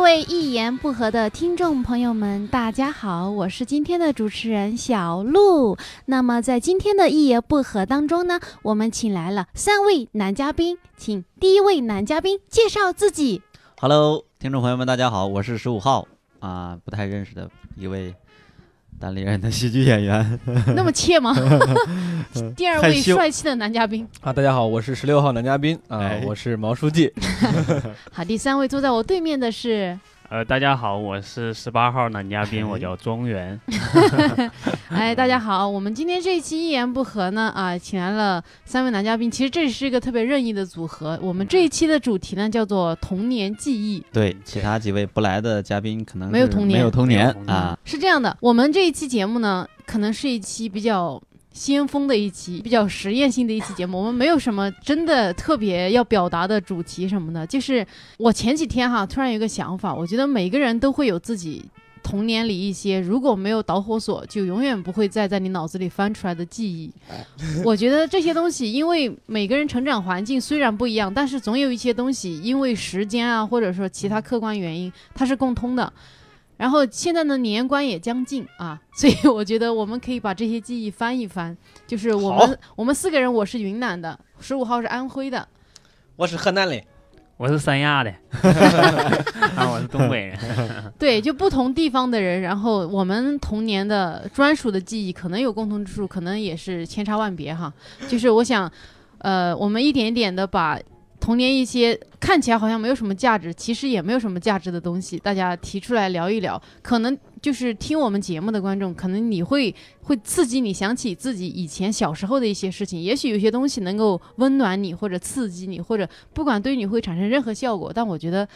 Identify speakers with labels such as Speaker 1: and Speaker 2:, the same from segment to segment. Speaker 1: 位一言不合的听众朋友们，大家好，我是今天的主持人小鹿。那么在今天的一言不合当中呢，我们请来了三位男嘉宾，请第一位男嘉宾介绍自己。
Speaker 2: Hello，听众朋友们，大家好，我是十五号啊，不太认识的一位单立人的喜剧演员。
Speaker 1: 那么怯吗？第二
Speaker 2: 害
Speaker 1: 位
Speaker 2: 羞
Speaker 1: 帅气的男嘉宾，
Speaker 3: 啊，大家好，我是十六号男嘉宾啊、
Speaker 2: 哎
Speaker 3: 我是毛 书记。
Speaker 1: 好，第三位坐在我对面的是，
Speaker 4: 呃，大家好，我是十八号男嘉宾，我
Speaker 2: 哎
Speaker 4: 叫庄园。
Speaker 1: 哎，大家好，我们今天这一期一言不合呢，啊，请来了三位男嘉宾，其实这是一个特别任意的组合。我们这一期的主题呢叫做童年记忆。
Speaker 2: 对，其他几位不来的嘉宾可能是
Speaker 1: 没有童年
Speaker 2: 没有童年
Speaker 4: 没有童年
Speaker 2: 啊。
Speaker 1: 是这样的，我们这一期节目呢，可能是一期比较先锋的一期，比较实验性的一期节目。我们没有什么真的特别要表达的主题什么的。就是我前几天哈，突然有一个想法，我觉得每个人都会有自己。童年里一些如果没有导火索，就永远不会再在你脑子里翻出来的记忆。我觉得这些东西，因为每个人成长环境虽然不一样，但是总有一些东西，因为时间啊，或者说其他客观原因，它是共通的。然后现在呢，年关也将近啊，所以我觉得我们可以把这些记忆翻一翻。就是我们我们四个人，我是云南的，十五号是安徽的，
Speaker 3: 我是河南的，
Speaker 4: 我是三亚的，啊，我是东北人。
Speaker 1: 对，就不同地方的人，然后我们童年的专属的记忆，可能有共同之处，可能也是千差万别哈。就是我想，呃，我们一点一点的把童年一些看起来好像没有什么价值，其实也没有什么价值的东西，大家提出来聊一聊，可能。就是听我们节目的观众，可能你会会刺激你想起自己以前小时候的一些事情，也许有些东西能够温暖你，或者刺激你，或者不管对你会产生任何效果，但我觉得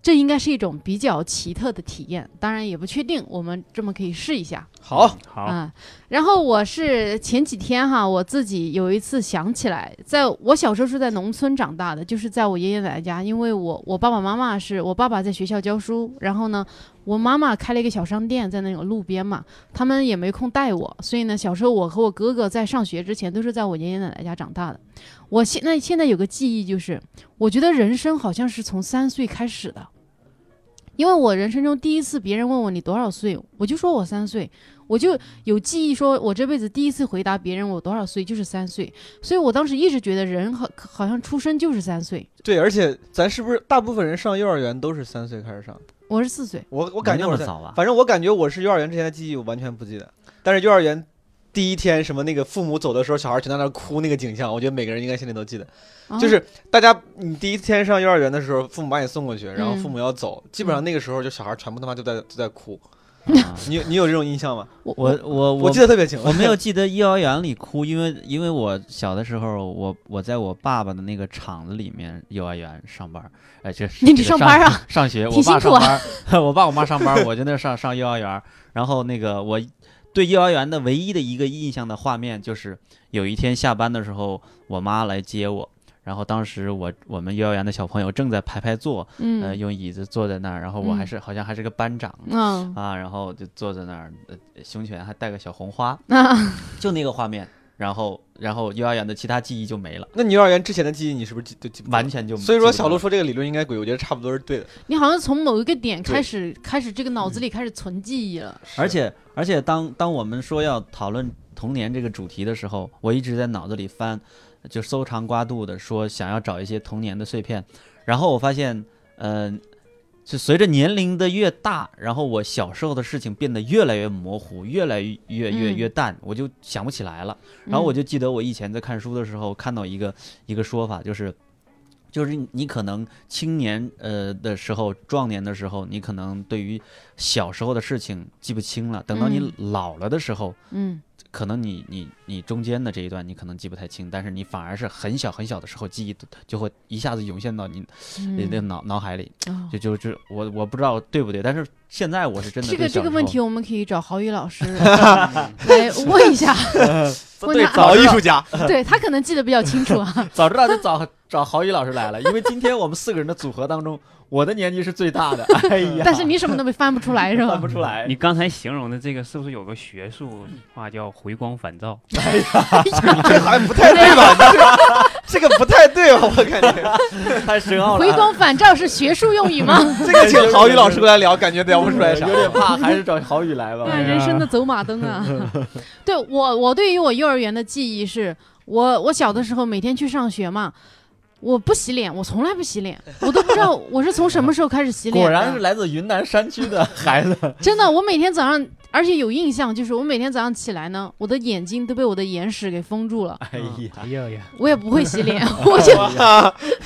Speaker 1: 这应该是一种比较奇特的体验，当然也不确定，我们这么可以试一下
Speaker 3: 好，
Speaker 4: 好，
Speaker 1: 啊、然后我是前几天哈，我自己有一次想起来，在我小时候是在农村长大的，就是在我爷爷奶奶家，因为我我爸爸妈妈是我爸爸在学校教书，然后呢，我妈妈开了一个小商店在那个路边嘛，他们也没空带我，所以呢，小时候我和我哥哥在上学之前都是在我爷爷奶奶家长大的。我现在现在有个记忆就是，我觉得人生好像是从三岁开始的，因为我人生中第一次别人问我你多少岁，我就说我三岁，我就有记忆说我这辈子第一次回答别人我多少岁就是三岁，所以我当时一直觉得人好好像出生就是三岁，
Speaker 3: 对，而且咱是不是大部分人上幼儿园都是三岁开始上？
Speaker 1: 我是四岁。
Speaker 3: 我我
Speaker 2: 我
Speaker 3: 感觉
Speaker 2: 那
Speaker 3: 我
Speaker 2: 么
Speaker 3: 在，
Speaker 2: 早吧？
Speaker 3: 反正我感觉我是幼儿园之前的记忆我完全不记得，但是幼儿园第一天什么那个父母走的时候，小孩全在那儿哭那个景象，我觉得每个人应该心里都记得。
Speaker 1: 啊
Speaker 3: 就是大家你第一天上幼儿园的时候，父母把你送过去，然后
Speaker 1: 嗯
Speaker 3: 父母要走，基本上那个时候就小孩全部他妈就在都在哭。
Speaker 2: 啊
Speaker 3: 你你有这种印象吗？
Speaker 1: 我
Speaker 2: 我我
Speaker 3: 我记得特别清。
Speaker 2: 我没有记得幼儿园里哭，因为因为我小的时候，我我在我爸爸的那个厂子里面幼儿园上班，哎，这是
Speaker 1: 你
Speaker 2: 这个
Speaker 1: 上班啊
Speaker 2: 上上学，
Speaker 1: 挺
Speaker 2: 我爸
Speaker 1: 辛
Speaker 2: 上
Speaker 1: 苦啊
Speaker 2: 班儿， 我爸我妈上班儿，我就在那上上幼儿园。然后那个我对幼儿园的唯一的一个印象的画面就是有一天下班的时候，我妈来接我。然后当时我我们幼儿园的小朋友正在排排坐，呃，
Speaker 1: 嗯
Speaker 2: 用椅子坐在那儿，然后我还
Speaker 1: 嗯
Speaker 2: 是、好像还是个班长
Speaker 1: 嗯
Speaker 2: 啊，然后就坐在那儿，呃，胸前还带个小红花，
Speaker 1: 啊，
Speaker 2: 就那个画面，然后然后幼儿园的其他记忆就没了，
Speaker 3: 那你幼儿园之前的记忆，你是不是记都记不住
Speaker 2: 完全就
Speaker 3: 所以说，
Speaker 2: 记
Speaker 3: 小
Speaker 2: 不得
Speaker 3: 鹿
Speaker 2: 了
Speaker 3: 说这个理论应该鬼，我觉得差不多是对的。
Speaker 1: 你好像从某一个点
Speaker 3: 对
Speaker 1: 开始，开始这个脑子里开始存记忆了。
Speaker 2: 而且而且当当我们说要讨论童年这个主题的时候，我一直在脑子里翻，就搜肠刮肚的说想要找一些童年的碎片，然后我发现，嗯、就随着年龄的越大，然后我小时候的事情变得越来越模糊，越来越越越
Speaker 1: 嗯
Speaker 2: 越淡，我就想不起来了。然后我
Speaker 1: 就
Speaker 2: 就记得我以前在看书的时候看到一个一个说法，就是就是你你可能青年呃的时候、壮年的时候，你可能对于小时候的事情记不清了，等到你老了的时候，
Speaker 1: 嗯
Speaker 2: 可能你你你中间的这一段你可能记不太清，但是你反而是很小很小的时候记忆就会一下子涌现到你你的
Speaker 1: 嗯
Speaker 2: 脑脑海里，
Speaker 1: 啊
Speaker 2: 就就就我我不知道对不对，但是现在我是真的
Speaker 1: 这个
Speaker 2: 对
Speaker 1: 这
Speaker 2: 小
Speaker 1: 个
Speaker 2: 时
Speaker 1: 问
Speaker 2: 候
Speaker 1: 题，我们可以找郝宇 老师来问一下，问他
Speaker 2: 早知道
Speaker 3: 家，
Speaker 1: 对 他可能记得比较清楚啊。
Speaker 2: 早知道就找找郝宇老师来了，因为今天我们四个人的组合当中，我的年纪是最大的，哎呀，
Speaker 1: 但是你什么都没翻不出来是
Speaker 2: 看
Speaker 1: 吧
Speaker 2: 不？出来，
Speaker 4: 你刚才形容的这个是不是有个学术话叫回光返照？
Speaker 3: 这好像不太对吧？这个这个不太对吧？我感觉
Speaker 2: 太深奥了。
Speaker 1: 回光返照是学术用语吗？
Speaker 3: 这个请郝宇老师过来聊，感觉聊不出来啥
Speaker 2: 有。点怕，还是找郝宇来吧。嗯
Speaker 1: 哎，人生的走马 灯啊！对我，我对于我幼儿园的记忆是，我我小的时候每天去上学嘛，我不洗脸，我从来不洗脸，我都不知道 我是从什么时候开始洗
Speaker 2: 果
Speaker 1: 脸的。
Speaker 2: 然是来自云南山区的孩
Speaker 3: 嗯
Speaker 2: 子，
Speaker 1: 真的，我每天早上，而且有印象，就是我每天早上起来呢，我的眼睛都被我的眼屎给封住了，
Speaker 2: 哎呀，
Speaker 4: 呀呀，
Speaker 1: 我也不会洗脸， 我就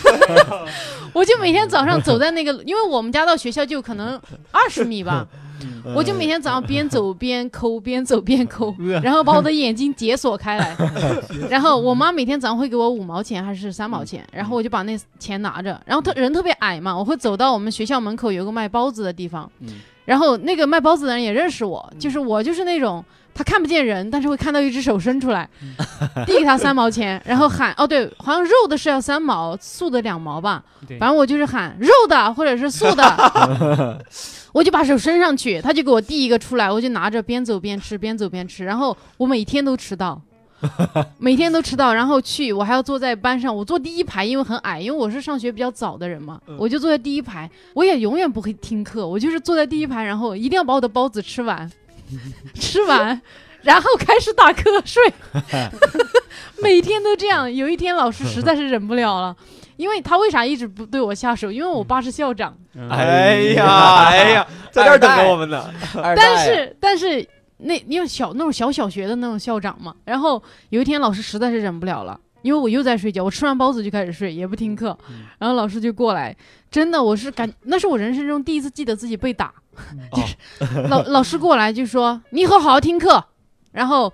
Speaker 1: 我就每天早上走在那个，因为我们家到学校就可能二十米吧，
Speaker 3: 嗯
Speaker 2: 嗯
Speaker 1: 我就每天早上边走边抠，边走边抠，然后把我的眼睛解锁开来。然后我妈每天早上会给我五毛钱还是三毛钱，然后我就把那钱拿着。然后他人特别矮嘛，我会走到我们学校门口有个卖包子的地方
Speaker 2: 嗯，
Speaker 1: 然后那个卖包子的人也认识我，就是我就是那种。他看不见人，但是会看到一只手伸出来，递给他三毛钱，然后喊哦对，好像肉的是要三毛，素的两毛吧。
Speaker 4: 对
Speaker 1: 反正我就是喊肉的或者是素的，我就把手伸上去，他就给我递一个出来，我就拿着边走边吃，边走边吃，然后我每天都迟到。每天都迟到，然后去，我还要坐在班上，我坐第一排，因为很矮，因为我是上学比较早的人嘛，我就坐在第一排，我也永远不会听课，我就是坐在第一排，然后一定要把我的包子吃完，吃完，然后开始打瞌睡， 每天都这样。有一天老师实在是忍不了了，因为他为啥一直不对我下手？因为我爸是校长，
Speaker 4: 嗯
Speaker 2: 哎
Speaker 3: 哎
Speaker 2: 呀
Speaker 3: 呀哎呀，在这儿等着我们呢。
Speaker 2: 啊
Speaker 1: 但是但是那因为小那种小小学的那种校长嘛，然后有一天老师实在是忍不了了。因为我又在睡觉，我吃完包子就开始睡，也不听课，然后老师就过来，真的，我是感，那是我人生中第一次记得自己被打， 就是、老老师过来就说你以后好好听课，然后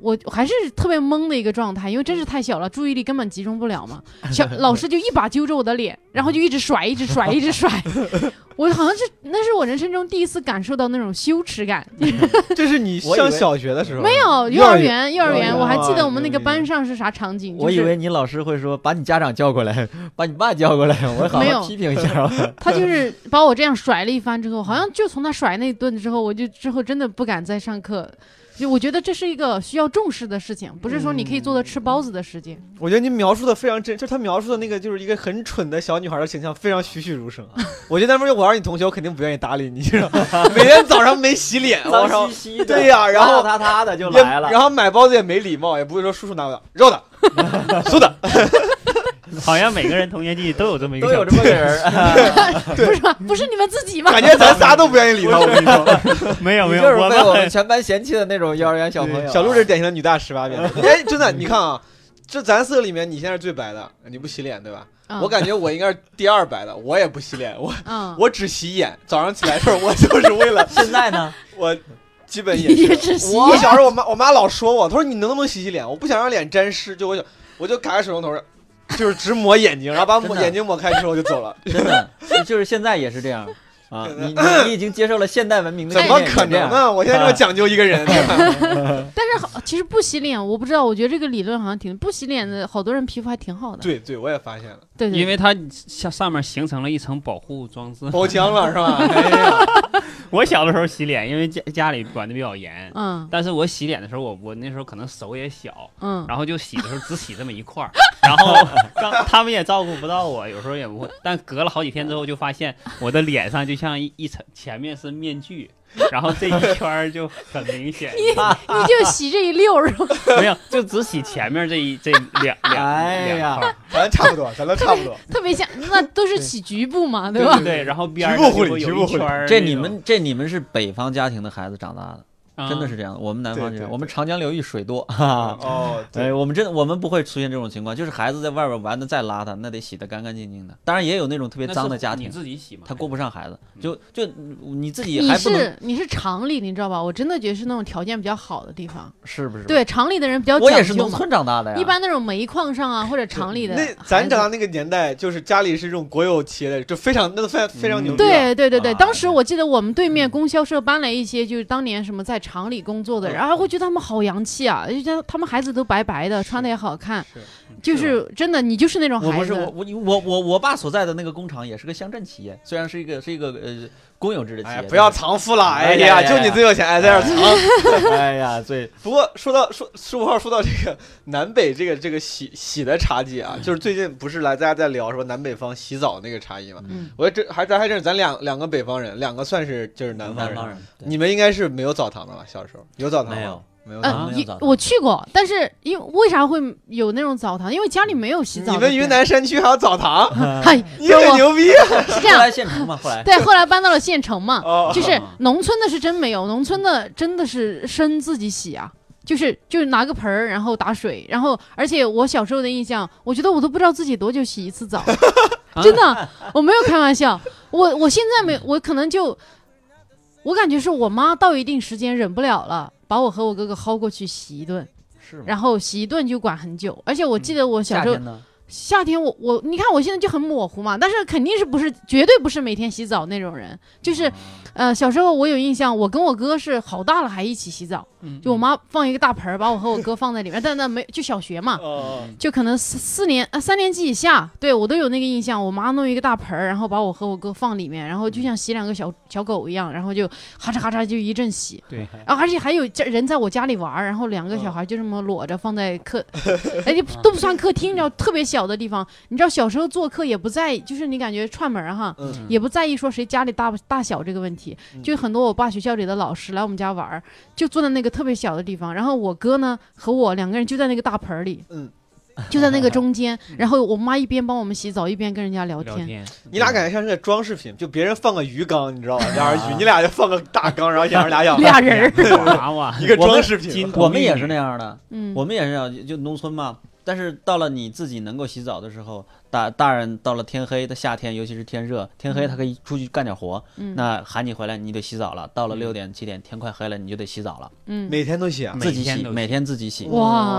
Speaker 1: 我我还是特别懵的一个状态，因为真是太小了，注意力根本集中不了嘛。小老师就一把揪着我的脸，然后就一直甩，一直甩，一直甩。我好像是那是我人生中第一次感受到那种羞耻感，
Speaker 3: 这是你
Speaker 2: 我以为
Speaker 3: 上小学的时候
Speaker 1: 没有
Speaker 3: 哦幼
Speaker 1: 幼
Speaker 3: 儿
Speaker 1: 儿园，幼儿
Speaker 3: 幼儿
Speaker 1: 园，
Speaker 3: 园
Speaker 1: 我还记
Speaker 3: 哇
Speaker 1: 得我们那个
Speaker 3: 牛逼
Speaker 1: 班上是啥场景，
Speaker 2: 我
Speaker 1: 就
Speaker 2: 以
Speaker 1: 是
Speaker 2: 为你老师会说把你家长叫过来，把你爸叫过来，我好
Speaker 1: 没有
Speaker 2: 好批评一下 吧。
Speaker 1: 他就是 把我这样甩了一番之后，好像就从他甩那一顿之后，我就之后真的不敢再上课。就我觉得这是一个需要重视的事情，不是说你可以做到吃包子的时间。
Speaker 3: 我觉得您描述的非常真，就是他描述的那个就是一个很蠢的小女孩的形象，非常栩栩如生啊。我觉得那不是我要是你同学，我肯定不愿意搭理你，知道吗每天早上没洗脸，我操
Speaker 2: 脏，兮兮的，
Speaker 3: 对呀然后
Speaker 2: 邋邋遢遢的就
Speaker 3: 也
Speaker 2: 来了，
Speaker 3: 然后买包子也没礼貌，也不会说叔叔拿不了肉的， 素的，
Speaker 4: 好像每个人童年记忆都有这么一个
Speaker 2: 都
Speaker 4: 小
Speaker 2: 有这么个 人儿，
Speaker 1: 不是吧？不是你们自己吗？
Speaker 3: 嗯感觉咱仨都不愿意理他。我跟你说，
Speaker 4: 没有
Speaker 2: 你
Speaker 4: 没 有，
Speaker 2: 就是
Speaker 4: 我
Speaker 2: 被我
Speaker 4: 们
Speaker 2: 们
Speaker 4: 很
Speaker 2: 全班嫌弃的那种幼儿园小朋友。啊
Speaker 3: 小鹿是典型的女大十八变。 哎，真的，你看啊，这咱四个里面，你现在是最白的，你不洗脸对吧？
Speaker 1: 嗯
Speaker 3: 我感觉我应该是第二白的，我也不洗脸，我
Speaker 1: 嗯，
Speaker 3: 我只洗眼。早上起来的时候，我就是为了
Speaker 2: 现在呢？
Speaker 3: 我基本也
Speaker 1: 一
Speaker 3: 是。
Speaker 1: 直洗
Speaker 3: 我
Speaker 1: 眼，
Speaker 3: 小时候，我妈我妈老说我，她说你能不能洗洗脸？我不想让脸沾湿，就我就我就卡在水龙头上，就是直抹眼睛，然后把抹
Speaker 2: 真的
Speaker 3: 眼睛抹开之后就走了。
Speaker 2: 真的，就是现在也是这样 啊！你你你已经接受了现代文明的
Speaker 3: 怎
Speaker 2: 训
Speaker 3: 么
Speaker 2: 练，
Speaker 3: 可
Speaker 2: 你这
Speaker 3: 能
Speaker 2: 样？啊
Speaker 3: 呢？我现在这么讲究一 个人，
Speaker 1: 但是好，其实不洗脸，我不知道，我觉得这个理论好像挺不洗脸的，好多人皮肤还挺好的。
Speaker 3: 对对，我也发现了，
Speaker 1: 对对，
Speaker 4: 因为它下上面形成了一层保护装置。
Speaker 3: 包浆了是吧？哎呀
Speaker 4: 我小的时候洗脸，因为家家里管的比较严，
Speaker 1: 嗯
Speaker 4: 但是我洗脸的时候，我我那时候可能手也小，
Speaker 1: 嗯，
Speaker 4: 然后就洗的时候只洗这么一块儿，然后刚他们也照顾不到我，有时候也不会，但隔了好几天之后就发现我的脸上就像一一层，前面是面具，然后这一圈儿就很明显，
Speaker 1: 你就洗这一溜儿，
Speaker 4: 没有，就只洗前面这一这两两，
Speaker 2: 哎呀
Speaker 4: 两块儿
Speaker 3: 咱差不多，咱都差不多。
Speaker 1: 特别像，那都是洗局部嘛，
Speaker 4: 对
Speaker 1: 吧？
Speaker 4: 对，然后边儿
Speaker 3: 局部护理
Speaker 4: 就会
Speaker 3: 局
Speaker 4: 有
Speaker 3: 部
Speaker 4: 一
Speaker 3: 护理
Speaker 4: 圈儿那种，
Speaker 2: 这你们这你们是北方家庭的孩子长大的，
Speaker 4: 啊
Speaker 2: 真的是这样。我们南方就
Speaker 3: 对
Speaker 2: 这
Speaker 3: 对
Speaker 2: 样，
Speaker 3: 对
Speaker 2: 我们长江流域水多，哈哈。
Speaker 3: 哦，对
Speaker 2: 哎，我们真的我们不会出现这种情况，就是孩子在外边玩的再邋遢，那得洗得干干净净的。当然也有那种特别
Speaker 4: 那
Speaker 2: 脏
Speaker 4: 是
Speaker 2: 的家
Speaker 4: 你
Speaker 2: 庭，
Speaker 4: 自己洗吗？
Speaker 2: 他顾不上孩子，就就你自己
Speaker 1: 你
Speaker 2: 还不能
Speaker 1: 是你是厂里，你知道吧？我真的觉得是那种条件比较好的地方。
Speaker 2: 是不是？，
Speaker 1: 对，厂里的人比较
Speaker 2: 我也
Speaker 1: 讲
Speaker 2: 是
Speaker 1: 究
Speaker 2: 农
Speaker 1: 嘛
Speaker 2: 村长大的呀。
Speaker 1: 一般那种煤矿上啊，或者厂里的孩
Speaker 3: 那
Speaker 1: 子，
Speaker 3: 咱长到那个年代，就是家里是这种国有企业的，就非常那都非常非常牛逼了。
Speaker 1: 对对对对，
Speaker 2: 啊嗯
Speaker 1: 当时我记得我们对面供销社搬来一些就是当年什么在厂里工作的，
Speaker 3: 嗯
Speaker 1: 然后会觉得他们好洋气啊，就觉得他们孩子都白白的，穿的也好看，
Speaker 3: 是
Speaker 1: 就是真的，你就是那种
Speaker 2: 我
Speaker 1: 孩
Speaker 2: 不是我
Speaker 1: 子，
Speaker 2: 我我我我爸所在的那个工厂也是个乡镇企业，虽然是一个是一个呃公有制的企
Speaker 3: 哎
Speaker 2: 业
Speaker 3: 呀，，不要藏富了！哎
Speaker 2: 哎呀
Speaker 3: 呀，
Speaker 2: 哎呀
Speaker 3: 就你最有钱，哎在这儿藏。
Speaker 2: 但是哎呀，对，
Speaker 3: 不过说到说十五号说到这个 南北这个这个洗洗的差距啊，就是最近不是来大家在聊什么南北方洗澡那个差异嘛？
Speaker 1: 嗯
Speaker 3: 我这还咱还真是咱两两个北方人，两个算是就是南方
Speaker 2: 南
Speaker 3: 人。
Speaker 2: 方人，对
Speaker 3: 你们应该是没有澡堂的吧？小时候有澡堂吗？
Speaker 2: 没有，
Speaker 3: 没有澡堂。
Speaker 1: 呃
Speaker 2: 啊，没有
Speaker 1: 一
Speaker 2: 澡堂
Speaker 1: 我去过，但是因为为啥会有那种澡堂？因为家里没有洗澡的
Speaker 3: 你
Speaker 1: 地儿。
Speaker 3: 们云南山区还有澡堂，
Speaker 1: 嗨，
Speaker 3: 你很牛逼啊！
Speaker 1: 是
Speaker 2: 后
Speaker 1: 这样，
Speaker 2: 来县城嘛，后来
Speaker 1: 对，后来搬到了县城嘛，
Speaker 3: 哦
Speaker 2: 嗯
Speaker 1: 就是农村的是真没有，农村的真的是生自己洗啊，就是就是拿个盆儿，然后打水，然后而且我小时候的印象，我觉得我都不知道自己多久洗一次澡，真的，我没有开玩笑，我我现在没，我可能就，我感觉是我妈到一定时间忍不了了，把我和我哥哥薅过去洗一顿，
Speaker 2: 是吗？
Speaker 1: 然后洗一顿就管很久，而且我记得我小
Speaker 2: 夏
Speaker 1: 时候
Speaker 2: 天呢？
Speaker 1: 夏天我我你看我现在就很模糊嘛，但是肯定是不是绝对不是每天洗澡那种人，就是，呃，小时候我有印象，我跟我哥是好大了还一起洗澡，
Speaker 4: 嗯
Speaker 1: 就我妈放一个大盆儿把我和我哥放在里面，但那没就小学嘛，
Speaker 3: 哦
Speaker 4: 嗯
Speaker 1: 就可能四四年呃三年级以下，对我都有那个印象，我妈弄一个大盆儿，然后把我和我哥放里面，然后就像洗两个小小狗一样，然后就哈嚓哈嚓就一阵洗，
Speaker 4: 对，
Speaker 1: 然后而且还有家人在我家里玩儿，然后两个小孩就这么裸着放在客，哎，就都不算客厅，你知道特别小的地方。你知道小时候做客也不在意，就是你感觉串门儿哈，
Speaker 3: 嗯，
Speaker 1: 也不在意说谁家里大不大小这个问题。
Speaker 3: 嗯
Speaker 1: 就很多我爸学校里的老师来我们家玩儿，就坐在那个特别小的地方，然后我哥呢和我两个人就在那个大盆儿里，
Speaker 3: 嗯，
Speaker 1: 就在那个 中间，然后我妈一边帮我们洗澡，一边跟人家聊
Speaker 4: 聊
Speaker 1: 天。
Speaker 4: 天，嗯
Speaker 3: 你俩感觉像是个装饰品，就别人放个鱼缸，你知道吧？俩人鱼，你俩就放个大缸，然后养着俩养
Speaker 1: 俩人儿，
Speaker 4: 娃娃
Speaker 3: 一个装饰品
Speaker 4: 金童
Speaker 2: 我们也是
Speaker 4: 玉
Speaker 2: 那样的，
Speaker 1: 嗯，
Speaker 2: 我们也是要就农村嘛，但是到了你自己能够洗澡的时候，大大人到了天黑的夏天，尤其是天热，天黑他可以出去干点活，
Speaker 1: 嗯
Speaker 2: 那喊你回来你得洗澡了。到了
Speaker 4: 嗯
Speaker 2: 六点七点，天快黑了，你就得洗澡了，
Speaker 1: 嗯，
Speaker 3: 每天都洗啊
Speaker 4: 每
Speaker 2: 自己
Speaker 4: 天
Speaker 2: 洗，
Speaker 4: 都
Speaker 2: 每天自己洗，哇
Speaker 1: 哇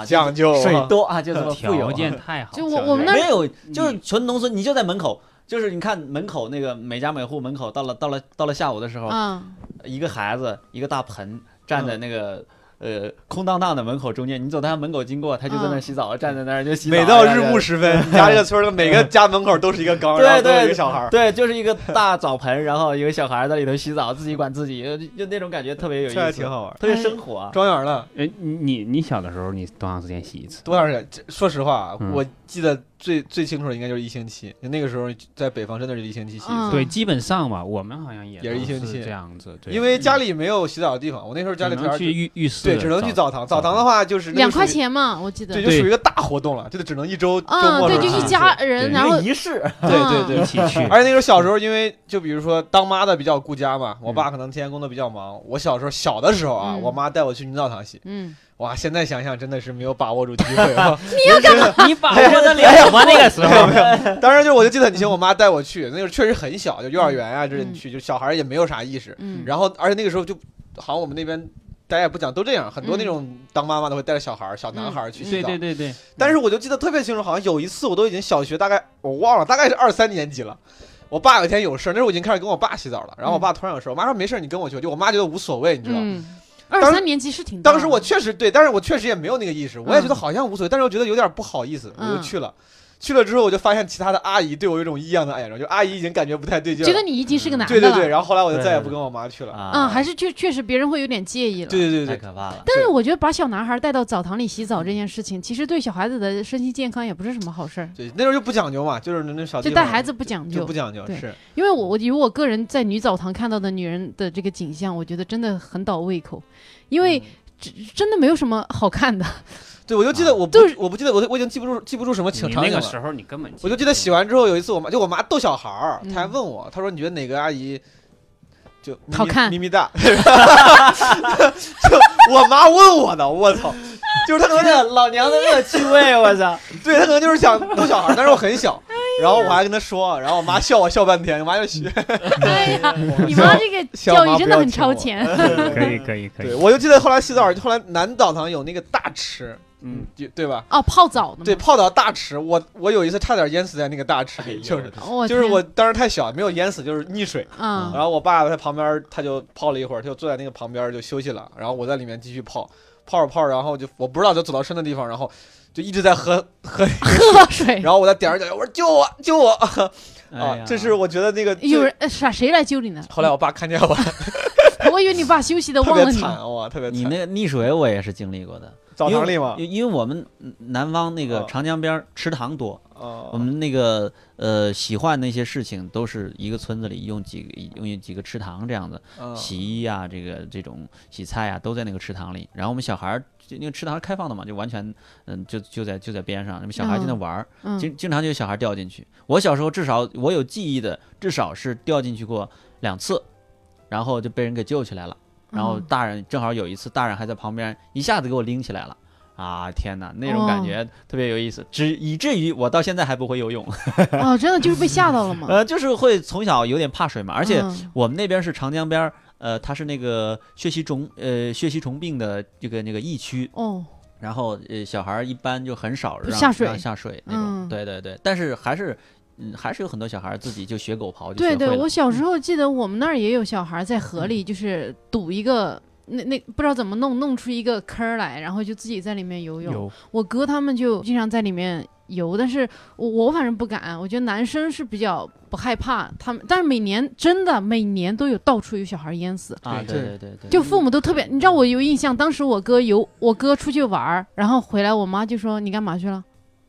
Speaker 3: 嗯讲究啊
Speaker 2: 水多啊，就这么
Speaker 4: 米，
Speaker 2: 富有
Speaker 4: 条
Speaker 2: 啊。
Speaker 4: 件嗯太好。
Speaker 1: 就我我们 那
Speaker 2: 没有，就是纯农村，你就在门口。就是你看门口那个每家每户门口，到了到了到了下午的时候，
Speaker 1: 啊，
Speaker 2: 一个孩子一个大盆站
Speaker 3: 嗯
Speaker 2: 在那个、呃空荡荡的门口中间，你走他门口经过，他就在那儿洗澡，站在那儿就洗澡。
Speaker 3: 嗯每到
Speaker 2: 然
Speaker 3: 日
Speaker 2: 后
Speaker 3: 暮时分，你家这个村儿的每个家门口都是一个缸，
Speaker 2: 对
Speaker 3: 然后都有一个
Speaker 2: 对
Speaker 3: 小孩儿。
Speaker 2: 对，就是一个大澡盆，然后一个小孩在里头洗澡，自己管自己，就就那种感觉特别有
Speaker 3: 这还
Speaker 2: 意
Speaker 3: 挺
Speaker 2: 思，
Speaker 3: 好玩儿。
Speaker 2: 特
Speaker 1: 哎
Speaker 2: 别生活啊。
Speaker 3: 庄园呢？
Speaker 4: 呃，你你你小的时候，你多长时间洗一次？
Speaker 3: 多长时间？这说实话啊，
Speaker 4: 嗯
Speaker 3: 我记得最最清楚的应该就是一星期。那个时候在北方真的是一星期洗一
Speaker 1: 嗯
Speaker 3: 次，
Speaker 4: 对，基本上吧，我们好像也
Speaker 3: 也是
Speaker 4: 都
Speaker 3: 一星期
Speaker 4: 这样子，对，嗯
Speaker 3: 因为家里没有洗澡的地方。我那时候家里
Speaker 4: 只
Speaker 3: 条
Speaker 4: 能去
Speaker 3: 件
Speaker 4: 浴浴室，
Speaker 3: 对，只能去澡堂。澡堂的话就是那个
Speaker 1: 两块
Speaker 3: 属于，
Speaker 1: 钱嘛，我记得
Speaker 3: 对，。就属于一个大活动了，就得只能一周周
Speaker 1: 啊，
Speaker 3: 末
Speaker 1: 对，
Speaker 3: 的
Speaker 1: 就
Speaker 3: 时候
Speaker 1: 一
Speaker 3: 去
Speaker 1: 家
Speaker 3: 次
Speaker 1: 人，
Speaker 4: 对
Speaker 1: 然
Speaker 2: 一
Speaker 1: 后嗯
Speaker 2: 个仪式，
Speaker 3: 对对对
Speaker 4: 一起去
Speaker 3: 而且那时候小时候，因为就比如说当妈的比较顾家嘛，我
Speaker 4: 嗯
Speaker 3: 爸可能天天工作比较忙。我小时候小的时候啊，
Speaker 1: 嗯
Speaker 3: 我妈带我去女澡堂洗，
Speaker 1: 嗯，
Speaker 3: 哇，现在想想真的是没有把握住机会啊。 你
Speaker 4: 你把握得
Speaker 3: 哎
Speaker 4: 了吗？那个时候，
Speaker 3: 当时就我就记得很清，我妈带我去，那时候确实很小，就幼儿园啊，这你
Speaker 1: 嗯
Speaker 3: 去，就小孩儿也没有啥意识。
Speaker 1: 嗯
Speaker 3: 然后，而且那个时候就，好像我们那边大家也不讲，都这样，很多
Speaker 1: 嗯
Speaker 3: 那种当妈妈的会带着小孩儿、小男孩儿去洗
Speaker 4: 对
Speaker 3: 澡。
Speaker 4: 对对对，
Speaker 3: 但是
Speaker 1: 嗯
Speaker 3: 我就记得特别清楚，好像有一次我都已经小学大概我忘了，大概是二三年级了。我爸有一天有事儿，那时候我已经开始跟我爸洗澡了。然后我爸突然有事儿，我妈说没事儿，你跟我去。就我妈觉得无所谓，你知道。
Speaker 1: 嗯，
Speaker 3: 当
Speaker 1: 二三年级是挺大的
Speaker 3: 当时我确实对，但是我确实也没有那个意识，我也觉得好像无所谓，但是我觉得有点不好意思，我就
Speaker 1: 嗯
Speaker 3: 去了。去了之后，我就发现其他的阿姨对我有一种异样的眼光，就阿姨已经感觉不太对劲
Speaker 1: 觉得
Speaker 3: 了。
Speaker 1: 你已经是个男的
Speaker 3: 对
Speaker 1: 了，
Speaker 3: 对对，然后后来我就
Speaker 2: 对
Speaker 3: 再也
Speaker 2: 对
Speaker 3: 不跟我妈去了。
Speaker 2: 啊
Speaker 1: 嗯，还是确确实别人会有点介意了。
Speaker 3: 对对
Speaker 2: 太
Speaker 3: 对对，
Speaker 2: 可怕了。
Speaker 1: 但是我觉得把小男孩带到澡堂里洗澡这件事情，其实对小孩子的身心健康也不是什么好事儿，
Speaker 3: 对那时候就不讲究嘛，就是那那小
Speaker 1: 就
Speaker 3: 地
Speaker 1: 带
Speaker 3: 方
Speaker 1: 孩子不讲
Speaker 3: 就
Speaker 1: 究
Speaker 3: 不。讲究，
Speaker 1: 对
Speaker 3: 是
Speaker 1: 因为我我以我个人在女澡堂看到的女人的这个景象，我觉得真的很倒胃口，因为
Speaker 3: 嗯
Speaker 1: 真真的没有什么好看 的。
Speaker 3: 对，我就记得我不
Speaker 1: 啊就是
Speaker 3: 我不记得我我已经记不住记不住什么情
Speaker 4: 你
Speaker 3: 场
Speaker 4: 那
Speaker 3: 景
Speaker 4: 个
Speaker 3: 了。
Speaker 4: 时候你根本
Speaker 3: 我就记得洗完之后有一次我妈就我妈逗小孩儿，
Speaker 1: 嗯
Speaker 3: 她还问我，她说你觉得哪个阿姨就咪咪
Speaker 1: 好看
Speaker 3: 咪咪大？ 就我妈问我的，我操！就是她可能
Speaker 2: 这老娘的恶趣味，啊我操！
Speaker 3: 对她可能就是想逗小孩儿，但是我很小，
Speaker 1: 哎
Speaker 3: 然后我还跟她说，然后我妈笑我笑半天，我妈就学。
Speaker 4: 嗯
Speaker 1: 哎呀， 你妈这个
Speaker 3: 小妈
Speaker 1: 教
Speaker 3: 不
Speaker 1: 育
Speaker 3: 要
Speaker 1: 真的很
Speaker 3: 请
Speaker 1: 超
Speaker 3: 我
Speaker 1: 前。
Speaker 4: 可以可以可
Speaker 3: 对，
Speaker 4: 以，
Speaker 3: 我就记得后来洗澡，后来男澡堂有那个大池，
Speaker 4: 嗯，
Speaker 3: 就对吧？
Speaker 1: 哦，泡澡的嘛
Speaker 3: 对，，泡澡大池，我我有一次差点淹死在那个大
Speaker 4: 哎
Speaker 3: 池里， 就是
Speaker 1: 我
Speaker 3: 就是
Speaker 1: 天
Speaker 3: 我当时太小，没有淹死，就是溺水。
Speaker 1: 啊，
Speaker 3: 然后我爸在旁边儿，他就泡了一会儿，他就坐在那个旁边儿就休息了。然后我在里面继续泡，泡着泡着，然后就我不知道就走到深的地方，然后就一直在喝喝，
Speaker 1: 喝水，
Speaker 3: 然后我在点着脚，我说救我救我啊！
Speaker 2: 哎呀
Speaker 3: 这是我觉得那个最
Speaker 1: 有人呃啥谁来救你呢？
Speaker 3: 后来我爸看见我，
Speaker 1: 我以为你爸休息的
Speaker 3: 特
Speaker 1: 忘了
Speaker 3: 别
Speaker 1: 你
Speaker 3: 惨
Speaker 1: 呢。
Speaker 3: 哇，特别
Speaker 2: 你
Speaker 3: 惨。
Speaker 2: 那个溺水我也是经历过的，
Speaker 3: 澡堂里嘛，
Speaker 2: 因因为我们南方那个
Speaker 3: 哦
Speaker 2: 长江边儿池塘多，
Speaker 3: 我
Speaker 2: 我们那个呃洗换那些事情都是一个村子里用几个用几个池塘这样子，
Speaker 3: 嗯
Speaker 2: 洗衣啊，这个这种洗菜啊，都在那个池塘里。然后我们小孩儿，就因为池塘是开放的嘛，就完全嗯，就就在就在边上，那么小孩儿就在那玩儿，
Speaker 1: 嗯，
Speaker 2: 经经常就有小孩儿掉进去。我小时候至少我有记忆的，至少是掉进去过两次，然后就被人给救起来了。然后
Speaker 1: 嗯
Speaker 2: 大人正好有一次，大人还在旁边，一下子给我拎起来了。啊天哪，那种感
Speaker 1: 哦
Speaker 2: 觉特别有意思，只以至于我到现在还不会游泳，
Speaker 1: 哦，真的就是被吓到了 嘛。
Speaker 2: 呃，就是会从小有点怕水嘛，而且
Speaker 1: 嗯
Speaker 2: 我们那边是长江边儿，呃，它是那个血吸虫呃血吸虫病的这个那个疫区，
Speaker 1: 哦，
Speaker 2: 然后呃小孩儿一般就很少
Speaker 1: 不
Speaker 2: 让
Speaker 1: 下水
Speaker 2: 让下水那种，
Speaker 1: 嗯
Speaker 2: 对对对，但是还是嗯还是有很多小孩儿自己就学狗刨就
Speaker 1: 对
Speaker 2: 学
Speaker 1: 对，
Speaker 2: 会了嗯
Speaker 1: 我小时候记得我们那儿也有小孩在河里，就是堵一个那那不知道怎么弄，弄出一个坑儿来，然后就自己在里面游泳。
Speaker 2: 有
Speaker 1: 我哥他们就经常在里面游，但是我我反正不敢，我觉得男生是比较不害怕他们，但是每年真的每年都有到处有小孩淹死。
Speaker 2: 啊，
Speaker 3: 对
Speaker 2: 对对对对，
Speaker 1: 就父母都特别，你知道我有印象，当时我哥游，我哥出去玩儿，然后回来，我妈就说你干嘛去了？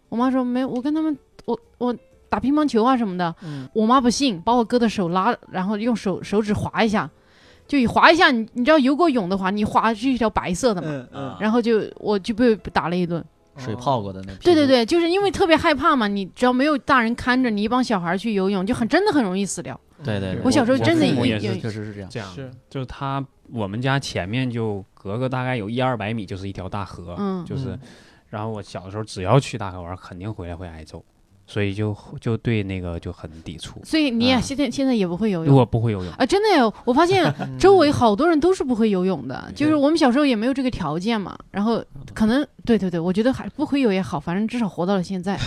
Speaker 1: 我妈说没有，我跟他们，我我打乒乓球啊什么的。
Speaker 3: 嗯
Speaker 1: 我妈不信，把我哥的手拉，然后用手手指划一下，就一划一下，你你知道游过泳的话，你划是一条白色的嘛，啊
Speaker 3: 嗯嗯，
Speaker 1: 然后就我就被打了一顿。
Speaker 2: 水泡过的那
Speaker 1: 对对
Speaker 2: 皮肤，
Speaker 1: 对，就是因为特别害怕嘛，你只要没有大人看着，你一帮小孩儿去游泳，就很真的很容易死掉。
Speaker 3: 嗯
Speaker 2: 对对对，
Speaker 1: 我小时候真的
Speaker 4: 父母
Speaker 1: 也
Speaker 4: 也
Speaker 1: 也
Speaker 4: 是
Speaker 2: 确实是这样，
Speaker 4: 这样
Speaker 3: 是，
Speaker 4: 就是他我们家前面就隔个大概有一二百米就是一条大河，
Speaker 1: 嗯
Speaker 4: 就是
Speaker 3: 嗯，
Speaker 4: 然后我小的时候只要去大河玩，肯定回来会挨揍，所以就就对那个就很抵触。
Speaker 1: 所以你也
Speaker 4: 啊
Speaker 1: 现在、现在也不会游
Speaker 4: 如
Speaker 1: 泳
Speaker 4: 果不会游泳，
Speaker 1: 啊？真的哟，我 发现周围好多人都是不会游泳的，就是我们小时候也没有这个条件嘛。然后
Speaker 3: 嗯
Speaker 1: 可能对对对，我觉得还不会游也好，反正至少活到了现在，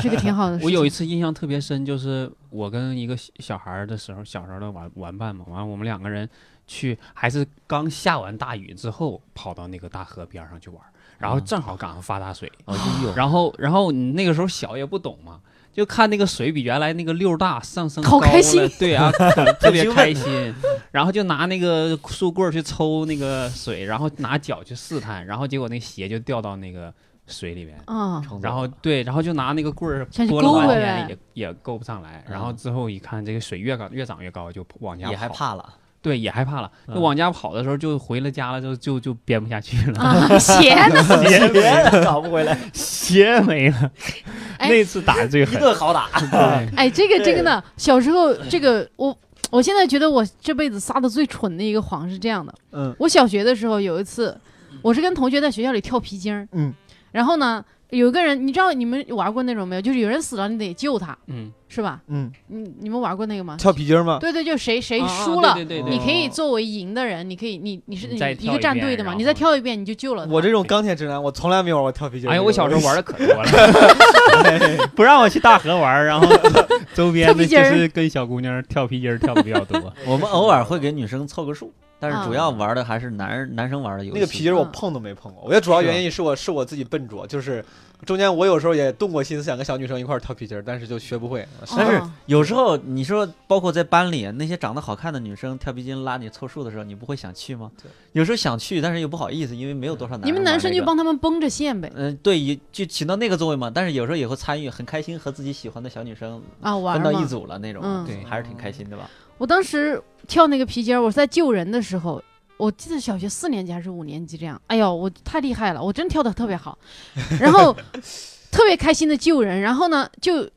Speaker 1: 是个挺好的事情。
Speaker 4: 我有一次印象特别深，就是我跟一个小小孩儿的时候，小时候的玩玩伴嘛，完了我们两个人去，还是刚下完大雨之后，跑到那个大河边上去玩儿，然后
Speaker 2: 嗯
Speaker 4: 正好赶上发大水，
Speaker 1: 嗯
Speaker 3: 啊
Speaker 2: 哦，哎呦，
Speaker 4: 然后然后你那个时候小也不懂嘛。就看那个水比原来那个溜儿大上升
Speaker 1: 好
Speaker 4: 高了
Speaker 1: 开心，
Speaker 4: 对 啊，特别
Speaker 2: 兴奋
Speaker 4: 开心。然后就拿那个树棍儿去抽那个水，然后拿脚去试探，然后结果那鞋就掉到那个水里面，
Speaker 1: 啊，
Speaker 2: 冲
Speaker 4: 然
Speaker 2: 走
Speaker 4: 后
Speaker 2: 了
Speaker 4: 对，然后就拿那个棍儿
Speaker 1: 想去
Speaker 4: 拨了
Speaker 1: 勾
Speaker 4: 半
Speaker 1: 回
Speaker 4: 天
Speaker 1: 来
Speaker 4: 也也勾不上来，然
Speaker 2: 嗯
Speaker 4: 后之后一看这个水越高越涨越高，就往家
Speaker 2: 也害
Speaker 4: 跑，
Speaker 2: 怕 了，
Speaker 4: 对，也害怕了，就
Speaker 2: 嗯
Speaker 4: 往家跑的时候就回了家了，就就就编不下去了，
Speaker 1: 啊，鞋呢？
Speaker 2: 别别搞不回来，
Speaker 4: 鞋没了，
Speaker 1: 哎
Speaker 4: 那次打的最
Speaker 2: 一
Speaker 4: 狠，
Speaker 2: 顿好打，
Speaker 4: 对
Speaker 1: 哎，这个这个呢，小时候这个我。我现在觉得我这辈子撒的最蠢的一个谎是这样的，
Speaker 3: 嗯
Speaker 1: 我小学的时候有一次，我是跟同学在学校里跳皮筋儿，
Speaker 3: 嗯，
Speaker 1: 然后呢，有一个人，你知道你们玩过那种没有？就是有人死了，你得救他，
Speaker 4: 嗯，
Speaker 1: 是吧？
Speaker 3: 嗯，
Speaker 1: 你你们玩过那个吗？
Speaker 3: 跳皮筋儿吗？
Speaker 1: 对对，就谁谁
Speaker 4: 啊啊
Speaker 1: 哎输
Speaker 4: 对
Speaker 1: 了，
Speaker 4: 对对
Speaker 3: 哦
Speaker 4: 对
Speaker 1: 你可以作为赢的人，你可以你你是
Speaker 4: 你
Speaker 1: 你
Speaker 4: 再
Speaker 1: 一
Speaker 4: 跳
Speaker 1: 个
Speaker 4: 一
Speaker 1: 战
Speaker 4: 遍
Speaker 1: 队的嘛，
Speaker 4: 然
Speaker 1: 你再
Speaker 4: 后
Speaker 1: 跳一遍你就救了他。
Speaker 3: 我这种钢铁直男，我从来没有玩过跳皮筋儿。
Speaker 4: 哎呀，我小时候玩的可多了， 不让我去大河玩儿，然 后周边
Speaker 1: 跳
Speaker 4: 的
Speaker 1: 皮
Speaker 4: 就
Speaker 1: 筋儿
Speaker 4: 是跟小姑娘跳皮筋儿跳的比较 多，
Speaker 2: 我们偶尔会给女生凑个数，但是主
Speaker 1: 嗯
Speaker 2: 要玩的还是男人男生玩的游戏。
Speaker 3: 那个皮筋儿我碰都没碰过。我觉得主要原因是我是我自己笨拙，就是中间我有时候也动过心思想跟小女生一块儿跳皮筋儿，但是就学不会。
Speaker 1: 哦
Speaker 2: 但是有时候你说，包括在班里那些长得好看的女生跳皮筋拉你凑数的时候，你不会想去吗
Speaker 3: 对？嗯
Speaker 2: 有时候想去，但是又不好意思，因为没有多少男人。
Speaker 1: 你们男生就。帮他们绷着线呗
Speaker 2: 嗯，对，也就起到那个作用嘛。但是有时候也会参与，很开心，和自己喜欢的小女生
Speaker 1: 啊玩
Speaker 2: 分到
Speaker 1: 儿
Speaker 2: 一
Speaker 1: 嘛。
Speaker 2: 组了那种，
Speaker 1: 嗯
Speaker 4: 对
Speaker 2: 还是挺开心的吧？
Speaker 1: 我当时跳那个皮筋儿，我是在救人的时候，我记得小学四年级还是五年级这样。哎呦，我太厉害了，我真跳的特别好，然 后特别开心的救人。然后呢，就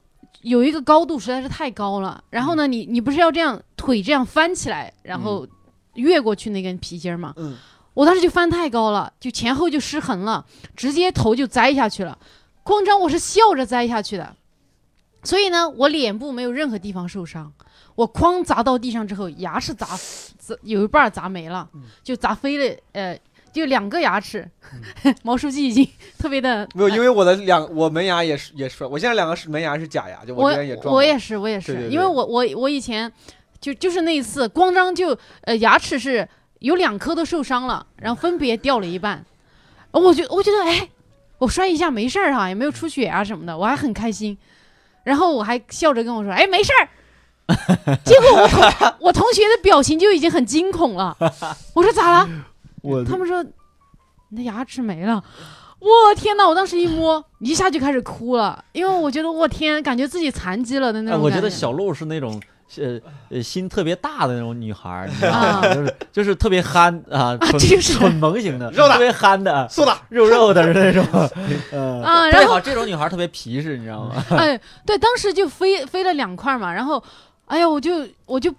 Speaker 1: 有一个高度实在是太高了。然后呢，你你不是要这样腿这样翻起来，然后越过去那根皮筋儿吗？
Speaker 3: 嗯，
Speaker 1: 我当时就翻太高了，就前后就失衡了，直接头就栽下去了。哐当，我是笑着栽下去的，所以呢，我脸部没有任何地方受伤。我哐砸到地上之后，牙齿砸砸有一半儿砸没了，就砸飞了，呃，就两个牙齿。 毛书记已经特别的
Speaker 3: 没有，因为我的两我门牙也是也是，我现在两个是门牙是假牙，就
Speaker 1: 我
Speaker 3: 之前也撞过。
Speaker 1: 我也是，我也是，
Speaker 3: 对对对
Speaker 1: 因为我我我以前就就是那一次，光张就呃牙齿是有两颗都受伤了，然后分别掉了一半。我觉我觉得哎，我摔一下没事儿、哈，也没有出血啊什么的，我还很开心。然后我还笑着跟我说：“哎，没事儿。”结果我同 我同学的表情就已经很惊恐了。我说咋了？
Speaker 3: 我
Speaker 1: 他们说你的牙齿没了。我天哪！我当时一摸，一下就开始哭了，因为我觉得我天，感觉自己残疾了的那
Speaker 2: 哎，
Speaker 1: 种
Speaker 2: 我
Speaker 1: 感
Speaker 2: 觉得小鹿是那种呃呃心特别大的那种女孩儿，你知道吗？
Speaker 1: 啊
Speaker 2: 就是就是特别憨啊，蠢
Speaker 1: 就是
Speaker 2: 蠢萌型的，
Speaker 3: 肉的
Speaker 2: 特别憨的，
Speaker 3: 苏打
Speaker 2: 肉肉的那种。嗯
Speaker 1: 啊，
Speaker 2: 特
Speaker 1: 然
Speaker 2: 别
Speaker 1: 后
Speaker 2: 好，这种女孩儿特别皮实，你知道吗？
Speaker 1: 哎，对，当时就飞飞了两块嘛，然后，哎呀，我就我就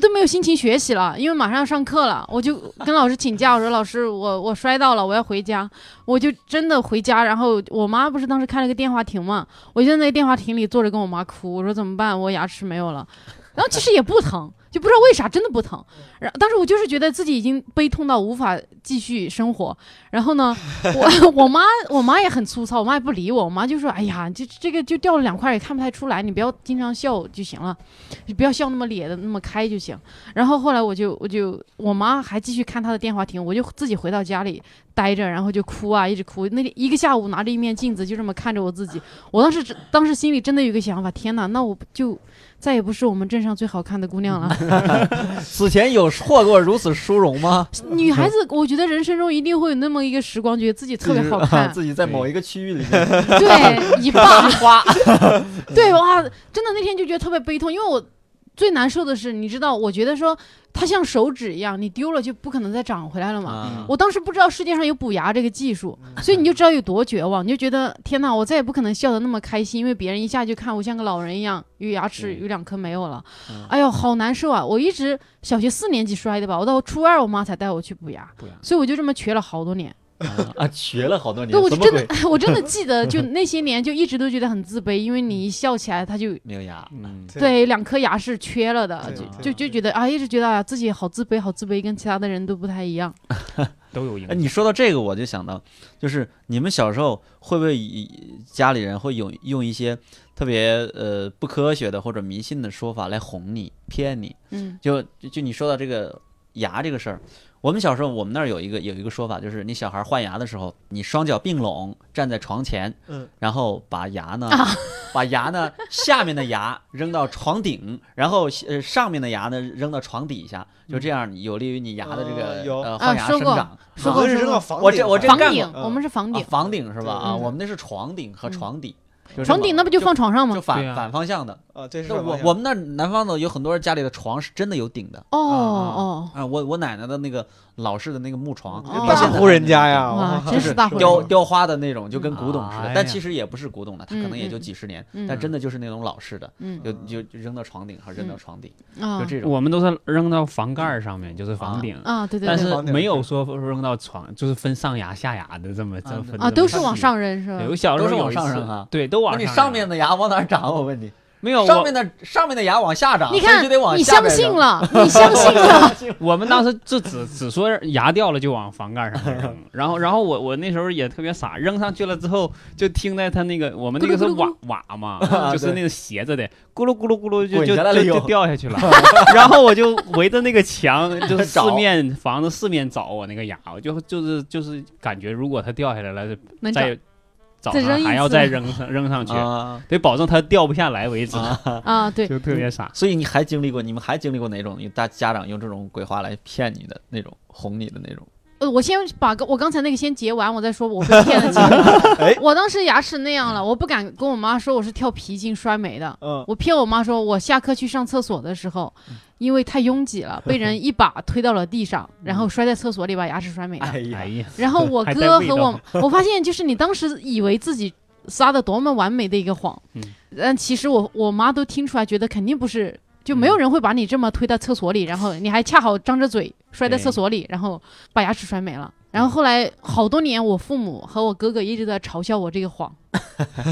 Speaker 1: 都没有心情学习了，因为马上要上课了，我就跟老师请假，我说老师，我我摔到了，我要回家，我就真的回家，然后我妈不是当时开了个电话亭嘛，我就在那个电话亭里坐着跟我妈哭，我说怎么办，我牙齿没有了， 然后其实也不疼。就不知道为啥真的不疼，然后但是我就是觉得自己已经悲痛到无法继续生活，然后呢，我 我妈我妈也很粗糙，我妈也不理我，我妈就说：“哎呀，这这个就掉了两块，也看不太出来，你不要经常笑就行了，你不要笑那么咧的那么开就行。”然后后来我就我就我妈还继续看她的电话亭，我就自己回到家里待着，然后就哭啊，一直哭。那一个下午拿着一面镜子就这么看着我自己，我当时真当时心里真的有一个想法：天哪，那我就再也不是我们镇上最好看的姑娘了。
Speaker 2: 此前有获过如此殊荣吗？
Speaker 1: 女孩子，我觉得人生中一定会有那么一个时光，觉得自己特别好 看，
Speaker 2: 自己在某一个区域里面，
Speaker 1: 对， 一把花，对
Speaker 2: 嗯
Speaker 1: 哇，真的那天就觉得特别悲痛，因为我最难受的是，你知道，我觉得说它像手指一样，你丢了就不可能再长回来了 嘛。
Speaker 2: 啊嗯
Speaker 1: 我当时不知道世界上有补牙这个技术，所以你就知道有多绝望，你就觉得天哪，我再也不可能笑得那么开心，因为别人一下就看我像个老人一样，有牙齿
Speaker 2: 嗯
Speaker 1: 有两颗没有了
Speaker 2: 嗯，
Speaker 1: 哎呦，好难受啊！我一直小学四年级摔的吧，我到初二我妈才带我去补牙
Speaker 2: 补牙，
Speaker 1: 所以我就这么瘸了好多年。
Speaker 2: 啊，瘸了好多年
Speaker 1: 对，我，就
Speaker 2: 什么
Speaker 1: 真的
Speaker 2: 鬼？，
Speaker 1: 我真的记得，就那些年就一直都觉得很自卑，因为你一笑起来，他就
Speaker 2: 没有牙，嗯，
Speaker 3: 对
Speaker 1: 对两颗牙是缺了的，
Speaker 3: 对
Speaker 1: 就
Speaker 2: 对
Speaker 1: 就就觉得啊，一直觉得啊自己好自卑，好自卑，跟其他的人都不太一样。
Speaker 4: 都有影
Speaker 2: 哎，
Speaker 4: 响。
Speaker 2: 你说到这个，我就想到，就是你们小时候会不会以家里人会有用一些特别呃不科学的或者迷信的说法来哄你、骗你？
Speaker 1: 嗯
Speaker 2: 就就就你说到这个牙这个事儿，我们小时候我们那儿有一个有一个说法，就是你小孩换牙的时候，你双脚并拢站在床前，
Speaker 3: 嗯，
Speaker 2: 然后把牙呢，
Speaker 1: 啊
Speaker 2: 把牙呢下面的牙扔到床顶，然后呃上面的牙呢扔到床底下，就这样有利于你牙的这个、
Speaker 3: 哦有
Speaker 2: 呃
Speaker 1: 啊
Speaker 2: 换牙
Speaker 1: 说
Speaker 2: 生
Speaker 1: 过
Speaker 2: 长。
Speaker 1: 说
Speaker 2: 啊
Speaker 1: 过
Speaker 3: 我是
Speaker 1: 说
Speaker 3: 扔到
Speaker 1: 过
Speaker 3: 房顶，
Speaker 2: 我这我这
Speaker 1: 房
Speaker 2: 干过
Speaker 1: 顶，
Speaker 3: 嗯
Speaker 1: 我们是房
Speaker 2: 啊
Speaker 1: 顶，
Speaker 2: 房顶是吧？啊，
Speaker 1: 嗯
Speaker 2: 我们那是床顶和床底，就这
Speaker 1: 床
Speaker 2: 么
Speaker 1: 顶那不就放床上
Speaker 2: 就
Speaker 4: 对
Speaker 1: 吗？
Speaker 2: 反
Speaker 4: 啊
Speaker 2: 反方向的。
Speaker 3: 啊，对，是
Speaker 2: 那
Speaker 3: 吧
Speaker 1: 哎
Speaker 2: 我
Speaker 3: 好像
Speaker 2: 我们那儿南方的有很多人家里的床是真的有顶的。
Speaker 1: 哦
Speaker 3: 啊
Speaker 1: 哦，
Speaker 2: 啊，我我奶奶的那个老式的那个木床，
Speaker 1: 哦
Speaker 2: 到
Speaker 3: 大
Speaker 2: 现在
Speaker 3: 户人家呀，
Speaker 1: 哇，
Speaker 3: 哇
Speaker 1: 真是大
Speaker 2: 还
Speaker 1: 伙
Speaker 2: 是
Speaker 1: 儿
Speaker 2: 雕
Speaker 1: 人。
Speaker 2: 雕花的那种，就跟古董似的
Speaker 4: 哎，呀
Speaker 2: 但其实也不是古董了，它可能也
Speaker 1: 嗯
Speaker 2: 就
Speaker 1: 嗯
Speaker 2: 几十年，
Speaker 1: 嗯
Speaker 2: 但真的就是那种老式的，
Speaker 1: 嗯
Speaker 2: 就就就扔到床顶，还是扔到床底，
Speaker 1: 啊
Speaker 2: 就这种。
Speaker 4: 我们都是扔到房盖儿上面，就是
Speaker 2: 啊
Speaker 4: 房顶，
Speaker 1: 啊，对对
Speaker 4: 但
Speaker 1: 对，
Speaker 4: 是没有说扔到床，就是分上牙下牙的这么这么分
Speaker 1: 啊，
Speaker 4: 这么
Speaker 1: 都是
Speaker 4: 细
Speaker 1: 往。上啊扔是吧
Speaker 4: 对？我小时候
Speaker 2: 都是
Speaker 4: 有
Speaker 2: 往
Speaker 4: 一
Speaker 2: 上
Speaker 4: 次
Speaker 2: 扔啊
Speaker 4: 对，都往
Speaker 2: 那你
Speaker 4: 上
Speaker 2: 上
Speaker 4: 扔
Speaker 2: 面的牙往哪儿长？我问你，
Speaker 4: 没有
Speaker 2: 上
Speaker 4: 我
Speaker 2: 面的上面的牙往下长，
Speaker 1: 你
Speaker 2: 所以
Speaker 1: 看
Speaker 2: 就得往，
Speaker 1: 你
Speaker 2: 下
Speaker 1: 相
Speaker 2: 面
Speaker 1: 信
Speaker 2: 扔。
Speaker 1: 了，你相信了，
Speaker 4: 我们当时就只只说牙掉了就往房盖上扔，然后然 后我我那时候也特别傻，扔上去了之后就听在他那个我们那个是瓦瓦嘛， 就是那个斜着的，咕噜咕噜咕噜就
Speaker 2: 滚
Speaker 4: 就
Speaker 2: 下来了
Speaker 4: 就
Speaker 2: 又
Speaker 4: 就掉下去了， 然后我就围着那个墙，就是四
Speaker 2: 找
Speaker 4: 面 房子四面找我那个牙，我就就是就是感觉如果它掉下来了，
Speaker 1: 能找
Speaker 4: 再早
Speaker 1: 再扔
Speaker 4: 上
Speaker 1: 一
Speaker 4: 还要
Speaker 1: 次
Speaker 4: 再扔上扔上去，
Speaker 2: 啊，
Speaker 4: 得保证它掉不下来为止，
Speaker 1: 啊？对，
Speaker 4: 就特别傻。
Speaker 2: 所以你还经历过，你们还经历过哪种？大家长用这种鬼话来骗你的那种，哄你的那种？
Speaker 1: 呃，我先把个我刚才那个先结完，我再说我被骗的结果。我当时牙齿那样了，我不敢跟我妈说我是跳皮筋摔没的。
Speaker 3: 嗯，
Speaker 1: 我骗我妈说，我下课去上厕所的时候，因为太拥挤了，被人一把推到了地上，然后摔在厕所里，把牙齿摔没了。
Speaker 2: 哎
Speaker 4: 哎
Speaker 2: 呀，
Speaker 4: 呀，
Speaker 1: 然后 我
Speaker 4: 还带
Speaker 1: 哥
Speaker 4: 味
Speaker 1: 和
Speaker 4: 道
Speaker 1: 我，我发现就是你当时以为自己撒的多么完美的一个谎，
Speaker 4: 嗯
Speaker 1: 但其实我我妈都听出来，觉得肯定不是，就
Speaker 4: 嗯
Speaker 1: 没有人会把你这么推到厕所里，然后你还恰好张着嘴摔在
Speaker 4: 对嗯
Speaker 1: 厕所里，然后把牙齿摔没了。然后后来好多年，我父母和我哥哥一直在嘲笑我这个谎，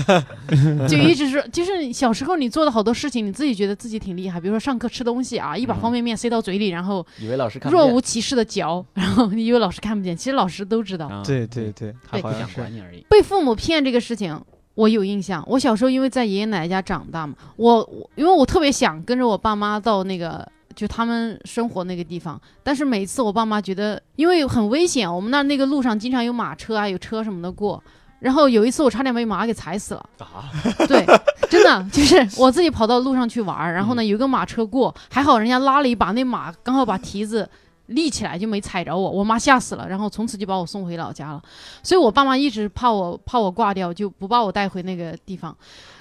Speaker 1: 就一直说，就是小时候你做的好多事情，你自己觉得自己挺厉害，比如说上课吃东西啊，一把
Speaker 4: 嗯
Speaker 1: 方便面塞到嘴里，然后
Speaker 2: 以为老师看不
Speaker 1: 若
Speaker 2: 见
Speaker 1: 无其事的嚼，然后你以为老师看不见，其实老师都知道。
Speaker 4: 啊
Speaker 3: 对对，对，
Speaker 4: 他不
Speaker 3: 好像
Speaker 4: 想
Speaker 3: 是
Speaker 4: 管你而已。
Speaker 1: 被父母骗这个事情，我有印象。我小时候因为在爷爷奶奶家长大嘛，我我因为我特别想跟着我爸妈到那个就他们生活那个地方。但是每次我爸妈觉得，因为很危险，我们那那个路上经常有马车啊，有车什么的过。然后有一次我差点被马给踩死了，
Speaker 2: 啊，
Speaker 1: 对，真的就是我自己跑到路上去玩儿，然后呢有一个马车过，还好人家拉了一把，那马刚好把蹄子立起来就没踩着我，我妈吓死了，然后从此就把我送回老家了。所以我爸妈一直怕我怕我挂掉，就不把我带回那个地方。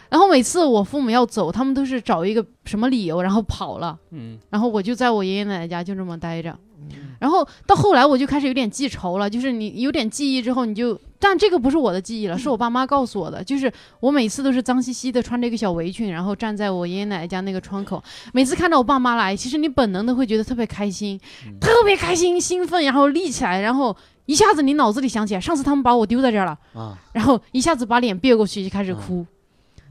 Speaker 1: 然后每次我父母要走，他们都是找一个什么理由，然后跑了，
Speaker 4: 嗯，
Speaker 1: 然后我就在我爷爷奶奶家就这么待着。然后到后来我就开始有点记仇了，就是你有点记忆之后，你就，但这个不是我的记忆了，是我爸妈告诉我的，就是我每次都是脏兮兮的穿着一个小围裙，然后站在我爷爷奶奶家那个窗口，每次看到我爸妈来，其实你本能的会觉得特别开心，
Speaker 2: 嗯
Speaker 1: 特别开心，兴奋，然后立起来，然后一下子你脑子里想起来，上次他们把我丢在这儿了，
Speaker 2: 啊
Speaker 1: 然后一下子把脸别过去就开始哭，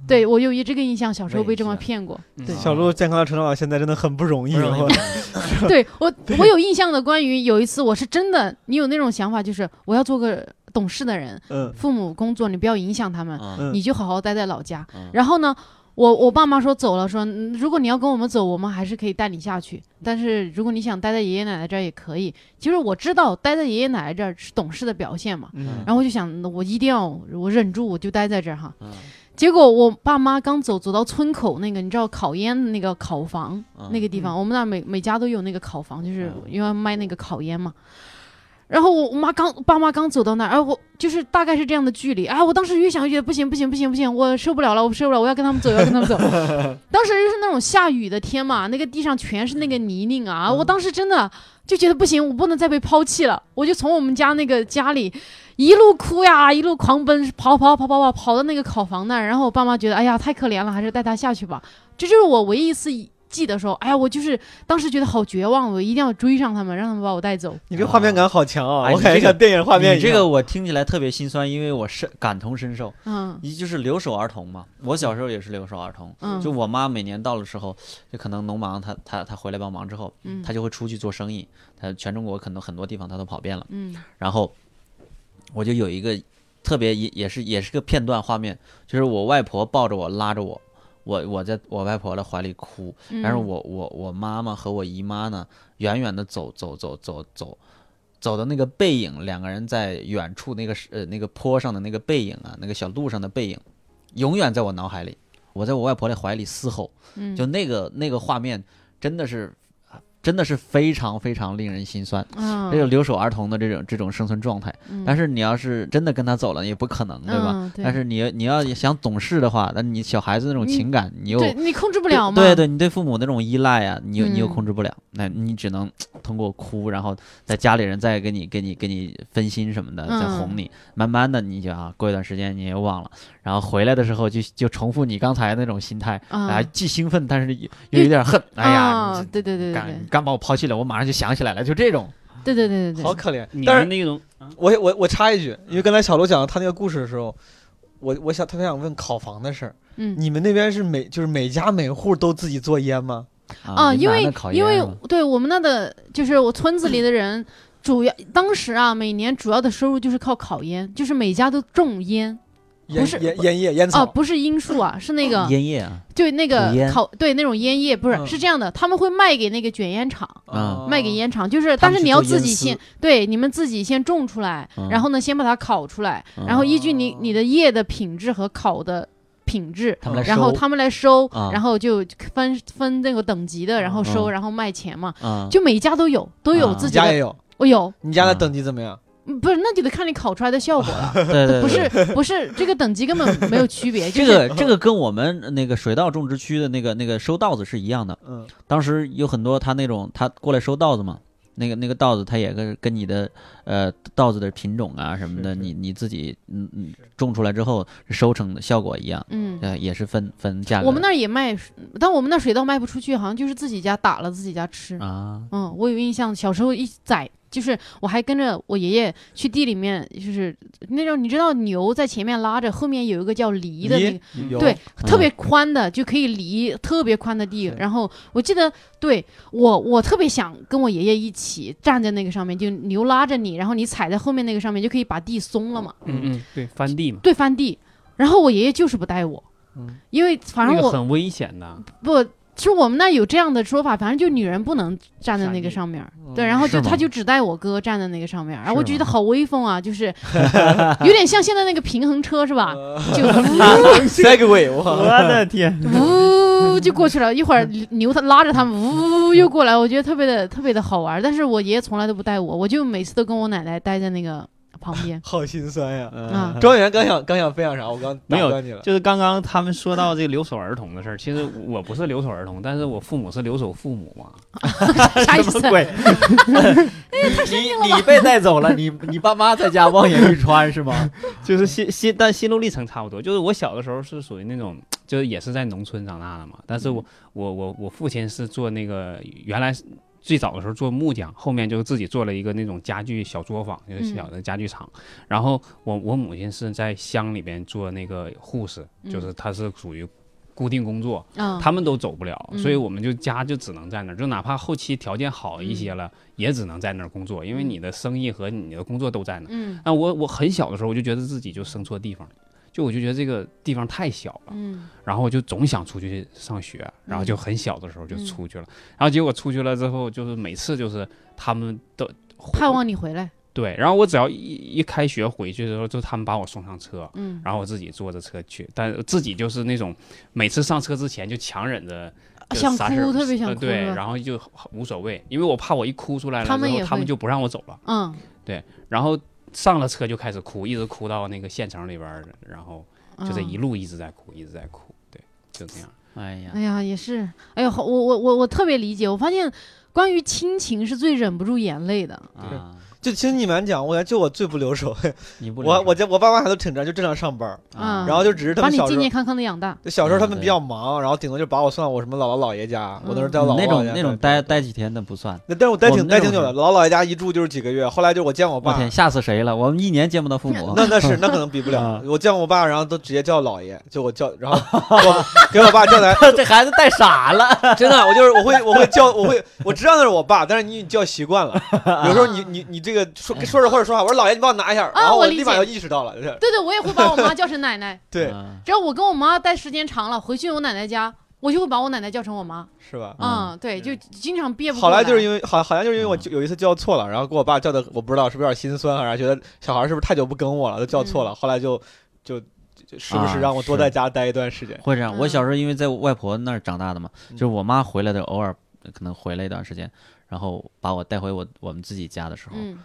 Speaker 1: 对我有一这个印象，小时候被这么
Speaker 2: 畏惧
Speaker 1: 骗过，
Speaker 4: 嗯啊
Speaker 1: 对。
Speaker 3: 小鹿健康的成长到现在真的很不容易，哦
Speaker 2: 不容易
Speaker 3: 我
Speaker 1: 对我，我有印象的。关于有一次，我是真的，你有那种想法，就是我要做个懂事的人，
Speaker 3: 嗯
Speaker 1: 父母工作你不要影响他们，
Speaker 2: 啊
Speaker 3: 嗯
Speaker 1: 你就好好待在老家。
Speaker 2: 嗯
Speaker 1: 然后呢，我我爸妈说走了，说嗯如果你要跟我们走，我们还是可以带你下去，
Speaker 2: 嗯
Speaker 1: 但是如果你想待在爷爷奶奶这儿也可以。其实我知道待在爷爷奶奶这儿是懂事的表现嘛，
Speaker 3: 嗯
Speaker 1: 然后我就想，我一定要我忍住，我就待在这儿哈。
Speaker 2: 嗯
Speaker 1: 结果我爸妈刚走，走到村口那个，你知道烤烟的那个烤房、
Speaker 2: 嗯
Speaker 1: 那个地方，我们那儿每每家都有那个烤房，就是
Speaker 2: 嗯
Speaker 1: 因为卖那个烤烟嘛。然后我我妈刚爸妈刚走到那儿，哎，我就是大概是这样的距离，哎，我当时越想越觉得不行不行不行不行，我受不了了，我受不了，我要跟他们走，要跟他们走。当时就是那种下雨的天嘛，那个地上全是那个泥泞啊，我当时真的就觉得不行，我不能再被抛弃了，我就从我们家那个家里一路哭呀，一路狂奔，跑跑跑跑跑跑到那个烤房那儿，然后我爸妈觉得，哎呀，太可怜了，还是带他下去吧。这就是我唯一一次记得说，哎呀，我就是当时觉得好绝望，我一定要追上他们，让他们把我带走。
Speaker 3: 你这个画面感好强啊！
Speaker 2: 哎
Speaker 3: 我感觉
Speaker 2: 你这个
Speaker 3: 像电影画面
Speaker 2: 你
Speaker 3: 一
Speaker 2: 这
Speaker 3: 样。
Speaker 2: 个我听起来特别心酸，因为我是感同身受，
Speaker 1: 嗯
Speaker 2: 一就是留守儿童嘛。我小时候也是留守儿童，
Speaker 1: 嗯，
Speaker 2: 就我妈每年到了时候，就可能农忙，她她她回来帮忙之后，
Speaker 1: 嗯
Speaker 2: 她就会出去做生意，她全中国可能很多地方她都跑遍了。
Speaker 1: 嗯
Speaker 2: 然后我就有一个特别也也是也是个片段画面，就是我外婆抱着我拉着我，我我在我外婆的怀里哭，
Speaker 1: 嗯，
Speaker 2: 但是我我我妈妈和我姨妈呢，远远的走走走走走，走的那个背影，两个人在远处那个是呃那个坡上的那个背影啊，那个小路上的背影，永远在我脑海里。我在我外婆的怀里嘶吼，
Speaker 1: 嗯
Speaker 2: 就那个那个画面，真的是，真的是非常非常令人心酸。
Speaker 1: 嗯
Speaker 2: 这个留守儿童的这种这种生存状态，
Speaker 1: 嗯
Speaker 2: 但是你要是真的跟他走了，也不可能，对吧？
Speaker 1: 嗯对
Speaker 2: 但是你你要想懂事的话，那你小孩子那种
Speaker 1: 你
Speaker 2: 情感，你又
Speaker 1: 对你控制不了嘛，
Speaker 2: 对对，你对父母那种依赖啊，你又你又
Speaker 1: 嗯
Speaker 2: 控制不了，那你只能通过哭，然后在家里人再给你给你给你分心什么的，再
Speaker 1: 嗯
Speaker 2: 哄你，慢慢的你就啊，过一段时间你也忘了，然后回来的时候就就重复你刚才那种心态，
Speaker 1: 嗯
Speaker 2: 啊，既兴奋但是也又有点恨，哎呀，
Speaker 1: 啊
Speaker 2: 你
Speaker 1: 对对
Speaker 2: 这
Speaker 1: 对对
Speaker 2: 干你干把我抛弃了，我马上就想起来了，就这种，
Speaker 1: 对对对对对
Speaker 3: 好
Speaker 1: 对，
Speaker 3: 可怜
Speaker 4: 你，
Speaker 3: 但
Speaker 4: 们
Speaker 3: 是
Speaker 4: 那种啊
Speaker 3: 我我我插一句，因为刚才小罗讲他那个故事的时候，我我想特别想问烤房的事儿，
Speaker 1: 嗯。
Speaker 3: 你们那边是每就是每家每户都自己做烟吗？
Speaker 1: 啊，
Speaker 2: 云
Speaker 1: 因
Speaker 2: 南
Speaker 1: 为
Speaker 2: 的考
Speaker 1: 因
Speaker 2: 验
Speaker 1: 为
Speaker 2: 嘛
Speaker 1: 对我们那的，就是我村子里的人，主要当时啊，每年主要的收入就是靠烤烟，就是每家都种烟
Speaker 3: 烟
Speaker 1: 不是
Speaker 3: 烟烟叶烟
Speaker 1: 啊，
Speaker 3: 草
Speaker 1: 不是罂粟啊，是那个
Speaker 2: 烟叶啊，
Speaker 1: 对那个
Speaker 2: 土烟
Speaker 1: 烤对那种烟叶，不是、
Speaker 3: 嗯
Speaker 1: 是这样的，他们会卖给那个卷烟厂，
Speaker 2: 啊
Speaker 1: 卖给。烟厂，就是
Speaker 2: 他
Speaker 1: 但
Speaker 2: 们
Speaker 1: 是
Speaker 2: 去
Speaker 1: 你要
Speaker 2: 做烟
Speaker 1: 自己
Speaker 2: 丝
Speaker 1: 先对你们自己先种出来，
Speaker 2: 嗯
Speaker 1: 然后呢先把它烤出来，
Speaker 2: 嗯
Speaker 1: 然后依据你你的叶的品质和烤的品质，
Speaker 2: 他们来
Speaker 1: 然后
Speaker 2: 收
Speaker 1: 他们来收，
Speaker 2: 啊
Speaker 1: 然后就分分那个等级的，然后收，
Speaker 2: 嗯
Speaker 1: 然后卖钱嘛，
Speaker 2: 啊
Speaker 1: 就每家都有都有
Speaker 2: 啊
Speaker 1: 自
Speaker 3: 你
Speaker 1: 己
Speaker 3: 家也
Speaker 1: 的，
Speaker 3: 有，
Speaker 1: 我有，
Speaker 3: 你家的等级怎么样？
Speaker 1: 嗯不是那就得看你烤出来的效果了，
Speaker 2: 对对对
Speaker 1: 不是不是这个等级根本没有 区别，
Speaker 2: 这
Speaker 1: 就是
Speaker 2: 个这个跟我们那个水稻种植区的那个那个收稻子是一样的。
Speaker 3: 嗯，
Speaker 2: 当时有很多他那种他过来收稻子嘛，那个那个稻子他也跟跟你的呃稻子的品种啊什么的，
Speaker 3: 是是
Speaker 2: 你你自己嗯嗯种出来之后收成的效果一样，
Speaker 1: 嗯。
Speaker 2: 呃也是分分价格的。
Speaker 1: 我们那儿也卖，但我们那水稻卖不出去，好像就是自己家打了自己家吃。
Speaker 2: 啊，
Speaker 1: 嗯，我有印象，小时候一宰，就是我还跟着我爷爷去地里面，就是那种你知道牛在前面拉着，后面有一个叫犁的那个，
Speaker 3: 有
Speaker 1: 对，
Speaker 2: 嗯
Speaker 1: 特别宽的，就可以犁特别宽的地。
Speaker 3: 是
Speaker 1: 然后我记得，对我我特别想跟我爷爷一起站在那个上面，就牛拉着你，然后你踩在后面那个上面，就可以把地松了嘛，
Speaker 4: 嗯嗯，对，翻地嘛，
Speaker 1: 对翻地。然后我爷爷就是不带我，
Speaker 3: 嗯
Speaker 1: 因为反
Speaker 4: 那
Speaker 1: 正
Speaker 4: 个
Speaker 1: 我
Speaker 4: 很危险的，
Speaker 1: 不其实我们那儿有这样的说法，反正就女人不能站在那个上面儿，对，然后
Speaker 2: 嗯是
Speaker 1: 就
Speaker 2: 吗
Speaker 1: 他就只带我哥站在那个上面儿，然后我
Speaker 2: 是
Speaker 1: 觉得
Speaker 2: 吗
Speaker 1: 好威风啊，就是 有点像现在那个平衡车 是吧？啊就
Speaker 3: Segway，我。
Speaker 2: 的天，
Speaker 1: 呜就过去了，一会 儿牛他拉着他们呜又过来，我觉得特别的特别的好玩儿。但是我爷爷从来都不带我，我就每次都跟我奶奶待在那个旁边
Speaker 3: 好心酸呀。
Speaker 1: 啊
Speaker 3: 庄园刚想刚想分享啥，我刚
Speaker 4: 嗯没有
Speaker 3: 打断你了。
Speaker 4: 就是刚刚他们说到这个留守儿童的事儿，其实我不是留守儿童，但是我父母是留守父母嘛。
Speaker 1: 啥意思？
Speaker 2: 鬼？嗯你你被带走了，你 你爸妈在家望眼欲穿是吗？
Speaker 4: 就是心心，但心路历程差不多。就是我小的时候是属于那种，就是也是在农村长大的嘛。但是
Speaker 1: 嗯
Speaker 4: 我我我我父亲是做那个原来是最早的时候做木匠，后面就自己做了一个那种家具小作坊，就是小
Speaker 1: 嗯
Speaker 4: 的家具厂。然后我我母亲是在乡里边做那个护士，就是她是属于固定工作，
Speaker 1: 嗯，
Speaker 4: 他们都走不了，
Speaker 1: 嗯
Speaker 4: 所以我们就家就只能在那儿，就哪怕后期条件好一些了，也只能在那儿工作，因为
Speaker 1: 嗯
Speaker 4: 你的生意和你的工作都在那儿。
Speaker 1: 嗯
Speaker 4: 那我我很小的时候，我就觉得自己就生错地方了，就我就觉得这个地方太小了，
Speaker 1: 嗯
Speaker 4: 然后我就总想出去上学，然后就很小的时候就
Speaker 1: 嗯
Speaker 4: 出去了，然后结果出去了之后，就是每次就是他们都
Speaker 1: 盼望你回来。
Speaker 4: 对，然后我只要一一开学回去的时候，就他们把我送上车，
Speaker 1: 嗯
Speaker 4: 然后我自己坐着车去，但自己就是那种每次上车之前就强忍着就
Speaker 1: 啊想
Speaker 4: 啥事儿
Speaker 1: 哭特别想
Speaker 4: 呃
Speaker 1: 哭
Speaker 4: 对，
Speaker 1: 是吧
Speaker 4: 然后就无所谓，因为我怕我一哭出来了之
Speaker 1: 他
Speaker 4: 后，
Speaker 1: 们也
Speaker 4: 他们
Speaker 1: 会
Speaker 4: 就不让我走了，
Speaker 1: 嗯
Speaker 4: 然后上了车就开始哭，一直哭到那个县城里边儿，然后
Speaker 1: 嗯，
Speaker 4: 就这一路一直在哭，一直在哭，对，就这样。
Speaker 2: 哎呀，
Speaker 1: 哎呀，也是，哎呦，好我我我我特别理解。我发现关于亲情是最忍不住眼泪的。
Speaker 2: 啊，
Speaker 3: 就其实你们讲，我感觉就我最不留手。
Speaker 2: 你不
Speaker 3: 我
Speaker 2: 了啊
Speaker 3: 我家我爸妈还都挺着，就正常上班儿，
Speaker 1: 嗯
Speaker 3: 然后就只是他
Speaker 1: 把
Speaker 3: 们
Speaker 1: 你
Speaker 3: 小时
Speaker 1: 健
Speaker 3: 候
Speaker 1: 健。康康的养大，
Speaker 3: 就小时候他
Speaker 2: 嗯
Speaker 3: 们比
Speaker 2: 对
Speaker 3: 较忙，然后顶多就把我送到我什么姥姥姥爷家，我那时候在
Speaker 2: 嗯
Speaker 3: 我姥姥
Speaker 2: 那
Speaker 3: 姥
Speaker 2: 种
Speaker 3: 爷家
Speaker 2: 那种待，待几天的不算。
Speaker 3: 那但是我待
Speaker 2: 我
Speaker 3: 挺
Speaker 2: 们那
Speaker 3: 待
Speaker 2: 种
Speaker 3: 挺久的，
Speaker 2: 是
Speaker 3: 姥姥姥爷家一住就是几个月，后来就我见我
Speaker 2: 我
Speaker 3: 爸，
Speaker 2: 天，吓死谁了？我们一年见不到父母。
Speaker 3: 啊 那那是那可能比不了
Speaker 2: 啊，
Speaker 3: 我见我爸，然后都直接叫姥爷，就我叫，然后我给我爸 叫来，
Speaker 2: 这孩子带傻 了，
Speaker 3: 真的，我就是我会我会叫我会我知道那是我爸，但是你叫习惯 了，有时候你你你这个说说着或者说话，我说姥爷你帮我拿一下，然后
Speaker 1: 啊我理
Speaker 3: 立马
Speaker 1: 解
Speaker 3: 就意识到了，就是
Speaker 1: 对对，我也会把我妈叫成奶奶。
Speaker 3: 对，
Speaker 2: 嗯
Speaker 1: 只要我跟我妈待时间长了，回去我奶奶家，我就会把我奶奶叫成我妈。
Speaker 3: 是吧？
Speaker 2: 嗯
Speaker 1: 嗯，对，就经常憋不
Speaker 3: 啊好
Speaker 1: 过
Speaker 3: 来
Speaker 1: 来，
Speaker 3: 就是因为好，好像就是因为我
Speaker 2: 嗯
Speaker 3: 就有一次叫错了，然后给我爸叫的，我不知道是不是有点心酸啊，然后觉得小孩是不是太久不跟我了，都叫
Speaker 1: 嗯
Speaker 3: 错了，后来就就就时不时
Speaker 2: 啊
Speaker 3: 让我多
Speaker 2: 是
Speaker 3: 在家待一段时间。
Speaker 2: 会这样。
Speaker 1: 嗯
Speaker 2: 我小时候因为在外婆那儿长大的嘛，
Speaker 3: 嗯
Speaker 2: 就是我妈回来的，偶尔可能回来一段时间，然后把我带回我我们自己家的时候，
Speaker 1: 嗯，